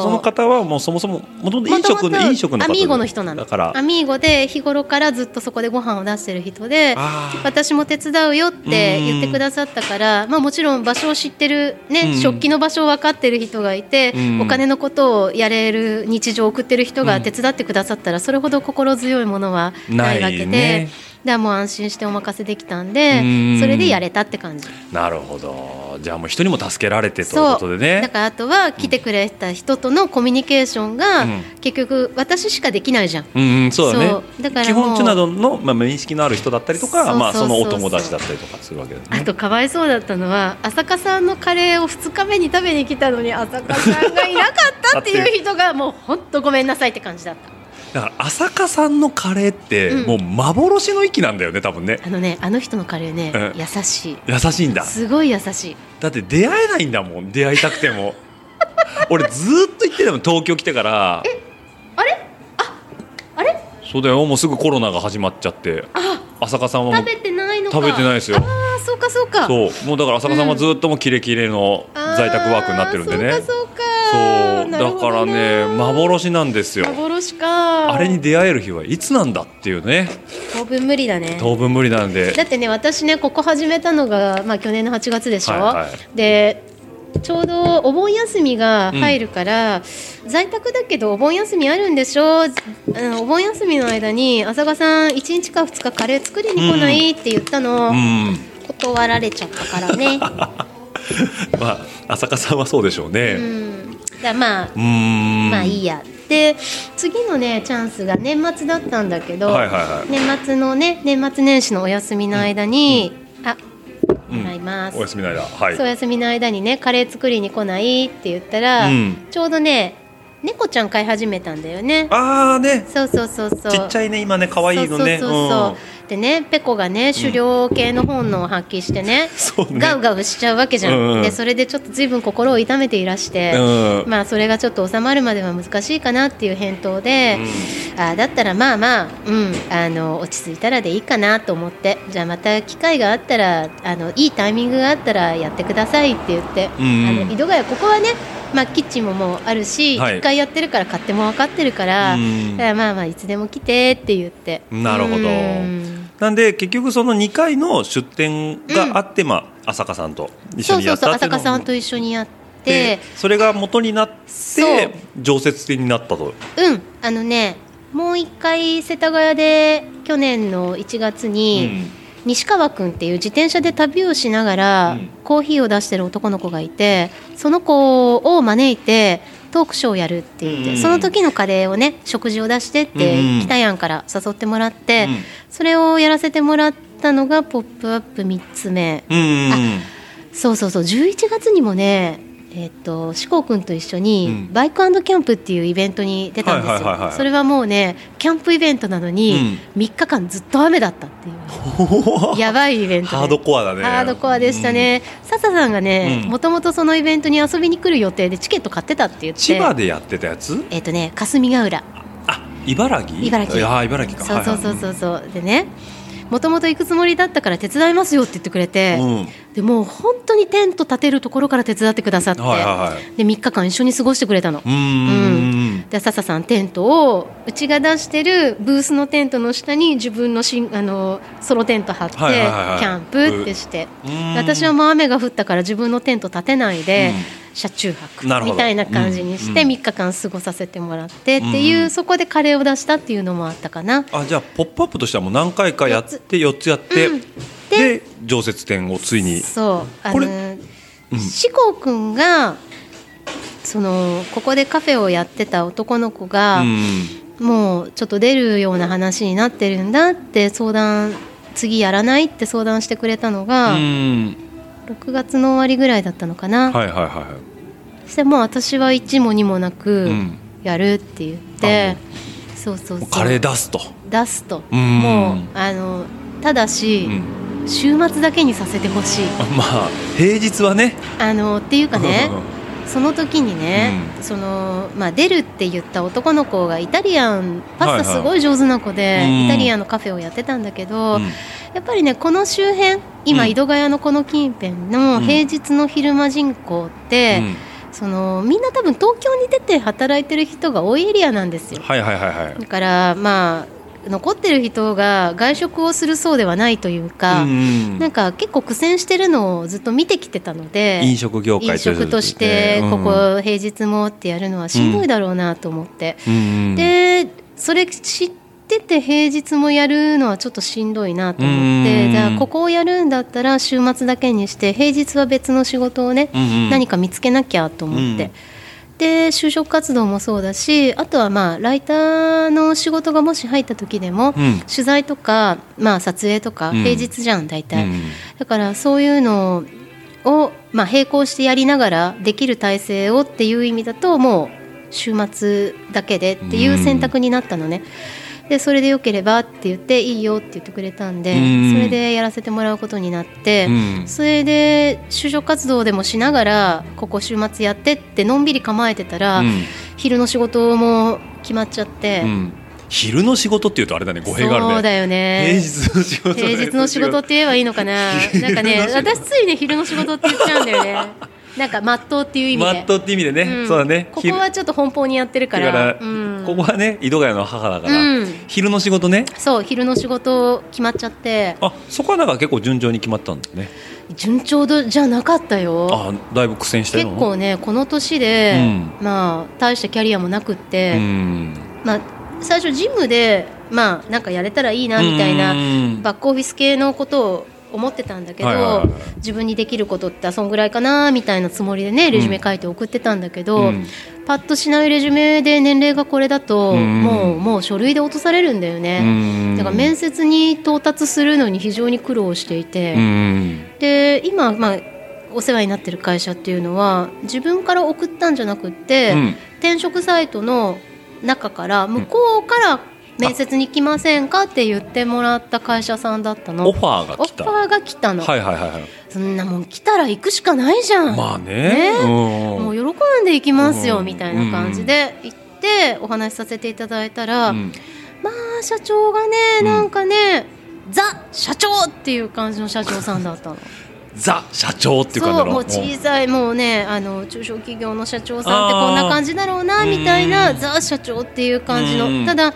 その方はもうそもそももともと飲食の元々飲食の方アミーゴの人なのだからアミーゴで日頃からずっとそこでご飯を出してる人であー私も手伝うよって言ってくださったから、まあ、もちろん場所を知ってる、うんね、食器の場所を分かってる人がいて、うんお金のことをやれる日常を送ってる人うがん手伝ってくださったらそれほど心強いものはないわけで。ないねだからもう安心してお任せできたんでうんそれでやれたって感じなるほどじゃあもう人にも助けられてというそことでねだからあとは来てくれた人とのコミュニケーションが、うん結局私しかできないじゃん、うんうん、そうだねそうだから基も本うチュナドンの、まあ、面識のある人だったりとかそうそうまあ、そのおそうそう友達だったりとかするわけだよあねとかわいそうだったのは浅香さんのカレーを2日目に食べに来たのに浅香さんがいなかったっていう人 <laughs> がもう本当ごめんなさいって感じだっただから浅香さんのカレーって、うんもう幻の域なんだよね多分ねあのねあの人のカレーね、うん優しい優しいんだすごい優しいだって出会えないんだもん出会いたくても <laughs> 俺ずーっと言ってたもん東京来てからあれああれそうだよもうすぐコロナが始まっちゃって浅香さんはもう食べてないのか食べてないですよああそうかそう <laughs> かそうもうだから浅香さんはずーっともうキレキレのあー在宅ワークになってるんでね、そうかそうかそうなるだほかどらね幻なんですよ幻かあれに出会える日はいつなんだっていうね当分無理だね当分無理なんで <laughs> だってね私ねここ始めたのが、まあ、去年の8月でしょ、はいはでちょうどお盆休みが入るから、在宅だけどお盆休みあるんでしょあのお盆休みの間に浅賀さん1日か2日カレー作りに来ないって言ったの、うん断られちゃったか <laughs> らね、まあ浅香さんはそうでしょうねううんん、だからまあーんまあいいやで次のねチャンスが年末だったんだけど、はいはいはい年末のね年末年始のお休みの間に、あうんもらいます、お休みの間はいそうお休みの間にねカレー作りに来ないって言ったら、うんちょうどね猫ちゃん飼い始めたんだよねああねそうそうそうそうちっちゃいね今ね可愛いのねそうそうそうそう、ってねペコがね狩猟系の本能を発揮してね,、そうねガウガウしちゃうわけじゃん、うんうんでそれでちょっと随分心を痛めていらして、うんまあ、それがちょっと収まるまでは難しいかなっていう返答で、あーだったらまあまあ、うん、あの落ち着いたらでいいかなと思ってじゃあまた機会があったらあのいいタイミングがあったらやってくださいって言って、うんうんあの井戸ヶ谷ここはね、まあ、キッチンももうあるし、はい一回やってるから買っても分かってるから、うんだからまあまあいつでも来てって言ってなるほどうんなんで結局その2回の出店があって、まあ朝香さんと一緒そうにそやうっそうたってい浅うの香もさんと一緒にやってでそれが元になっそうて常設店になったとうんあのねもう一回世田谷で去年の1月に、西川君っていう自転車で旅をしながら、うんコーヒーを出してる男の子がいてその子を招いてトークショーをやるって言って、うんその時のカレーをね食事を出してって、うん北やんから誘ってもらって、うんそれをやらせてもらったのが「ポップアップ3つ目うんうんうんそうそうそう11月にもねえっと志功君と一緒にうんバイクキャンプっていうイベントに出たんですはいはいはいはよいそれはもうねキャンプイベントなのに3日間ずっと雨だった <laughs> っていう、やばいイベントでハードコアだねハードコアでしたね、笹さんがねうんもともとそのイベントに遊びに来る予定でチケット買ってたって言って千葉でやってたやつえっ、とね霞ヶ浦あ茨城茨城いや茨城かそうそうそううそうそうでねもともと行くつもりだったから手伝いますよって言ってくれて、うんでもう本当にテント立てるところから手伝ってくださって、はいはいはいで3日間一緒に過ごしてくれたの。うんうんで笹さんテントをうちが出してるブースのテントの下に自分のしんあのソロテント張って、はいはいはいはいキャンプってして、うん私はもう雨が降ったから自分のテント立てないで、う車中泊なるほどみたいな感じにしてうん3日間過ごさせてもらってっていうう、んそこでカレーを出したっていうのもあったかな。あじゃあ「ポップアップとしてはもう何回かやって4つやって、うんで常設店をついにそうあこれのうん志功君がそのここでカフェをやってた男の子が、うんもうちょっと出るような話になってるんだって相談次やらないって相談してくれたのが、うん6月の終わりぐらいだったのかな、はいはいはそしてもう私は1も2もなくうんやるって言って、そうそいもうそううカレー出すと、出すと、うんもうあのただしう、ん、週末だけにさせてほしいまあ平日はねあのっていうかね、うその時にね、そのまあ、出るって言った男の子がイタリアンパスタすごい上手な子で、はいはいうんイタリアンのカフェをやってたんだけど、んうんやっぱりねこの周辺今、うん井戸ヶ谷のこの近辺のうん平日の昼間人口って、そのみんな多分東京に出て働いてる人が多いエリアなんですうんよ。はいはいはいはいだからまあ残ってる人が外食をするそうではないというか、うんなんか結構苦戦してるのをずっと見てきてたので飲食業界飲食としてここ平日もってやるのはしんどいだろうなと思って、ででそれ知ってて平日もやるのはちょっとしんどいなと思ってうんじゃあここをやるんだったら週末だけにして平日は別の仕事をね、何かか見つけなきゃと思って。うんで就職活動もそうだしあとはまあライターの仕事がもし入った時でも、うん取材とか、まあ、撮影とかうん平日じゃん大体、だからそういうのを、まあ、並行してやりながらできる体制をっていう意味だともう週末だけでっていう選択になったのね。でそれでよければって言っていいよって言ってくれたんでうんそれでやらせてもらうことになってうんそれで就職活動でもしながらここ週末やってってのんびり構えてたら昼の仕事も決まっちゃって昼の仕事っていうとあれだね語弊があるねそうだよ平ね日の仕事平日の仕事って言えばいいのか <laughs> な昼なんかねの仕事私ついね昼の仕事って言っちゃうんだよ <laughs> ねなんかまっとうっていう意味でマットって意味でね、うんそうだねここはちょっと奔放にやってるか昼だらから、うん、ここはね井戸ヶ谷の母だから、うん昼の仕事ねそう昼の仕事決まっちゃってあそこはなんか結構順調に決まったんだね順調どじゃなかったよあだいぶ苦戦してる結の構ねこの年で、まあ大したキャリアもなくっうて、んまあ最初ジムでまあなんかやれたらいいなみたいなうんバックオフィス系のことを思ってたんだけど、はいはいはいはい自分にできることってそんぐらいかなみたいなつもりでねレジュメ書いて送ってたんだけど、うんパッとしないレジュメで年齢がこれだと、うんもうもう書類で落とされるんだようね、んだから面接に到達するのに非常に苦労していて、うんで今、まあ、お世話になってる会社っていうのは自分から送ったんじゃなくって、うん転職サイトの中から向こうから面接に来ませんかって言ってもらった会社さんだったのオファーが来たオファーが来たの、はいはいはいはいそんなもん来たら行くしかないじゃんまあねうんもう喜んで行きますよ、うんみたいな感じで行ってお話しさせていただいたら、うんまあ社長がねうんなんかね、ザ社長っていう感じの社長さんだったのザ社長っていう感じだそうもろう小さいもうねあの中小企業の社長さんってこんな感じだろうなみたいなうんザ社長っていう感じうんのただ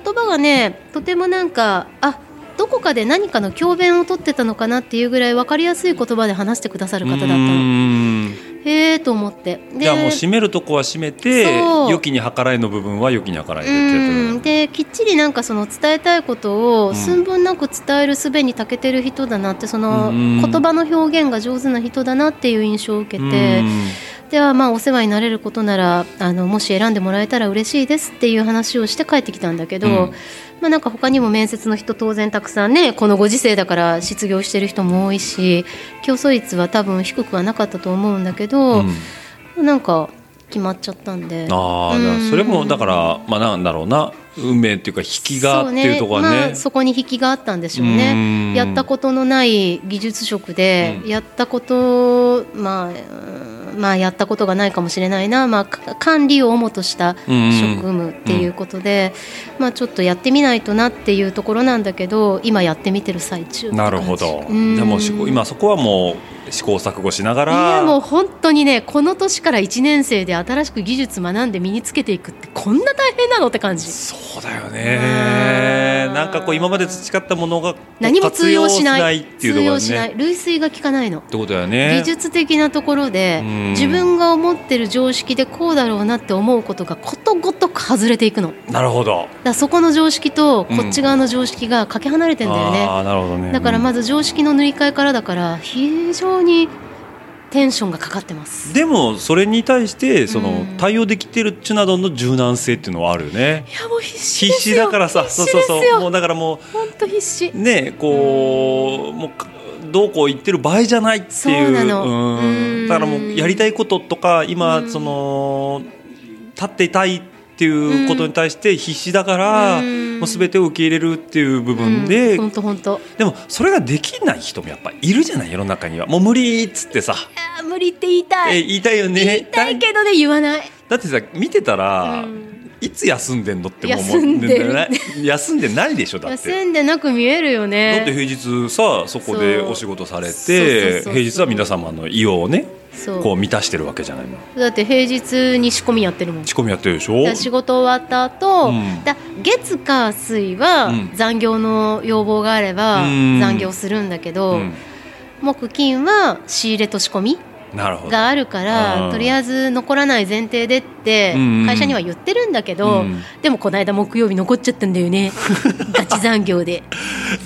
言葉がねとてもなんかあどこかで何かの教鞭を取ってたのかなっていうぐらい分かりやすい言葉で話してくださる方だったうのんへえと思ってでじゃあもう締めるとこは締めてそう良きに計らいの部分は良きに計らいでってやうんつできっちりなんかその伝えたいことうんを寸分なく伝える術に長けてる人だなってそのうん言葉の表現が上手な人だなっていう印象を受けてではまあお世話になれることならあのもし選んでもらえたら嬉しいですっていう話をして帰ってきたんだけど、うんまあ、なんか他にも面接の人当然たくさんねこのご時世だから失業してる人も多いし競争率は多分低くはなかったと思うんだけど、うんなんか決まっちゃったんで。ああ、うんだからそれもだからまあなんだろうな運命っていうか引きがっていうところはそうねまあ、そこに引きがあったんでしょううねんやったことのない技術職で、うんやったことまあうんまあやったことがないかもしれないな、まあ、か管理を主とした職務っていうことで、まあ、ちょっとやってみないとなっていうところなんだけど今やってみてる最中ってな感じるほど。うんでも試行今そこはもう試行錯誤しながいやら。もう本当にねこの年から1年生で新しく技術学んで身につけていくってこんな大変なのって感じそうだよねう。んなんかこう今まで培ったものが何も通用しない活用っていうと通ころ用だしなね。い類推が効かないのってことだよね。技術的なところでうん自分が思ってる常識でこうだろうなって思うことがことごとく外れていくのだかなるほど。らそこの常識とうんこっち側の常識がかけ離れてんだよあね、あなるほどね。だからまず。ず常識の塗り替えからだから非常にテンションがかかってますでもそれに対してそのうん対応できてるっちゅなどの柔軟性っていうのはあるよね。いやもう必死で必す死よだからさ、そう必死そうですそう。もようだからも本当必死うねこうもうかどうこう言ってる場合じゃないっていう。そうなのうんうんだからもうやりたいこととか今うんその立っていたいっていうことに対して必死だから。うんもう全てを受け入れるっていう部分で、本当本当でもそれができない人もやっぱいるじゃない世の中にはもう無理っつってさ、無理って言いたえい言いたいよね言いたいけどね言わないだってさ見てたら、うんいつ休んでんのってもう休んでる思う休んでないでしょだって休んでなく見えるよねだって平日さそこでそうお仕事されそうそうてそ平う日は皆様の意をねそうこう満たしてるわけじゃないのだって平日に仕込みやってるもん仕込みやってるでしょだ仕事終わった後、うんだ月火水はうん残業の要望があればうん残業するんだけど、うん木金は仕入れと仕込みなるほどがあるから、うんとりあえず残らない前提でってうん会社には言ってるんだけうど、んでもこの間木曜日残っちゃったんだよ <laughs> ねガチ残業で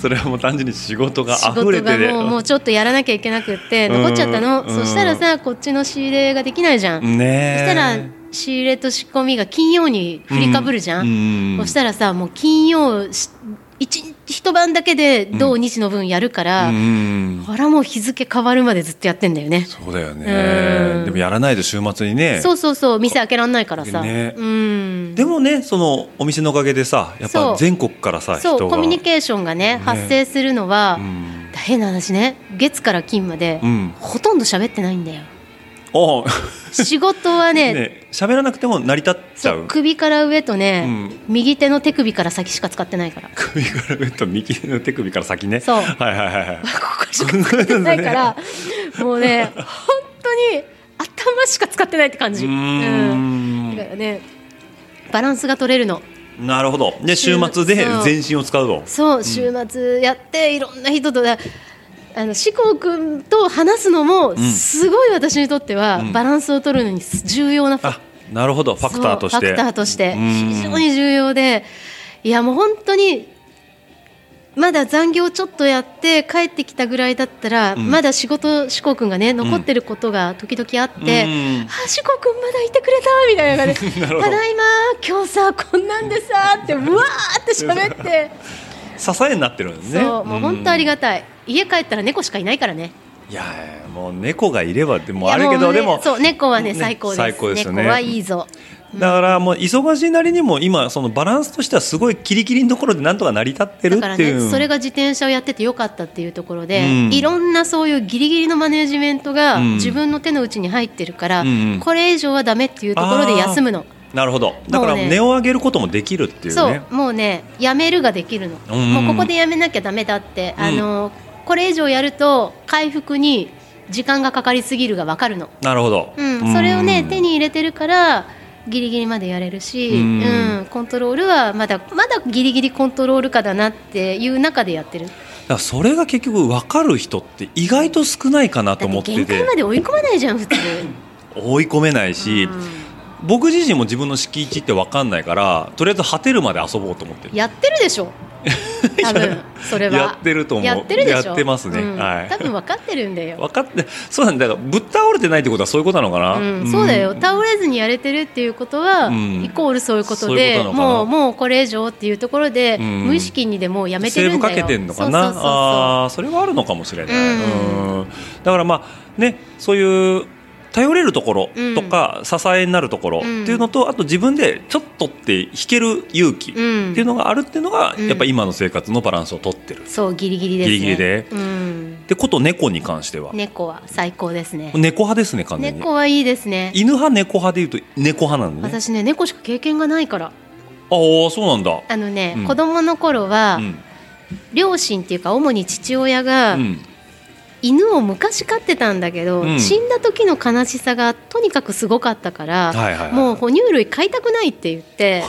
それはもう単純に仕事が仕溢れ事てがてもうもうちょっとやらなきゃいけなくって残っちゃったの、うんそしたらさこっちの仕入れができないじゃねん、えそしたら仕入れと仕込みが金曜に振りかぶるじゃん、うんそしたらさもう金曜し一日一晩だけで土日の分やるから、うんほらもう日付変わるまでずっとやってんだよねそうだよねうんでもやらないと週末にねそうそうそう店開けらんないからさ、ねうんでもねそのお店のおかげでさやっそぱう全国からさ人そうがコミュニケーションがねね発生するのは、うん大変な話ね月から金まで、うんほとんど喋ってないんだよおう仕事はね <laughs> ね喋らなくても成り立っちゃそうう首から上とね、う右手の手首から先しか使ってないから首から上と右手の手首から先ねそうはいはいはいはい <laughs> ここしか使ってないから、もうね本当に頭しか使ってないって感うじーうんんだからねバランスが取れるのなるほどで週週末末でそう全身を使うとそう週末やっていろんな人とだあの志功君と話すのもすごい私にとってはうんバランスを取るのに重要なファあなるほどファクターとしてそうファクターとしてうん非常に重要でいやもう本当にまだ残業ちょっとやって帰ってきたぐらいだったら、んまだ仕事志功君がね残ってることが時々あって、うんあ志功君まだいてくれたみたいな感じで <laughs> なるほどただいま今日さこんなんでさってうわーって喋 <laughs> って、支えになってるんですねそうもう本当ありががたい家帰ったら猫しかいないからねいやもう猫がいればでもあいやるけもどうねでもそう猫はねね最高です最高ですよね猫はいいぞだからもう忙しいなりにも今そのバランスとしてはすごいキリキリのところでなんとか成り立ってるだっからていう、ねそれが自転車をやっててよかったっていうところうで、んいろんなそういうギリギリのマネージメントがうん自分の手の内に入ってるから、うんうんこれ以上はダメっていうところで休むの。なるほどだからもうね値を上げることもできるっていうそうねもうねやめるができるの、うんもうここでやめなきゃダメだって、うんあのこれ以上やると回復に時間がかかりすぎるが分かるの、なるほど、うん、それをね手に入れてるからギリギリまでやれるし、ううんんコントロールはまだまだギリギリコントロール下だなっていう中でやってるだからそれが結局分かる人って意外と少ないかなとだって思って限て界まで追い込まないじゃん普通、追い込めないし、僕自身も自分の敷地って分かんないからとりあえず果てるまで遊ぼうと思ってるやってるで <laughs> しょ多分それはやってると思うやってるでしょやってますねうんはい多分分かってるんだよ <laughs> 分かってそうなんだだからぶっ倒れてないってことはそういうことなのかな、うん、そうだよん倒れずにやれてるっていうことは、うんイコールそういうことそういうこでとなのかなもうもうこれ以上っていうところで、うん無意識にでもうやめてるんだよセーブかけてんのかなそうそうそうそうあーそれはあるのかもしれない、うんうんだからまあねそういう頼れるところとか、支えになるところっていうのと、あと自分でちょっとって引ける勇気ってうんいうのがあるっていうのが、うんやっぱ今の生活のバランスを取ってる。そうギリギリですねギリギリでうん、でこと猫に関しては、猫は最高ですね猫派ですね完全に猫はいいですね犬派猫派で言うと猫派なんでね私ね猫しか経験がないからああそうなんだあのね、うん子供の頃は、うん両親っていうか主に父親が、うん犬を昔飼ってたんだけど、うん死んだ時の悲しさがとにかくすごかったから、はいはいはいもう哺乳類飼いたくないって言って。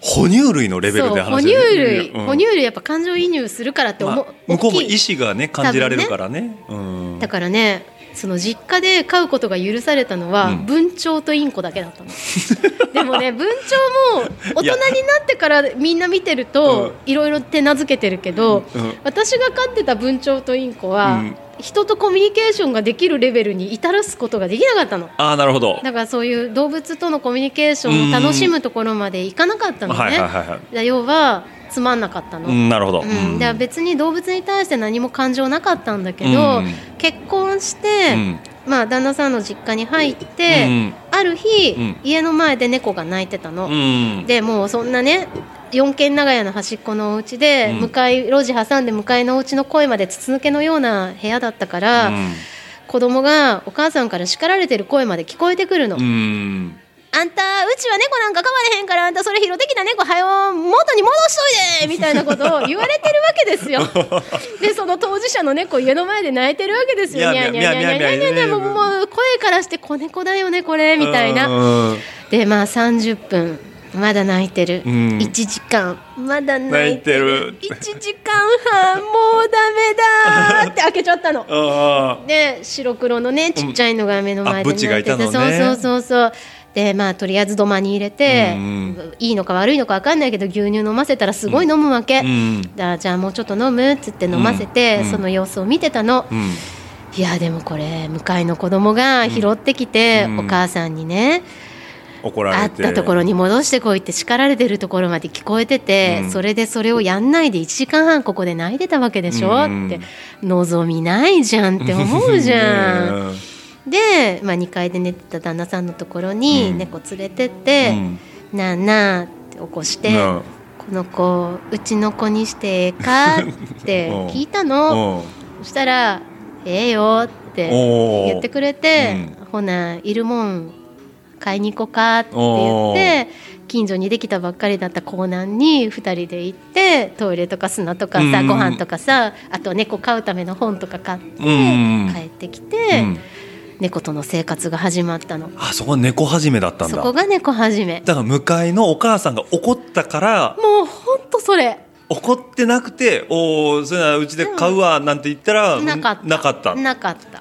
哺乳類のレベルでそう哺話乳してる類、うん哺乳類やっぱ感情移入するからって思、まあ向こうも大きい意思がね感じられるからねうんだからねその実家で飼うことが許されたのは、うん文鳥とインコだけだっ <laughs> たのでもね文鳥もい大人にやなってからみんな見てるといろいろ手なずけてるけど、うん私が飼ってた文鳥とインコは、うん人とコミュニケーションができるレベルに至らすことができなかったのああなるほど。だからそういう動物とのコミュニケーションを楽しむところまでいかなかったのね、はいはいはいはい。だ要はつまんなかったの、うんなるほど。うん、だから別に動物に対して何も感情なかったんだけど、うん結婚して、うんまあ、旦那さんの実家に入って、うんある日、うん家の前で猫が泣いてたの、うんでもうそんなね四軒長屋の端っこのお家うで、ん向かい路地挟んで向かいのお家の声まで筒抜けのような部屋だったから、うん子供がお母さんから叱られてる声まで聞こえてくるの、うんあんたうちは猫なんか飼われへんからあんたそれ拾ってきた猫はよ元に戻しといでみたいなことを言われてるわ <laughs> けですよでその当事者の猫家の前で泣いてるわけですいよにやゃにゃにゃにゃにゃにゃもうもう声からして子猫だよねこれみたいなうんでまあ30分まだ泣いてる、うん1時間まだ泣泣いいてるてる。 1時間半もうダメだーって開けちゃったのあで白黒のねちっちゃいのが目の前であブチがいたのねそうそうそうそうでまあとりあえず土間に入れて、うんいいのか悪いのか分かんないけど牛乳飲ませたらすごい飲むわけ、あ。うんだじゃあもうちょっと飲むっつって飲ませて、うんその様子を見てたの、うんいやでもこれ向かいの子供が拾ってきて、うんお母さんにね、怒らあれ。ってたところに戻してこいって叱られてるところまで聞こえてて、うんそれでそれをやんないで1時間半ここで泣いてたわけでしょ、うんって望みないじゃんって思うじゃ <laughs> ん。ねで、まあ、2階で寝てた旦那さんのところうにん猫連れてっえて「なあなあ」って起こしてうんうん「この子うちの子にしてええか?」 <laughs> ってうん聞いたのそしたら「ええよ」っておお。言ってくれてう「ほないるもん買いに行こうか」って言って近所にできたばっかりだった港南に2人で行ってトイレとか砂とかさうんご飯とかさあとは猫飼うための本とか買ってうん帰ってきうて。ん猫との生活が始まったのあそこは猫始めだったんそだ。こだが猫始めから向かいのお母さんが怒ったからもうほんとそれ怒ってなくて「おおそれならうちで買うわ」なんて言ったらなかったなかったなかった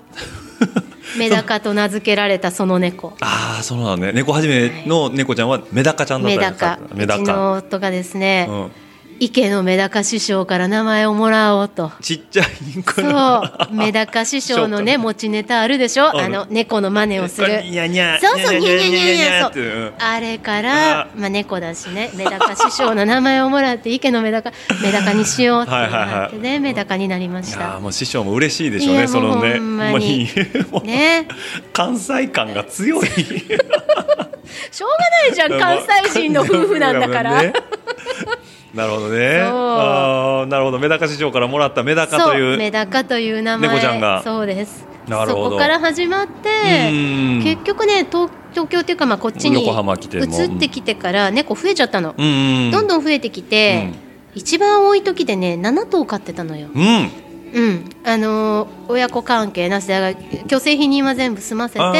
メダカと名付けられたそ <laughs> の猫ああそうなんだね猫はじめの猫ちゃんはメダカちゃんだっメたダカメダうちカの夫がですね、うん池のメダカ師匠から名前をもらおうとちっちゃいそ猫 <laughs> うメダカ師匠のね持ちネタあるでしょあるあの猫の真似を <laughs> するニャニャそうそうニャニャニャニャってうんあれからあまあ、猫だしねメダカ師匠の名前をもらって池のメダカメダカにしようってなってねはいはいメダカになりまいしたやーもう師匠も嬉しいでしょういねやそのねもうほんまにほんまにもうね関西感が強いしょうがないじゃん <laughs> 関西人の夫婦なんだから、ね <laughs> なるほどね。そうああ、なるほど。メダカ市場からもらったメダカとそういメう。ダカという名前猫ちゃんがそうですなるほどそこから始まっうんて結局ね東東京っていうかまあこっちに横浜来ても移ってきてから猫増えちゃったの、うんうん。どんどん増えてきて、一番多い時でね7頭飼ってたのよ、うん。うんあのー親子関係なしでだから虚勢避妊は全部済ませてあ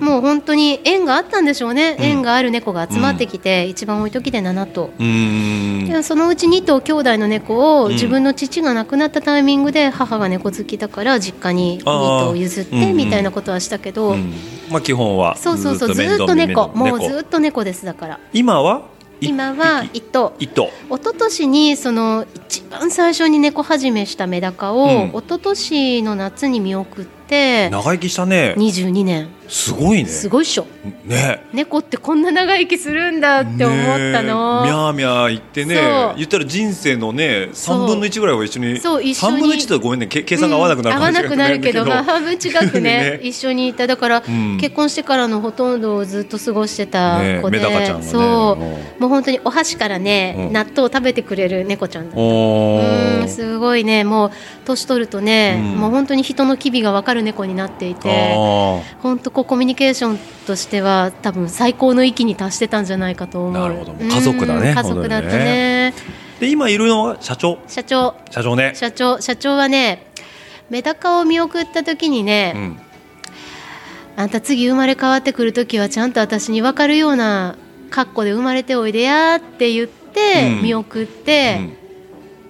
ーもう本当に縁があったんでしょうね、縁がある猫が集まってきて、一番多い時で7頭、うーん。でそのうち2頭兄弟の猫をうん自分の父が亡くなったタイミングで母が猫好きだから実家に2あー頭譲っうんうてんみたいなことはしたけど、うんまあ基本はそうそうそうず面ーっ倒と見猫も猫うずーっと猫ですだから今は今は一1頭匹一頭一昨年にその一番最初に猫始めしたメダカを、うん一昨年の夏に見送って長生きしたね22年すごいねすごいっしょね猫ってこんな長生きするんだって思ったの、ねえミャーミャー言ってそねう言ったら人生のねそう3分の1ぐらいは一緒にそう一緒に3分の1とはごめんねけ計算が合わなくなるうんかもし合れわなくなるけど、まあ、半分近く <laughs> ねね一緒にいただから、ん結婚してからのほとんどをずっと過ごしてたね子で、メダカちゃんがねそう、うんもう本当にお箸からね、うん納豆を食べてくれる猫ちゃんだおうんーすごいねもう年取るとね、うんもう本当に人の機微が分かる猫になっていてあ本当こうコミュニケーションとしては多分最高の域に達してたんじゃないかと思うなるほどもう家族だねうん家族だったねーで今いるのは社長社長社長ね社長社長はねメダカを見送った時にね、うんあんた次生まれ変わってくる時はちゃんと私に分かるような格好で生まれておいでやって言って、うん見送って、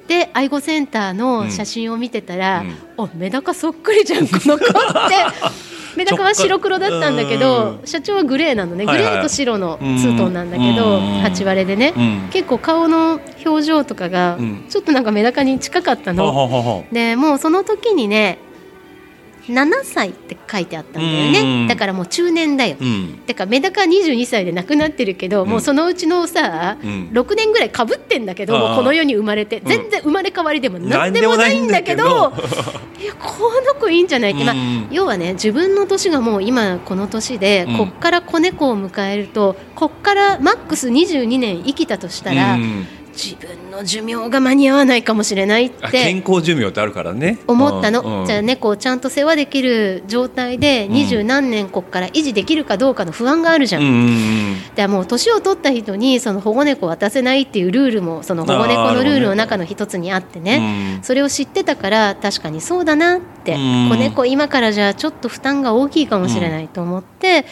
で愛護センターの写真を見てたら、おメダカそっくりじゃんこの子って <laughs> メダカは白黒だったんだけうどん社長はグレーなのね、はいはいグレーと白のツートンなんだけど、うん8割でね、うん結構顔の表情とかがうんちょっとなんかメダカに近かったうんはの。はははでもうその時にね7歳って書いてあったんだようんねだからもう中年だよ、うんだからメダカ22歳で亡くなってるけど、もうそのうちのさ、うん6年ぐらいかぶってんだけど、あーもうこの世に生まれて全然生まれ変わりでも何でもないんだけどなんでもないんだいやこの子いいんじゃないって、まあうん要はね自分の年がもう今この年で、うんこっから子猫を迎えるとこっからマックス22年生きたとしたら、うん自分の寿命が間に合わないかもしれないっあて健康寿命ってあるからね思ったの、うんうんじゃあ猫をちゃんと世話できる状態でん二十何年こっから維持できるかどうかの不安があるじゃ、うんんうだんかうんらもう年を取った人にその保護猫を渡せないっていうルールもその保護猫のルールの中の一つにあってねうんそれを知ってたから確かにそうだなって、うん子猫今からじゃあちょっと負担が大きいかもしれないと思って、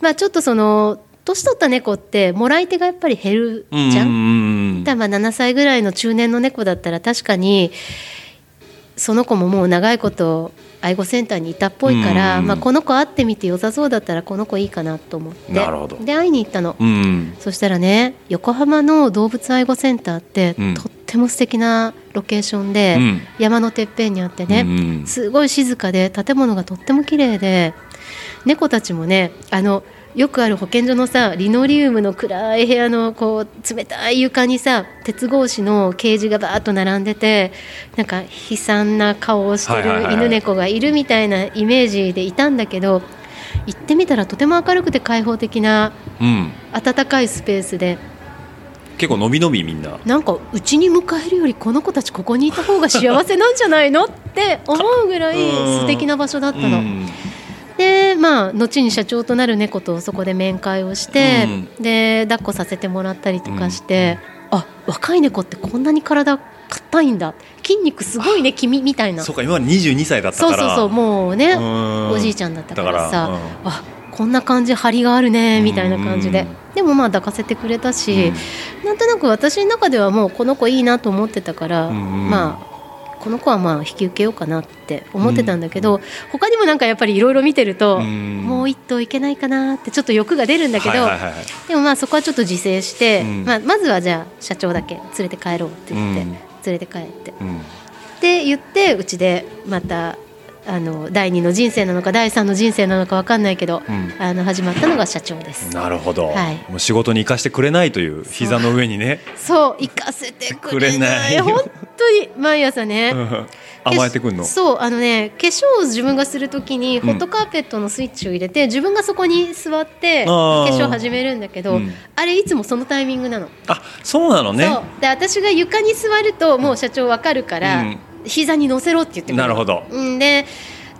まあちょっとその年取った猫ってもらい手がやっぱり減るうんじゃうん、んたまあ7歳ぐらいの中年の猫だったら確かにその子ももう長いこと愛護センターにいたっぽいから、うんまあ、この子会ってみて良さそうだったらこの子いいかなと思ってなるほどで会いに行ったの、うんそしたらね横浜の動物愛護センターって、うんとっても素敵なロケーションで、うん山のてっぺんにあってね、うんすごい静かで建物がとっても綺麗で猫たちもねあのよくある保健所のさリノリウムの暗い部屋のこう冷たい床にさ鉄格子のケージがバーッと並んでてなんか悲惨な顔をしてはいはいはいる犬猫がいるみたいなイメージでいたんだけど行ってみたらとても明るくて開放的なうん暖かいスペースで結構のびのびみんななんかうちに迎えるよりこの子たちここにいた方が幸せなんじゃないのって思うぐらい素敵な場所だったうの。んでまあ後に社長となる猫とそこで面会をして、で抱っこさせてもらったりとかして、あ若い猫ってこんなに体硬いんだ筋肉すごいね君みたいなそうか今まで22歳だったそうからそうそうもうね、おおじいちゃんだったからさだからあこんな感じ張りがあるねみたいな感じで、うんでもまあ抱かせてくれたし、うんなんとなく私の中ではもうこの子いいなと思ってたから、うんまあこの子はまあ引き受けようかなって思ってたんだけど、他にもなんかやっぱりいろいろ見てると、うんもう一頭いけないかなってちょっと欲が出るんだけはど、いはいはいはいでもまあそこはちょっと自制して、うんまあ、まずはじゃあ社長だけ連れて帰ろうって言って、うん連れて帰って。うんって言ってうちでまたあの第二の人生なのか第三の人生なのかわかんないけど、うんあの始まったのが社長です。なるほど、はいもう仕事に生かしてくれないという膝の上にねそう行かせてくれなくいれないよ本当に毎朝ね、 <laughs> 甘えてくんのけしそうあのね化粧を自分がするときにんホットカーペットのスイッチを入れて、自分がそこに座ってあ化ー粧始めるんだけど、うんあれいつもそのタイミングなの、あそうなのねそうで私が床に座るともう社長わかるから、うん膝に乗せろって言ってくるなるほどうんで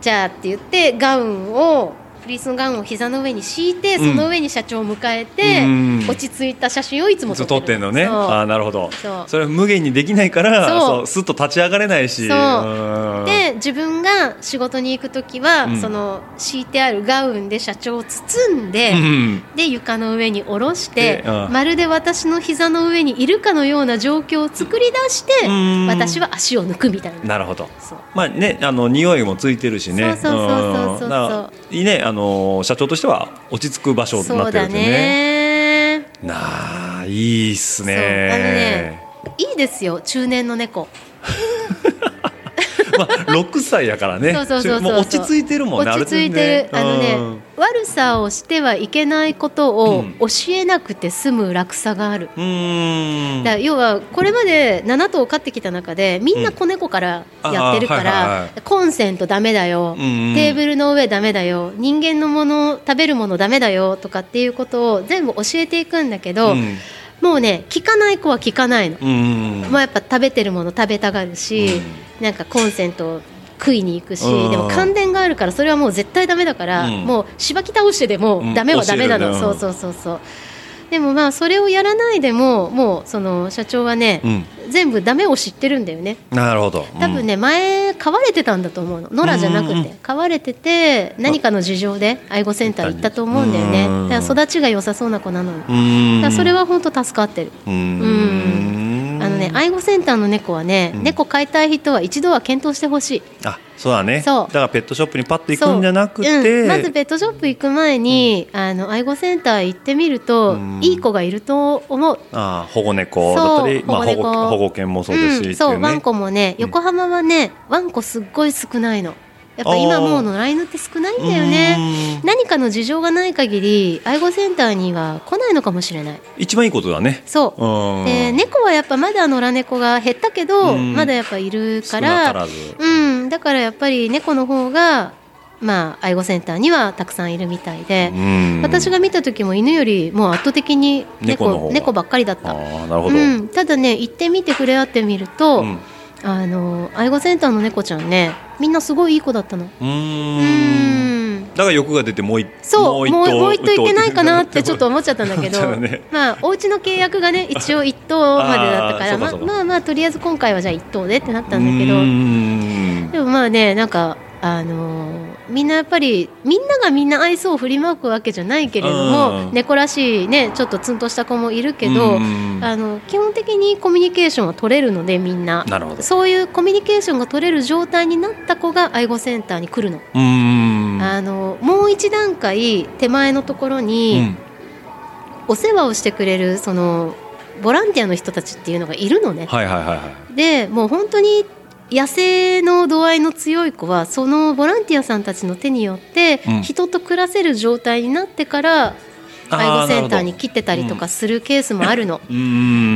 じゃあって言ってガウンをフリースのガウンを膝の上に敷いて、うんその上に社長を迎えて、うん落ち着いた写真をいつもそ撮う撮っっててるんのねそうあーなるほどそうそれは無限にできないからそうそうすっと立ち上がれないしそううんで自分が仕事に行く時は、うんその敷いてあるガウンで社長を包んで、うんで床の上に下ろしてでうんまるで私の膝の上にいるかのような状況を作り出してうん私は足を抜くみたいななるほどそうまあねあの匂いもついてるしねそうそうそううそうそうんだからいいねあの社長としては落ち着く場所になそっうてるだんですねねなあいいっすねそうあのねいいですよ中年の猫まあ6歳やからねそうそうそうそうもう落ち着いてるもんね落ち着いてるあのうねん悪さをしてはいけないことうをん教えなくて済む楽さがあるうーんだから要はこれまで7頭飼ってきた中でみんな子猫からやってるかうんあーはいはいらはコンセントダメだようんうんテーブルの上ダメだよ人間のもの食べるものダメだよとかっていうことを全部教えていくんだけどうんもうね聞かない子は聞かないの。うんまあ、やっぱ食べてるもの食べたがるし、なんかコンセント食いに行くし、うんでも感電があるからそれはもう絶対ダメだから、うんもうしばき倒してでもうんダメはダメな教の、えるんだそようそうそうそうでもまあそれをやらないでももうその社長はね、うん全部ダメを知ってるんだよねなるほどうん多分ね、前飼われてたんだと思うの野良じゃなくて、うんうん飼われてて何かの事情で愛護センター行ったと思うんだよね、うんだから育ちが良さそうな子なのに、うだーんからそれは本当助かってるうーんあのね、愛護センターの猫はね、うん猫飼いたい人は一度は検討してほしい。あそうだねそうだからペットショップにパッと行そうくんじゃなくうんまずてペットショップ行く前に、あの愛護センター行ってみると、うんいい子がいると思う。あー保護猫だったりそうまあ保保護猫護保護犬もそうですしっていん、ねそうワンコもね、うん横浜はね、ワンコすっごい少ないの。やっぱあ今ーもう野良犬って少ないんだよね。うーん何かの事情がない限り、愛護センターには来ないのかもしれない。一番いいことだねそう。うんで猫はやっぱまだ野良猫が減ったけど、うんまだやっぱいる少かなかららずうん、だからやっぱり猫の方が、まあ、愛護センターにはたくさんいるみたいで、私がが見た時も犬よりもう圧倒的に猫の方猫が猫ばっかりだっあた、あなるほうどん、ただね行ってみて触れ合ってみると、あの愛護センターの猫ちゃんねみんなすごいいい子だったの。ううーんんだから欲が出てもう一そうもう頭もう一頭いけないかなってちょっと思っちゃったんだ <laughs> けそうど、だねまあお家の契約がね一応一頭までだったかあらーそうかまそうかまあまあとりあえず今回はじゃあ一頭でってなったんだけど、うーんでもまあねなんかあのーみんなやっぱりみんながみんな愛想を振りまくわけじゃないけれども、うん猫らしいねちょっとツンとした子もいるけど、うんあの基本的にコミュニケーションは取れるのでみんななるほどそういうコミュニケーションが取れる状態になった子が愛護センターに来るの,、うーんあのもう一段階手前のところに、お世話をしてくれるそのボランティアの人たちっていうのがいるのねうん。はいはいはいはいでもう本当に野生の度合いの強い子はそのボランティアさんたちの手によってうん人と暮らせる状態になってからあー愛護センターになるほど切ってたりとかするケースもあるの。うー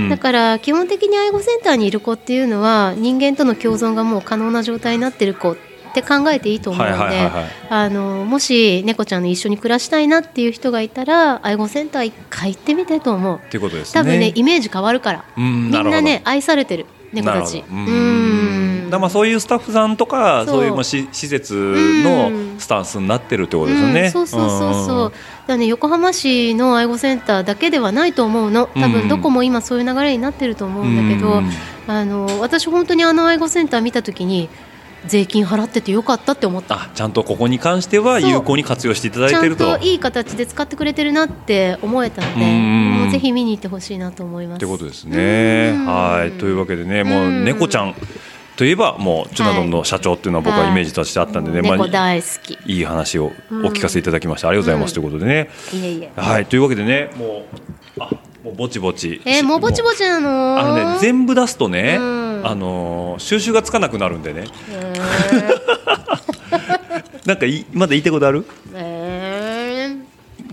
んだから基本的に愛護センターにいる子っていうのは人間との共存がもう可能な状態になってる子って考えていいと思うのはいはいではいはいあのもし猫ちゃんの一緒に暮らしたいなっていう人がいたら愛護センター一回行ってみてと思うっていうことですね多分ねイメージ変わるから。うんみなんるほなどね愛されてる猫たち。なるほどうんだからまあそういうスタッフさんとかそうそういうまあし施設うんのスタンスになってるってことですよね、うんそうそうそうそう。んだからね横浜市の愛護センターだけではないと思うの。多う分んどこも今そういう流れになってると思うんだけど、うんあの私本当にあの愛護センター見た時に税金払っててよかったって思った。あちゃんとここに関してはそう有効に活用していただいちゃてんるとといい形で使ってくれてるなって思えたので、うんもうぜひ見に行ってほしいなと思います。ってことですねうんはいというわけでねもううん猫ちゃんといえばもうチュナドンの社長っていうのは僕はイメージとしてあったんでね、猫まあ大好き。いいい話をお聞かせいただきました、ありがとうございますということでね、えいえ。はいというわけでねもうあもうぼちぼちえーもうぼちぼちなの。あのね全部出すとね、うんあのー収集がつかなくなるんでねえーなんかいまだ言いたいことあるえ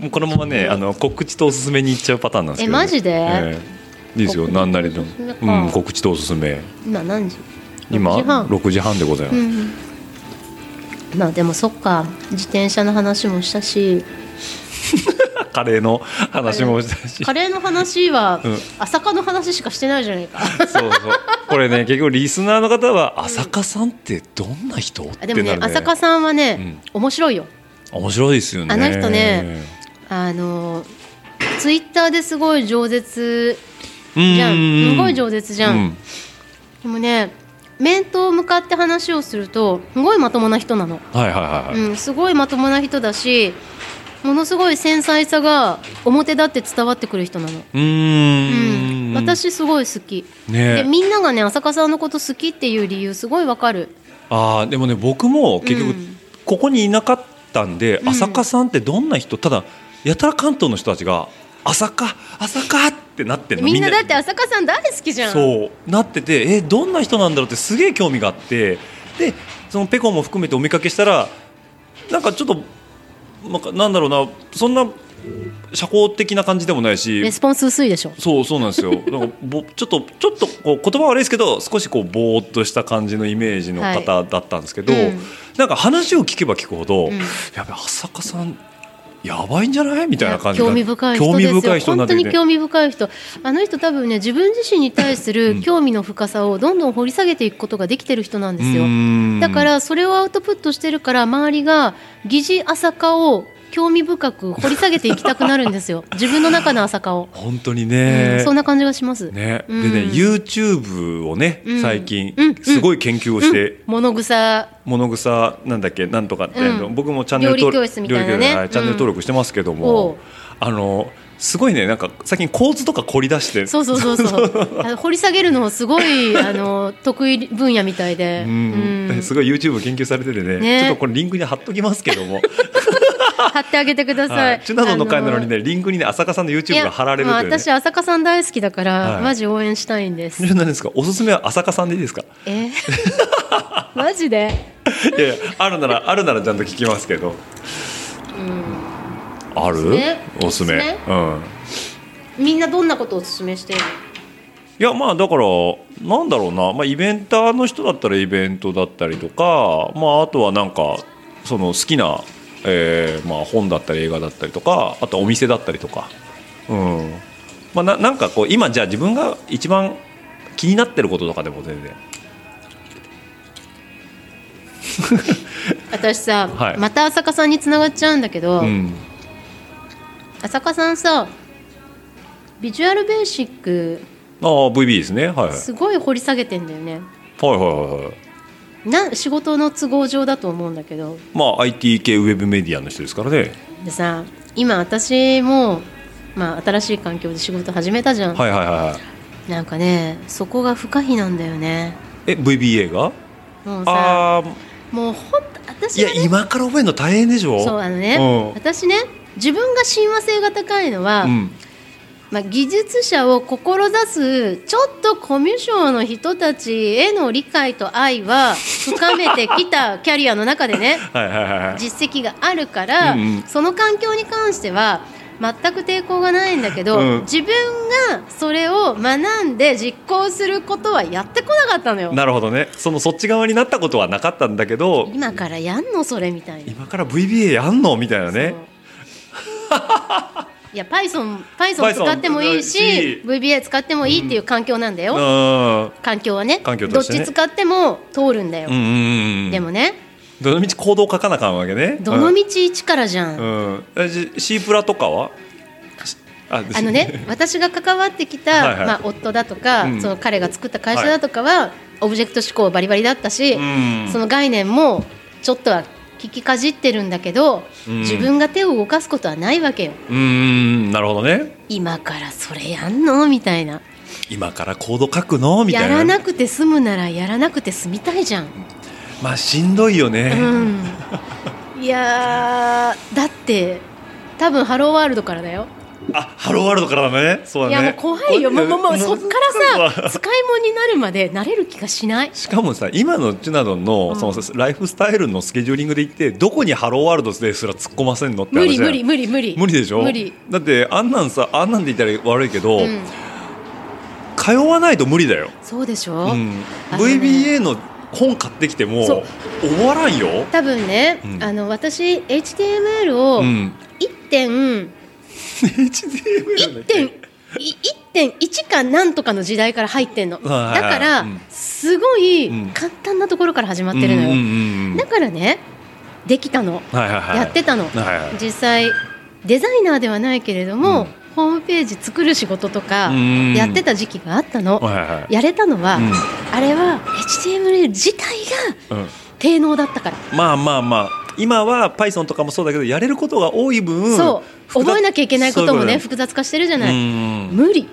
ーもうこのままねあの告知とおすすめに行っちゃうパターンなんですけど、えマジでえいいですよなんなりの、ううんん、告知とおすすめ今何時今6時半6時半でございます、うんまあでもそっか自転車の話もしたしカレーの話もしたしカレーの話はうん朝霞の話しかしてないじゃな <laughs> いかそうそうこれね結局リスナーの方は浅香さんってどんな人ってあなでるもね浅香さんはね、面白いよ面白いですよねあの人ねあのツイッターですごい饒舌うんじゃんすごい饒舌じゃんうんでもね面と向かって話をするとすごいまともな人なの、はいはいはいはい、うん、すごいまともな人だしものすごい繊細さが表だって伝わってくる人なの、ううーん、ん私すごい好き、ねでみんながね浅香さんのこと好きっていう理由すごいわかるああでもね僕も結う局んここにいなかったんで、ん浅香さんってどんな人ただやたら関東の人たちが浅香浅香ってなってんのみんなだって浅香さん大好きじゃんそうなっててえどんな人なんだろうってすげえ興味があってでそのペコも含めてお見かけしたらなんかちょっとなんかなんだろうなそんな社交的な感じでもないレしスポンス薄いでしょそうそうなんですよ <laughs> なんかぼちょっとちょっとこう言葉悪いですけど少しこうぼーっとした感じのイメージの方だったんですけど、はいうんなんか話を聞けば聞くほど、んやべ浅香さんやばいんじゃないみたいな感じが興味深い人ですよ興味深い人にな本って当きにて興味深い人あの人多分ね自分自身に対する興味の深さをどんどん掘り下げていくことができてる人なんですようーんだからそれをアウトプットしてるから周りが疑似浅香を興味深く掘り下げていきたくなるんで <laughs> すよ自分の中の浅香を、本当にね、うんそんな感じがします、ね、うんでね YouTube をねうん最近うんすごい研究をして、物草物草なんだっけなんとかって、うん僕もチャンネル登録料理教室みたいなね料理教室はういんチャンネル登録してますけどおもう、あのすごいねなんか最近構図とか凝り出してそうそうそうそう <laughs> あの掘り下げるのすごいあの得意分野みたいで、うん <laughs> うんすごい YouTube 研究されててねねちょっとこれリンクに貼っときますけ <laughs> ども、貼ってあげてくださはいい、チュナドンの会なのにあねリンクにね浅香さんの YouTube が貼られるいやといまうあね私浅香さん大好きだから、はいマジ応援したいんです <laughs> 何ですかおすすめは浅香さんでいいですかえ <laughs> マジで <laughs> いやいやあるならあるならちゃんと聞きますけど、あるおおすすすすめめうんみんなどんなことをおすすめしてるいやまあだからなんだろうな、まあ、イベンターの人だったらイベントだったりとか、まあ、あとはなんかその好きな、えーまあ、本だったり映画だったりとかあとお店だったりとか、うんまあ、ななんかこう今じゃあ自分が一番気になってることとかでも全然私さ、はいまた浅香さんにつながっちゃうんだけど、うん浅香さんさビジュアルベーシックああ VB ですねはいはいすごい掘り下げてんだよねはいはいはいな仕事の都合上だと思うんだけどまあ IT 系ウェブメディアの人ですからねでさ今私も、まあ、新しい環境で仕事始めたじゃん、はいはいはいはいなんかねそこが不可避なんだよねえ VBA がもうさああもうほんいと私やがね今から覚えるの大変でしょそうあのね、うん私ね自分が親和性が高いのは、うんまあ、技術者を志すちょっとコミュ障の人たちへの理解と愛は深めて <laughs> きたキャリアの中でねはいはいはいはい実績があるから、うんうんその環境に関しては全く抵抗がないんだけど、うん自分がそれを学んで実行することはやってこなかったのよなるほどねそのそっち側になったことはなかったんだけど今からやんのそれみたいな。今から VBA やんのみたいなねそういや Python, Python 使ってもいいし Python し VBA 使ってもいいっていう環境なんだよ、うん環境はね環境どとっしてねち使っても通るんだよ、うんうんうんでもねどのみち行動書かなあかんわけねどの道一からじゃん、うん、うん、じ C プラとかはしああのね私が関わってきたはいはいまあ、夫だとか、うんその彼が作った会社だとかは、オブジェクト思考バリバリだったし、うんその概念もちょっとは聞きかじってるんだけど、うん自分が手を動かすことはないわけようんうんなるほどね今からそれやんのみたいな今からコード書くのみたいやならなくて済むならやらなくて済みたいじゃん、まあしんどいよね、うん、いやーだって多分ハローワールドからだよあハローワールドからだねそういだやねもう怖いよもうもうもうそっからさ使い物になるまで慣れる気がしないしかもさ今のチュナドンの,、んそのライフスタイルのスケジューリングで言ってどこにハローワールドですら突っ込ませんのって無話じ理ゃん無理無理無理無理でしょ無理だってあんなんさあんなんで言ったら悪いけど、うん通わないと無理だよ、そうでしうょ、ん、あのね VBA の本買ってきてもそう終わらんよ、多分ね、うんあの私 HTML をうん、 1点、 HTML だっ1け点い1.1かなんとかの時代から入ってんのだはいはいかうらんすごいうん簡単なところから始まってるのうんうよんうんだからねできたのはいはいはいやってたのはいはい実際デザイナーではないけれども、うんホームページ作る仕事とかうんやってた時期があったの、はいはいはいやれたのは、うんあれは HTML 自体がうん低能だったから、まあまあまあ今は Python とかもそうだけどやれることが多い分そう覚えなきゃいけないこともね複複雑化してるじゃ雑ない、うん無理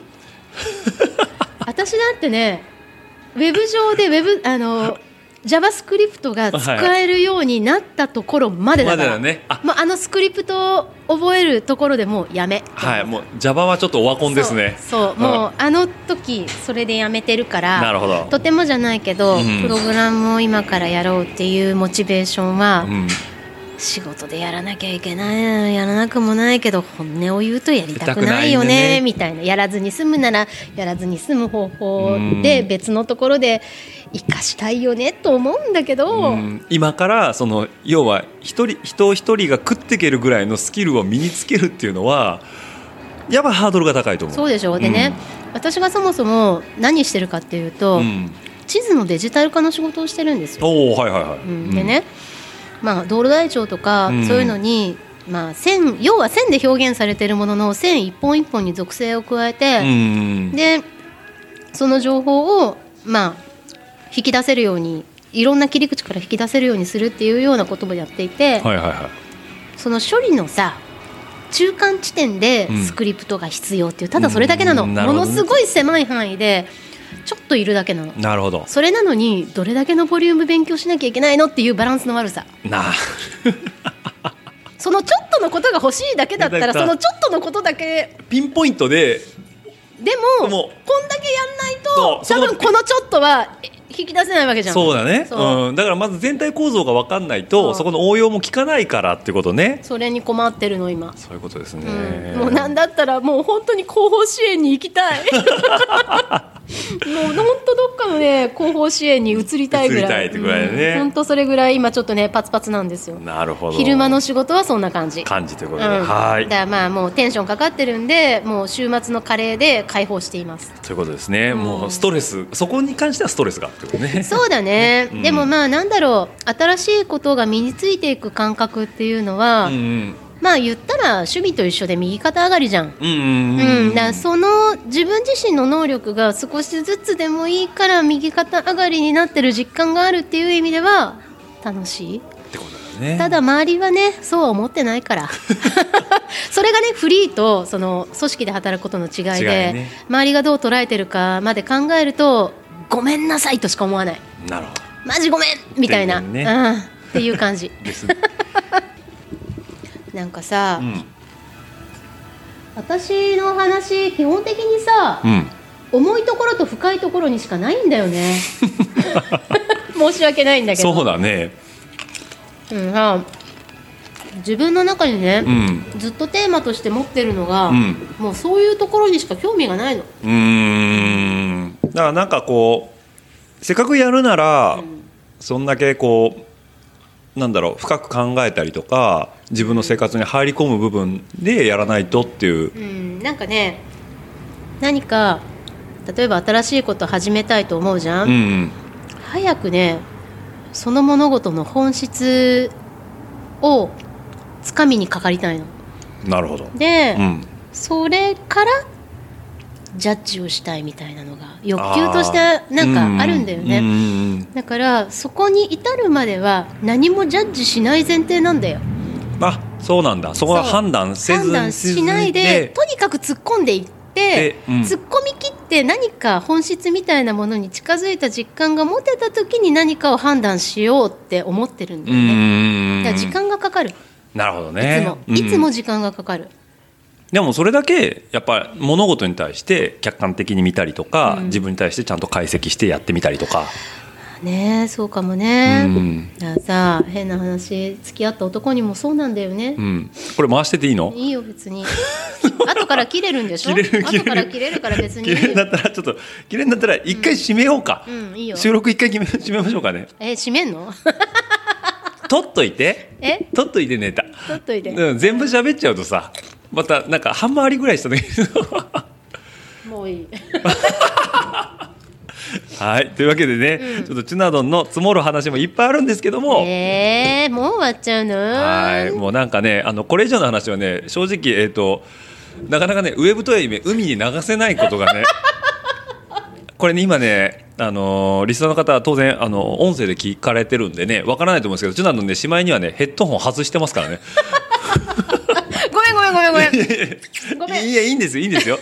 私だってねウェブ上でウェブあの JavaScript が使えるようになったところまでだから、まだねあもうあのスクリプトを覚えるところでもうやめはいもう Java はちょっとオワコンですねそうそうもうあの時それでやめてるからなるほどとてもじゃないけど、うんプログラムを今からやろうっていうモチベーションは、うん仕事でやらなきゃいけないやらなくもないけど本音を言うとやりたくないやりたくないんだよねねみたいなやらずに済むならやらずに済む方法でうん別のところで生かしたいよねと思うんだけど、うん今からその要は一人人一人が食っていけるぐらいのスキルを身につけるっていうのはやっぱハードルが高いと思うそうでしょうでね、私がそもそも何してるかっていうと、うん地図のデジタル化の仕事をしてるんですよ。おおはいはいはい、うんでね、まあ、道路台帳とかうんそういうのに、まあ、線要は線で表現されているものの線一本一本に属性を加えうん、て、うんでその情報を、まあ、引き出せるようにいろんな切り口から引き出せるようにするっていうようなこともやっていて、はいはいはいその処理のさ中間地点でうんスクリプトが必要っていう、ただそれだけなの、うんなるもほどのねすごい狭い範囲でちょっといるだけなの。なるほどそれなのにどれだけのボリューム勉強しなきゃいけないのっていうバランスの悪さなあそのちょっとのことが欲しいだけだったいらやだそからのちょっとのことだけピンポイントででもでもこんだけやんないとそうそ多の分このちょっとはえ引き出せないわけじゃんそうだねそう、うん、だからまず全体構造が分かんないそうとそこの応用も効かないからってことねそれに困ってるの今、そういうことですうね、ん、もうなんだったらもう本当に後方支援に行きたい <laughs> もう本当どっかのね後方支援に移りたいぐら移りたいいってぐらいだねうん本当それぐらい今ちょっとねパツパツなんですよなるほど昼間の仕事はそんな感じ感じといううこん、とで、はいだからまあもうテンションかかってるんでもう週末のカレーで解放していますということですね、んもうストレスそこに関してはストレスがあるってことねそうだね、うんでもまあなんだろう新しいことが身についていく感覚っていうのは、うんうんまあ言ったら趣味と一緒で右肩上がりじゃん。うんうう、んんうん、だからその自分自身の能力が少しずつでもいいから右肩上がりになってる実感があるっていう意味では楽しいってことだよねただ周りはねそうは思ってないから <laughs> それがねフリーとその組織で働くことの違い違でいね周りがどう捉えてるかまで考えるとごめんなさいとしか思わないなるほどマジごめんみたいなっていうねうん、っていう感じ <laughs> ですね、なんかさ、うん <laughs> 私の話基本的にさ、うん、重いところと深いところにしかないんだ <laughs> よね申し訳ないんだけどそうだねうんあ自分の中にねう、んずっとテーマとして持ってるのが、うんもうそういうところにしか興味がないのうーんだからなんかこうせっかくやるなら、そんだけこうなんだろう深く考えたりとか自分の生活に入り込む部分でやらないとっていううんなんかね何か例えば新しいこと始めたいと思うじゃうんうん早くねその物事の本質をつかみにかかりたいのなるほど、で、うん、それからジャッジをしたいみたいなのが欲求としてなんかあるんだようねんだからそこに至るまでは何もジャッジしない前提なんだよあそうなんだそこはそう判断せず判断しないせずにでとにかく突っ込んでいってで、うん突っ込み切って何か本質みたいなものに近づいた実感が持てた時に何かを判断しようって思ってるんだうよね、んだから時間がかかる、なるほどいねつも、うんいつも時間がかかる、でもそれだけやっぱり物事に対して客観的に見たりとか、うん自分に対してちゃんと解析してやってみたりとかねそうかもね、うんいやさ変な話付き合った男にもそうなんだよね、うん、これ回してていいのいいよ別に <laughs> 後から切れるんでし <laughs> ょ切れる切れる後から切れるから別に綺いい麗になよったらちょっと綺麗になったら一回締めようか、うんいいよ収録一回決め締めましょうかねえ閉めんの <laughs> 取っといてえ取っといてネタ取っといてうん全部喋っちゃうとさまたなんか半回りぐらいしたんだけどもういい <laughs> はいというわけでね、ちょっとチュナドンの積もる話もいっぱいあるんですけども、えー、もう終わっちゃうのはいもうなんかねあのこれ以上の話はね正直えっ、となかなかねウェブトイレ海に流せないこと <laughs> がねこれね今ねあのーリスナーの方は当然あの音声で聞かれてるんでねわからないと思うんですけどチュナドンねしまいにはねヘッドホン外してますからねごめんごめんごめんごめん <laughs> ごめんいやいいんですよいいんです <laughs> よ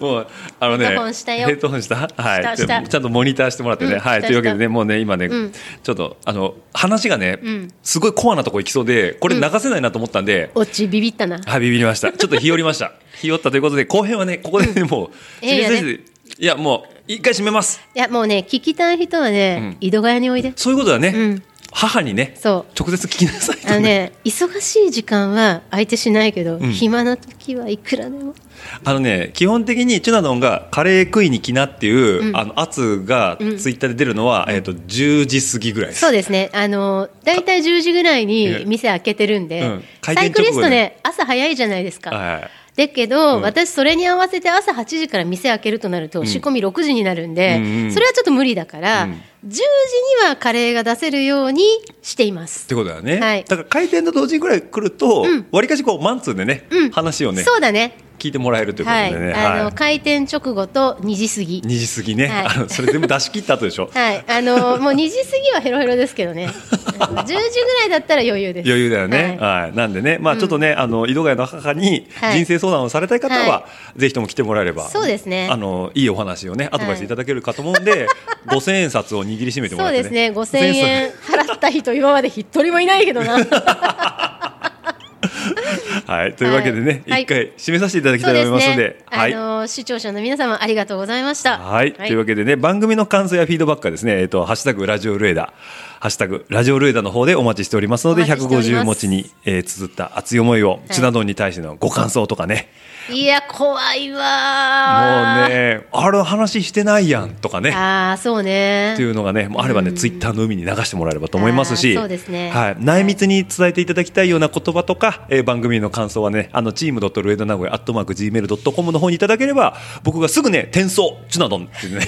もうあのねヘッドホンしたよヘッドホンしたはいしたしたちゃんとモニターしてもらってね、うんはいしたというわけでしねもうね今ね、うんちょっとあの話がね、んすごいコアなとこ行きそうでこれ流せないなと思ったんで、オチビビったなはい、ビビりました。ちょっと日和りました。日和ったということで、後編はね、ここでねもう、いやいやね締めさせていや、もう、一回締めます。いやもうね聞きたい人はね、井戸ヶ谷においでそういうことだね。うん母にね、そ直接聞きなさいとあのね忙しい時間は相手しないけど、暇な時はいくらでもあのね、基本的にチュナドンがカレー食いに来なっていう、あの、圧がツイッターで出るのは、えっ、と、10時過ぎぐらいです。そうですねあの大体10時ぐらいええに店開けてるんで、うん開サ店直後ねイクリストね朝早いじゃないですか、はい。だけど、うん私それに合わせて朝8時から店開けるとなると仕込み6時になるんで、うんうんそれはちょっと無理だから、うん10時にはカレーが出せるようにしていますっ。てことだよね。はいだから開店と同時ぐらい来ると、わ、んり、かしこう、マンツーでね、うん話をね、そうだね。聞いてもらえるということはでい。ね。あはのい開店直後と2時過ぎ。 2時過ぎね、はいあの <laughs> それ全部出し切った後でしょ。はい。あのもう2時過ぎはヘロヘロですけ <laughs> どね。あの10時ぐらいだったら余 <laughs> 裕です。余裕だよね。はいはい、なんでね、まあ、ちょっとね、あの井戸ヶ谷の母にはい人生相談をされたい方は、はぜひとも来てもらえれば。そうですねあの、いいお話をね、アドバイスいただけるかと思うん <laughs> で、五千円札を握りしめてもそらうって、ですね。5000円払った人今まで一人もいない <laughs> けど円。な。はい、というわけでね、一、はい回締めさせていただきそたういとです思いますので。ね。あの視聴者の皆様ありがとうございました。はい、というわけでね番組の感想やフィードバックはですねえっ、とハッシュタグラジオルエダハッシュタグラジオルエダの方でお待ちしておりますのでお待ちしており150ます持ちに、えー、綴った熱い思いを、チュナドンに対してのご感想とかねいや怖いわー。もうねあれ話してないやんとかねああそうねっていうのがね、もうあればね、ツイッターの海に流してもらえればと思いますし、あーそうですねはい、内密に伝えていただきたいような言葉とか、えー番組の感想はね、あのチームドットルエダ名古屋アットマーク gmail ドットコムの方にいただければ、僕がすぐね転送チュナドンっていう <laughs> ね。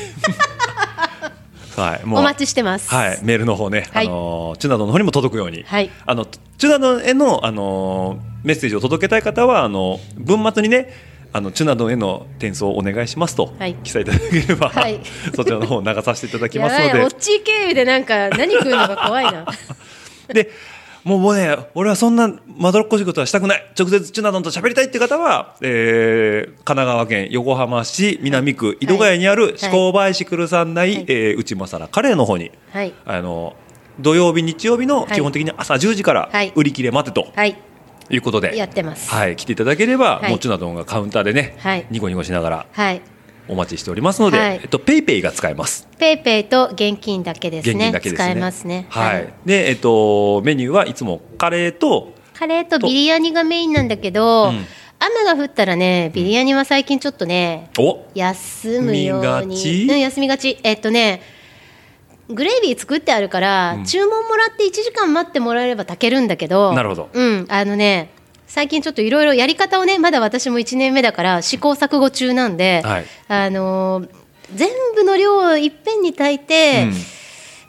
はい、もお待ちしてますはい、メールの方ね、はいあのーチュナドンの方にも届くように、はいあのチュナドンへのあのーメッセージを届けたい方はあの文末にね。あのチュナドンへの転送をお願いしますと、はい記載いただければ、はい <laughs> そちらの方を流させていただきやますばのいでオッチー経由でなんか何食うのが怖い <laughs> なでもうもうね俺はそんなまどろっこしいことはしたくない直接チュナドンと喋りたいって方は、えー神奈川県横浜市南区井戸ヶ谷にある志向林くるさん内、はいえー内政らカレーの方に、はいあの土曜日日曜日の基本的に朝10時からはい売り切れ待てとはいいうことで、やってますはい、来ていただければ、はいもうチュナドンがカウンターでね、はいニコニコしながらはいお待ちしておりますので、はいえっとペイペイが使えます。ペイペイと現金だけですね現金だけですね。使えますねはい。で、えっと、メニューはいつもカレーと、カレーとビリヤニがメインなんだけうど、ん雨が降ったらねビリヤニは最近ちょっとねお休むよう見がにちうん休みがちえっとねグレービー作ってあるから、注文もらって1時間待ってもらえれば炊けるんだけどなるほどうん、あのね最近ちょっといろいろやり方をねまだ私も1年目だから試行錯誤中なんで、はいあのー全部の量をいっぺんに炊いて、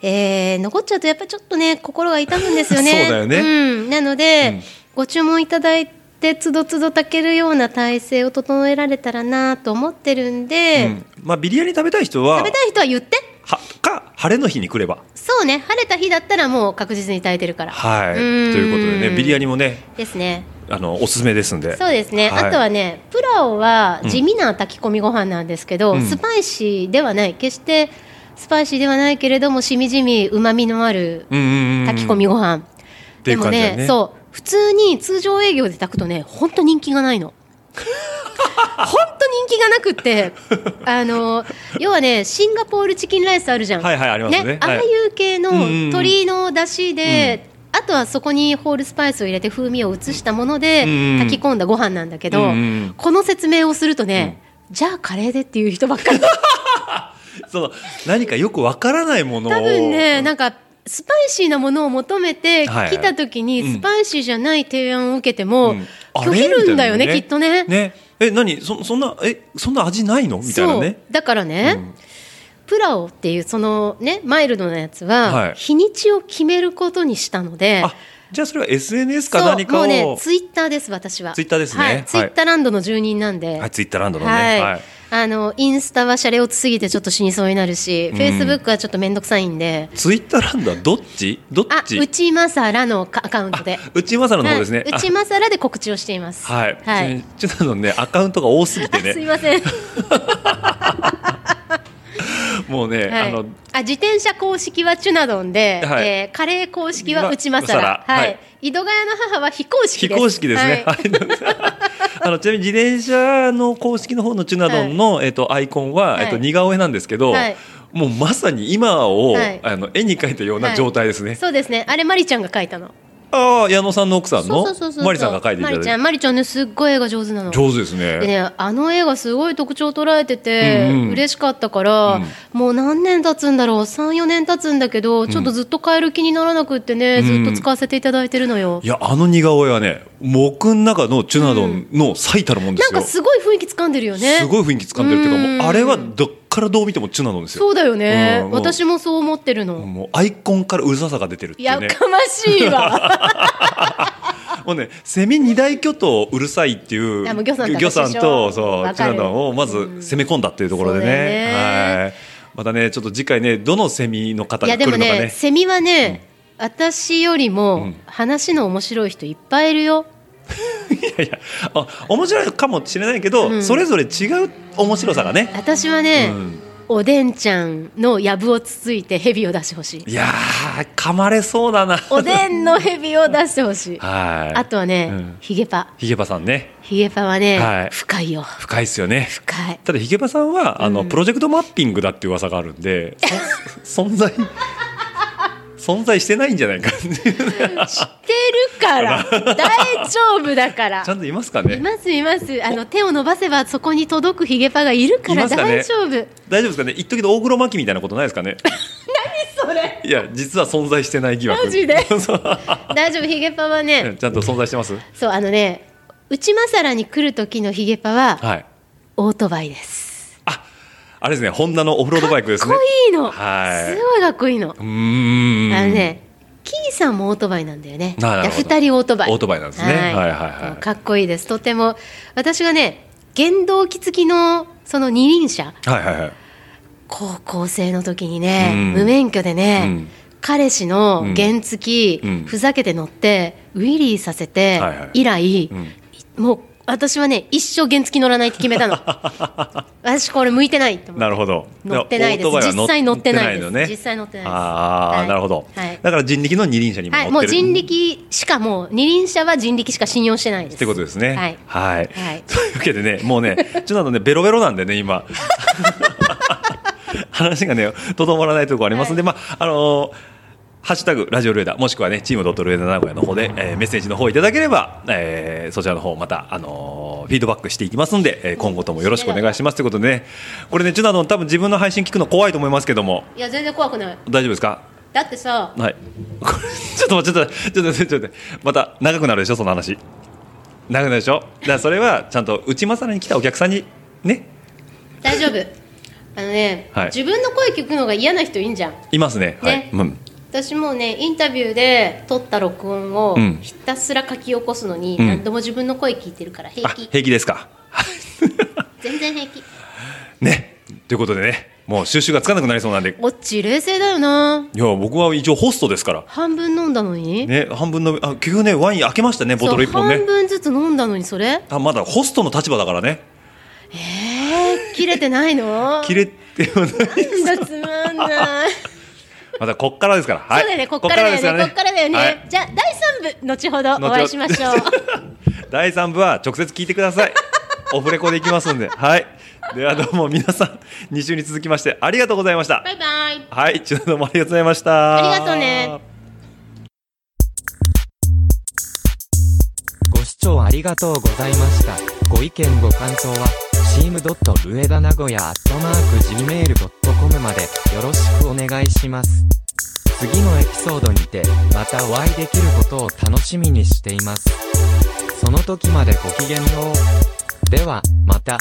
えー残っちゃうとやっぱりちょっとね心が痛むんですよね。そうだよねうん、なので、ご注文いただいてつどつど炊けるような体制を整えられたらなと思ってるんうで、ん、まあビリヤニ食べたい人は、食べたい人は言ってはか晴れの日に来れば、そうね晴れた日だったらもう確実に炊いてるから。はい。とうんいうことでね、ビリヤニもね、ですね。あのおすすめですんで。そうですね、はいあとはねプラオは地味な炊き込みご飯なんですけど、うんスパイシーではない決してスパイシーではないけれどもしみじみうまみのあるうんうんうん。炊き込みご飯、ていでうも感じだよね <laughs> ねそう普通に通常営業で炊くとね本当人気がないの本当人気がなくってあの要はねシンガポールチキンライスあるじゃん、はいはいありますねあはあいいう系のうんうんうん鶏の出汁で、あとはそこにホールスパイスを入れて風味を移したものでうんうん炊き込んだご飯なんだけど、うんうんこの説明をするとね、じゃあカレーでっていう人ばっかりその何かよくわからないものを多分ねなんかスパイシーなものを求めてはいはい来た時うんにスパイシーじゃない提案を受けてもうん拒否るんだよねあれみたいなきっとね。ねえ何そそんなえそんな味ないのみたいなねそうだからね、うんプラオっていうそのねマイルドなやつはいは日にちを決めることにしたので、あじゃあそれは SNS そかう何かをもうねツイッターです私はツイッターですねははいい、ツイッターランドの住人なんで、はいツイッターランドのねはいはいあのインスタはシャレオツすぎてちょっと死にそうになるし、フェイスブックはちょっと面倒くさいんでツイッターランドはどっちどっあち内政らのアカウントで内まさらの方ですねはい、内政らで告知をしていますあはい、はいちょっとあのねアカウントが多すぎてあ <laughs> すいね <laughs> ません、もうね、はい、あのあ自転車公式はチュナドンで、はいえーカレー公式は内政はら、ははいい井戸ヶ谷の母は非公式非です公式ですね。ははいい <laughs> あのちなみに自転車の公式の方のチュナドンの、えっとアイコンは、はいえっと似顔絵なんですけど、はいもうまさに今を、はいあの絵に描いたような状態ですね。そうですねあれマリちゃんが書いたのああ矢野さんの奥さんのそうそうそうそうマリさんが描いていマリたちゃだいんマリちゃんねすっごい絵が上手なのて上手ですでね。ね、あの絵がすごい特徴を捉えてて、うんうん嬉しかったから、うんもう何年経つんだろう34年経つんだけどちょっとずっと変える気にならなくってね、うんずっと使わせていただいてるのよ、いやあの似顔絵はね僕の中のチュナドンの最たるもんでなんすよ。かすごい雰囲気掴んでるよねすごい雰囲気掴んでるっていうかうんもうあれはどっからどう見てもチュナドンですよ。そうだよね、うん私もそう思ってるの、もうアイコンからうるささが出てるっていやうっね。かましいわもうね、セミ二大巨頭うるさいっていうあもう魚さんと魚さんと私でしょそうわチュナかるダンをまず攻め込んだっていうところでそうだよね。ねはい。またねちょっと次回ねどのセミの方 <laughs> いがや来でるのもかね。ねセミはね、私よりも話の面白い人いっぱいいるよ、いやいやあ面白いかもしれないけど、うんそれぞれ違う面白さがね。私はね、うんおでんちゃんのやぶをつついて蛇を出して <laughs> ほしいいやー噛まれそうだな。おでんの蛇を出してほしいはい。あとはね、うんヒゲパヒゲバさんねヒゲパはね、はい深いよ深いですよね。深いただヒゲバさんはあの、プロジェクトマッピングだっていう噂があるん <laughs> でそ存在存在してないんじゃないかっていう知ってるから <laughs> 大丈夫だからちゃんといますかいね。ますいますあの手を伸ばせばそこに届くヒゲパがいるかいらますかね大丈夫、大丈夫ですかね。一時の大黒摩季みたいなことないですかね。それいや、実は存在してない疑惑。マジで <laughs> そう大丈夫ヒゲパはねちゃんと存在してます。そうあのね内政らに来る時のヒゲパは、はい。オートバイですあれですね、ホンダのオフロードバイクですかっね。こいいの、はいすごいかっこいいの、うーん。あの。ねキーさんもオートバイなんだよねいなるほどや二人オートバイオートバイなんですねはいはいはいかっこいいですとても私がね原動機付きのその二輪車はいはいはい。高校生の時にね、うん無免許でね、うん彼氏の原付き、うんふざけて乗ってウィリーさせてはいはい以来、んもう私はね一生原付き乗らないって決 <laughs> めたの私これ向いてないと思なってるほど。乗ってないですオートバイは実際乗ってないです乗のね実際乗ってないですああ、はいなるほど、はいだから人力の二輪車にも乗っはてい、る。もう人力しかもう二輪車は人力しか信用してないです。ってことですね。はいはい。はいというわけでね、もう <laughs> ね、ちょっとね、ベロベロなんでね、今。 <laughs> 話がね、とどまらないところありますんで、まあ、あのーハッシュタグラジオルエダもしくはねチームドットルエダ名古屋の方で、えーメッセージの方いただければ、えーそちらの方また、あのーフィードバックしていきますんで、えー今後ともよろしくお願いしますということでねこれねチュナの多分自分の配信聞くの怖いと思いますけどもいや全然怖くない。大丈夫ですかだってさ、はい。 <laughs> これちょっと待って、ちょっと待って、ちょっと待って、ちょっと待って、また長くなるでしょ、その話。長くなるでしょ。だからそれはちゃんと内政に来たお客さんにね、大丈夫。あのね、はい自分の声聞くのが嫌な人いいんじゃん。いますね。ねはい。うん。私もねインタビューで撮った録音をうんひたすら書き起こすのに、うん何度も自分の声聞いてるから平あ、気、平気ですか。全然平気ね。ということでね、もう収集がつかなくなりそうなんで、オッチ冷静だよないや僕は一応ホストですから。半分飲んだのに、ね、半分のあ結局ねワイン開けましたね、ボトル一本そう半ね。分ずつ飲んだのにそれあまだホストの立場だからね。えー、切れてないの切れ <laughs> っていうのはねなんだ <laughs> つまんないまたこっからですから。はい。そうだよね、こっからだよね、すらこっからだよね。はいじゃあ、第三部、後ほどお会いしましょう。 <laughs> 第三部は直接聞いてください。オフレコでいきますんで。はい。ではどうも皆さん、2週に続きましてありがとうございましたバ。イバイはい、ちゅどうもありがとうございました。ありがとうね。ご視聴ありがとうございました。ご意見ご感想は、s e a m r u e d a n a g o y a g m a i l c o m までよろしくお願いします。次のエピソードにて、またお会いできることを楽しみにしています。その時までごきげんよう。では、また。